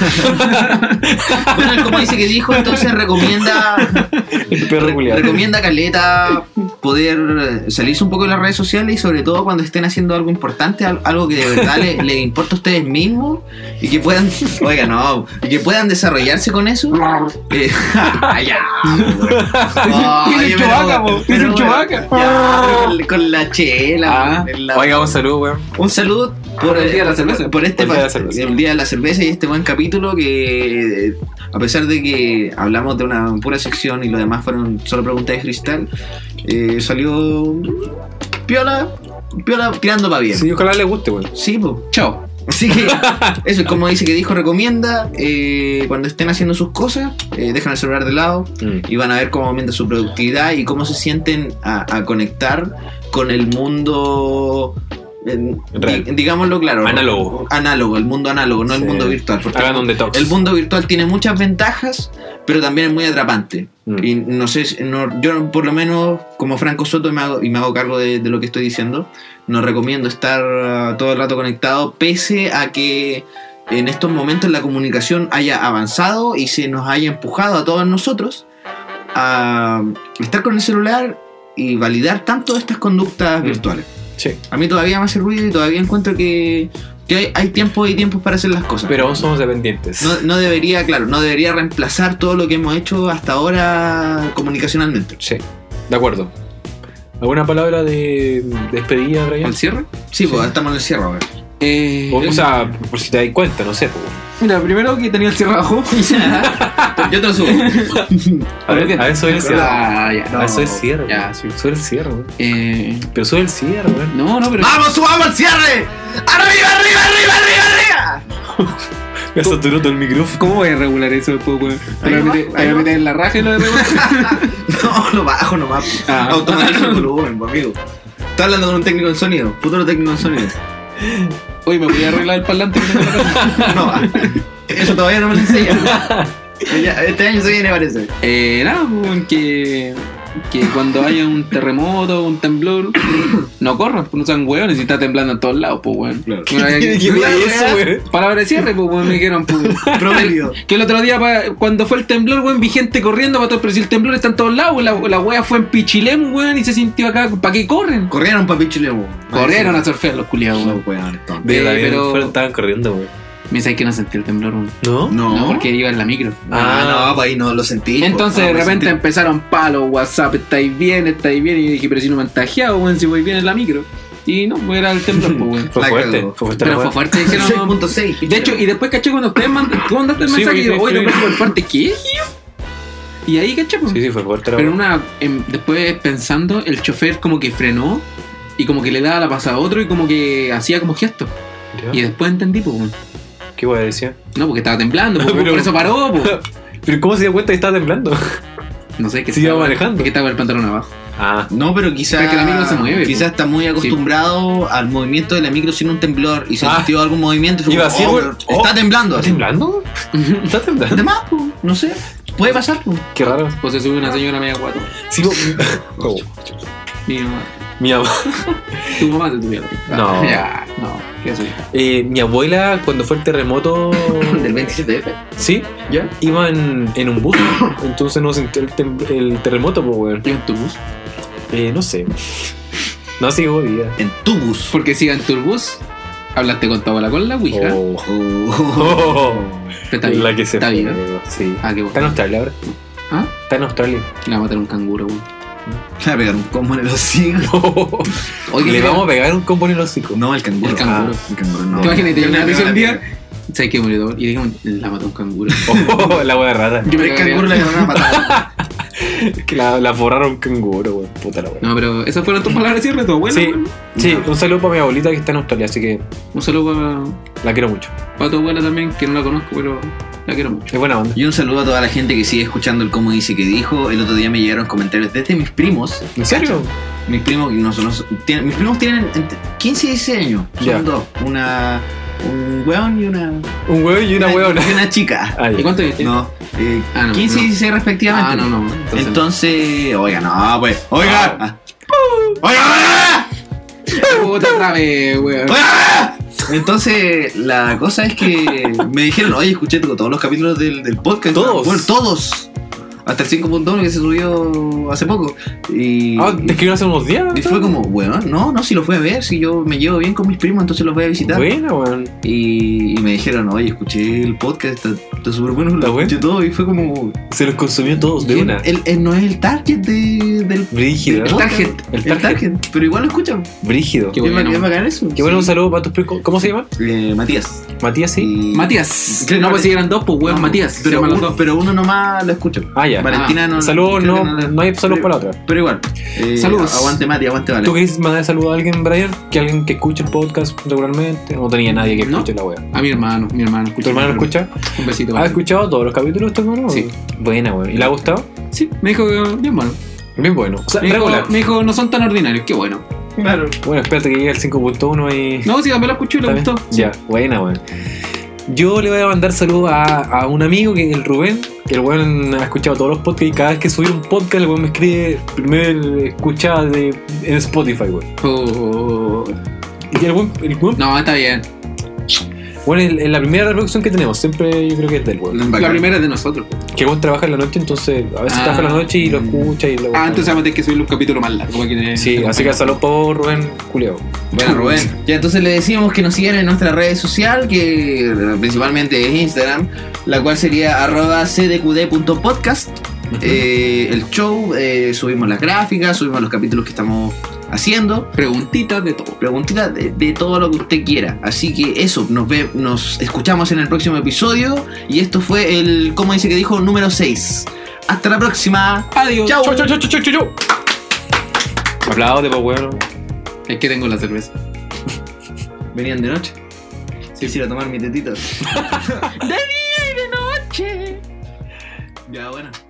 Speaker 1: Bueno, él como dice que dijo, entonces recomienda
Speaker 2: El perro culiado.
Speaker 1: recomienda caleta poder eh, salirse un poco de las redes sociales y sobre todo cuando estén haciendo algo importante, al- algo que de verdad le, le importa a ustedes mismos y que puedan, oiga, no, y que puedan desarrollarse con eso. Eh, allá.
Speaker 3: Tiene un chubaca, po, tiene un chubaca.
Speaker 1: Con la chela.
Speaker 3: Ah,
Speaker 1: en la-
Speaker 2: Oiga, un saludo, weón.
Speaker 1: un saludo por
Speaker 3: El día de la cerveza.
Speaker 1: Por este
Speaker 2: El día de la
Speaker 1: pas-
Speaker 2: cerveza.
Speaker 1: el día de la cerveza y este buen capítulo que eh, a pesar de que hablamos de una pura sección y lo demás fueron solo preguntas de cristal, eh, salió piola, piola tirando para bien. Sí,
Speaker 2: Sí, ojalá le guste, weón.
Speaker 1: po.
Speaker 3: Chao.
Speaker 1: Así que eso es como dice que dijo recomienda eh, cuando estén haciendo sus cosas eh, dejan el celular de lado
Speaker 2: Mm.
Speaker 1: y van a ver cómo aumenta su productividad y cómo se sienten a, a conectar con el mundo, en-
Speaker 2: Real.
Speaker 1: di- digámoslo claro,
Speaker 2: Análogo.
Speaker 1: análogo, el mundo análogo, no
Speaker 2: Sí.
Speaker 1: el mundo virtual. porque
Speaker 2: Hagan un detox.
Speaker 1: el mundo virtual tiene muchas ventajas, pero también es muy atrapante.
Speaker 2: Mm.
Speaker 1: Y no sé, si- no- yo por lo menos como Franco Soto me hago, y me hago cargo de, de lo que estoy diciendo, no recomiendo estar ah, todo el rato conectado, pese a que en estos momentos la comunicación haya avanzado y se nos haya empujado a todos nosotros a estar con el celular y validar tanto estas conductas
Speaker 2: Mm.
Speaker 1: virtuales.
Speaker 2: Sí.
Speaker 1: A mí todavía me hace ruido y todavía encuentro que, que hay, hay tiempo y tiempos para hacer las cosas.
Speaker 2: Pero aún somos dependientes.
Speaker 1: No, no debería, claro, no debería reemplazar todo lo que hemos hecho hasta ahora comunicacionalmente.
Speaker 2: Sí, de acuerdo. ¿Alguna palabra de despedida, Brian?
Speaker 3: ¿Al cierre?
Speaker 1: Sí, pues estamos en el cierre, a ver.
Speaker 3: Eh,
Speaker 2: O, o sea, por si te das cuenta, no sé. po, weón.
Speaker 3: mira, primero que tenía el cierre abajo.
Speaker 1: Yo te lo subo.
Speaker 2: A ver, a ver, sube el cierre. A
Speaker 3: Ah, ya.
Speaker 1: no.
Speaker 2: ver, sube el cierre. weón.
Speaker 3: Ya, sí.
Speaker 2: Sube el cierre, weón.
Speaker 3: Eh,
Speaker 2: Pero sube el cierre, weón.
Speaker 3: no, no, pero.
Speaker 1: ¡Vamos, subamos al cierre! ¡Arriba, arriba, arriba, arriba, arriba!
Speaker 2: Me saturó todo el micrófono.
Speaker 3: ¿Cómo voy a regular eso después, weón? Te voy a
Speaker 1: Ahí va,
Speaker 3: meter- te
Speaker 1: ahí
Speaker 3: voy a
Speaker 1: va.
Speaker 3: meter en la raja y lo de regular.
Speaker 1: No, lo bajo nomás.
Speaker 3: Ah.
Speaker 1: Automatizo el volumen, pues, amigo. Está hablando con un técnico en sonido, futuro técnico en sonido.
Speaker 3: Oye, me voy a arreglar el parlante que tengo en la raja.
Speaker 1: No, eso todavía no me lo enseñan. Ya, Este año se viene, parece.
Speaker 3: Eh, nada, weón, que. Que cuando haya un terremoto un temblor, no corran, pues, no sean weones y está temblando en todos lados, pues weón.
Speaker 1: Claro.
Speaker 3: Bueno, hay-
Speaker 2: ¿Qué
Speaker 1: Claro,
Speaker 2: es eso, weón?
Speaker 3: Palabra de cierre, pues weón, me dijeron, pues.
Speaker 1: Promedio.
Speaker 3: Que el otro día, pa- cuando fue el temblor, weón, vi gente corriendo para todos, pero si el temblor está en todos lados, la, la wea fue en Pichilemu, weón, y se sintió acá, ¿para qué corren?
Speaker 1: Corrieron para Pichilemu.
Speaker 3: Corrieron a surfear los culiados,
Speaker 1: No,
Speaker 3: weón.
Speaker 1: weón, tonto.
Speaker 2: De
Speaker 3: Eh,
Speaker 2: la
Speaker 3: pero-
Speaker 2: pero... estaban corriendo, weón.
Speaker 3: Me dice que no sentí el temblor, weón.
Speaker 2: ¿No?
Speaker 1: No,
Speaker 3: No, porque iba en la micro.
Speaker 1: Ah, no, pues ahí no lo sentí.
Speaker 3: Entonces
Speaker 1: pues,
Speaker 3: de
Speaker 1: no, pues,
Speaker 3: repente
Speaker 1: sentí-
Speaker 3: empezaron palos, WhatsApp, estáis bien, estáis bien. Y yo dije, pero si no me han tajeado, weón, si voy bien en la micro. Y no, pues, era el temblor, pues, weón.
Speaker 2: Fue
Speaker 1: La
Speaker 2: fuerte.
Speaker 1: cagó.
Speaker 2: Fue fuerte. la
Speaker 3: Pero fue
Speaker 2: weá.
Speaker 3: fuerte, dijeron.
Speaker 1: 6.6.
Speaker 3: De hecho, y después caché cuando ustedes mandan, tú mandaste el
Speaker 2: Sí,
Speaker 3: mensaje y
Speaker 2: porque
Speaker 3: yo, oye,
Speaker 2: sí.
Speaker 3: no fue fuerte, ¿qué? Y ahí caché, pues.
Speaker 2: Sí, sí, fue fuerte. la
Speaker 3: Pero
Speaker 2: weá.
Speaker 3: una, em, después pensando, el chofer como que frenó y como que le daba la pasada a otro y como que hacía como gestos.
Speaker 2: Ya.
Speaker 3: Y después entendí, pues, weón.
Speaker 2: ¿Qué weón decía?
Speaker 3: no, porque estaba temblando, pues,
Speaker 2: Pero-
Speaker 3: por eso paró, pues.
Speaker 2: Pero ¿cómo se dio cuenta que estaba temblando?
Speaker 3: No sé qué
Speaker 2: Se iba
Speaker 3: estaba-
Speaker 2: manejando.
Speaker 3: Que estaba con el pantalón abajo.
Speaker 2: Ah,
Speaker 1: No, pero quizás.
Speaker 3: Pero que la micro se mueve, pues.
Speaker 1: Quizás
Speaker 3: po.
Speaker 1: está muy acostumbrado al movimiento de la micro sin un temblor y se
Speaker 2: Ah.
Speaker 1: sintió algún movimiento. y fue
Speaker 2: Iba
Speaker 1: como,
Speaker 2: así,
Speaker 1: oh,
Speaker 2: weón.
Speaker 1: Está
Speaker 2: Oh.
Speaker 1: temblando.
Speaker 2: ¿está
Speaker 1: así.
Speaker 2: temblando? ¿Está temblando?
Speaker 1: Además, po, no sé. Puede pasar, pues.
Speaker 2: Qué raro.
Speaker 3: O se sube una señora media guato.
Speaker 2: Sí, po- Oh,
Speaker 3: Mi mamá.
Speaker 2: mi, mamá-
Speaker 3: Tu mamá te subió a la pista.
Speaker 2: No.
Speaker 3: Ya, no. ¿Qué es eso?
Speaker 2: eh, mi abuela, cuando fue el terremoto,
Speaker 3: Del 27 de
Speaker 2: sí,
Speaker 3: ¿Ya?
Speaker 2: iba en, en un bus. Entonces no sintió el, tem- el terremoto, pues, weón.
Speaker 3: ¿Y en tu bus?
Speaker 2: Eh, no sé. No así como día.
Speaker 1: En tu bus.
Speaker 3: Porque si iba en tu bus, hablaste con tu abuela con la Ouija.
Speaker 2: Oh.
Speaker 1: Oh.
Speaker 2: Oh.
Speaker 3: Pero está bien.
Speaker 2: La que se
Speaker 3: Está
Speaker 2: fue,
Speaker 3: viva.
Speaker 2: Sí.
Speaker 3: Ah,
Speaker 2: Está
Speaker 3: qué
Speaker 2: en
Speaker 3: bueno.
Speaker 2: Australia ahora.
Speaker 3: ¿Ah?
Speaker 2: Está en Australia.
Speaker 3: Le va a matar un canguro, güey.
Speaker 1: Le va a pegar un combo en el hocico.
Speaker 3: Oye,
Speaker 2: Le
Speaker 3: mira,
Speaker 2: vamos a pegar un combo en el hocico.
Speaker 1: No, el canguro.
Speaker 3: El canguro.
Speaker 1: Ah, el canguro no.
Speaker 3: ¿Te imaginas? Te
Speaker 1: Yo
Speaker 3: llamé
Speaker 1: le
Speaker 3: la
Speaker 1: pego
Speaker 3: atención
Speaker 1: la
Speaker 3: un día.
Speaker 1: pierna.
Speaker 3: ¿Sabes qué, murió? Y dije, la mató un canguro.
Speaker 2: Oh, la wea rara.
Speaker 3: Yo me
Speaker 1: El canguro
Speaker 3: canguro
Speaker 1: le agarró una patada.
Speaker 2: Que la, la forraron canguro, weón. Puta la wea.
Speaker 3: No, pero esas fueron tus palabras de cierre, tu abuela.
Speaker 2: Sí.
Speaker 3: güey.
Speaker 2: Sí,
Speaker 3: No.
Speaker 2: un saludo para mi abuelita que está en Australia, así que
Speaker 3: Un saludo
Speaker 2: la quiero mucho.
Speaker 3: para tu abuela también, que no la conozco, pero la quiero mucho.
Speaker 2: Es buena onda.
Speaker 1: Y un saludo a toda la gente que sigue escuchando el cómo dice que dijo. El otro día me llegaron comentarios desde mis primos.
Speaker 2: ¿En serio?
Speaker 1: Mis primos, no, son- no son- tienen- mis primos tienen entre 15 y 16 años. Son
Speaker 2: Ya.
Speaker 1: dos. Una, un weón y una,
Speaker 2: Un huevo y una huevona.
Speaker 1: y una chica.
Speaker 2: Ah, ya.
Speaker 3: ¿Y cuánto es?
Speaker 1: No, eh,
Speaker 3: Ah, no,
Speaker 1: 15 y
Speaker 3: no.
Speaker 1: 16 respectivamente.
Speaker 3: Ah, no, no.
Speaker 1: Entonces,
Speaker 3: Entonces,
Speaker 1: oiga, no, pues. Oiga. Ah. Oiga,
Speaker 3: puta, dame, güey.
Speaker 1: oiga, oiga. Entonces, la cosa es que me dijeron, oye, escuché todos los capítulos del, del podcast.
Speaker 2: Todos.
Speaker 1: Bueno, todos. Hasta el 5.1 que se subió hace poco. Y,
Speaker 2: Ah, te escribieron hace unos días.
Speaker 1: y fue como, bueno, no, no, si los voy a ver, si yo me llevo bien con mis primos, entonces los voy a visitar.
Speaker 2: Buena, weón.
Speaker 1: Y, y me dijeron, oye, escuché el podcast, está- está súper bueno,
Speaker 2: ¿Está
Speaker 1: lo
Speaker 2: bueno?
Speaker 1: escuché todo. Y fue como,
Speaker 2: Se los consumió todos de
Speaker 1: ¿quién?
Speaker 2: una.
Speaker 1: Él, él no es el target de- del
Speaker 2: Brígido.
Speaker 1: El
Speaker 2: ¿no?
Speaker 1: target,
Speaker 2: El
Speaker 1: el
Speaker 2: target.
Speaker 1: target, pero igual lo escuchan.
Speaker 2: Brígido.
Speaker 3: Qué
Speaker 2: Qué,
Speaker 1: Es
Speaker 3: bueno.
Speaker 1: ba- Es bacán eso.
Speaker 2: bueno, un saludo para tus primos. ¿Cómo se llama?
Speaker 1: Eh, Matías.
Speaker 2: Matías, Ah, sí.
Speaker 1: Y-
Speaker 3: Matías.
Speaker 1: Claro,
Speaker 3: no,
Speaker 1: Matías.
Speaker 3: pues si eran dos, pues, güey,
Speaker 1: No,
Speaker 3: Matías.
Speaker 1: Pero,
Speaker 3: se llaman los
Speaker 1: uno-
Speaker 3: dos.
Speaker 1: pero uno nomás lo escucha.
Speaker 2: Ah, ya.
Speaker 1: Valentina no.
Speaker 2: Saludos,
Speaker 1: creo
Speaker 2: no,
Speaker 1: que la-
Speaker 2: no hay saludos
Speaker 1: pero-
Speaker 2: para la otra.
Speaker 1: Pero igual. eh,
Speaker 3: Saludos.
Speaker 1: Aguante Mati, aguante
Speaker 2: ¿Tú
Speaker 1: Vale.
Speaker 2: querés mandar saludos a alguien, Brian? Que alguien que escuche el podcast regularmente. No tenía nadie que
Speaker 3: No.
Speaker 2: escuche la wea.
Speaker 3: A mi hermano, mi hermano.
Speaker 2: ¿Tu hermano lo escucha? Ah,
Speaker 3: Un besito.
Speaker 2: ¿Ha
Speaker 3: güey.
Speaker 2: escuchado todos los capítulos de tu hermano?
Speaker 3: Sí.
Speaker 2: Buena, weón. ¿Y le ha gustado?
Speaker 3: Sí, me dijo que bien bueno.
Speaker 2: Bien bueno. O sea,
Speaker 3: Me dijo,
Speaker 2: regular.
Speaker 3: me dijo, no son tan ordinarios, qué bueno.
Speaker 1: Claro.
Speaker 2: Bueno, espérate que llegue el 5.1 y.
Speaker 3: No, si también lo escuché y le
Speaker 2: ¿Está bien?
Speaker 3: gustó.
Speaker 2: Ya, buena, weón. Yo le voy a mandar saludos a, a un amigo que es el Rubén, que el weón ha escuchado todos los podcasts y cada vez que subí un podcast el weón me escribe primero escuchada de, en Spotify, weón.
Speaker 3: Oh.
Speaker 2: Y el weón, el weón-
Speaker 3: No, está bien.
Speaker 2: bueno, el- en la primera reproducción que tenemos, siempre yo creo que es del weón.
Speaker 3: La primera es de nosotros.
Speaker 2: Que el weón trabaja en la noche, entonces a veces
Speaker 3: Ah.
Speaker 2: trabaja en la noche y lo escucha y lo
Speaker 3: Ah, entonces vamos a tener que subirle un capítulo más largo. para que-
Speaker 2: Sí, así que saludos por Rubén Julio.
Speaker 1: Bueno, Rubén. Ya, entonces le decimos que nos sigan en nuestra red social, que principalmente es Instagram, la cual sería arroba cdqd.podcast. Eh, el show, eh, subimos las gráficas, subimos los capítulos que estamos haciendo.
Speaker 3: Preguntitas de todo.
Speaker 1: preguntitas de, de todo lo que usted quiera. Así que eso, nos, ve, nos escuchamos en el próximo episodio. Y esto fue el, como dice que dijo, número 6. Hasta la próxima.
Speaker 3: Adiós.
Speaker 1: Chau.
Speaker 2: Chau, chau, chau, chau, chau, chau. Hablado de pues, weón.
Speaker 3: Es que tengo la cerveza.
Speaker 1: Venían de noche.
Speaker 3: Sí.
Speaker 1: Quisiera tomar mi tetita. ¡De día y de noche! Ya, bueno.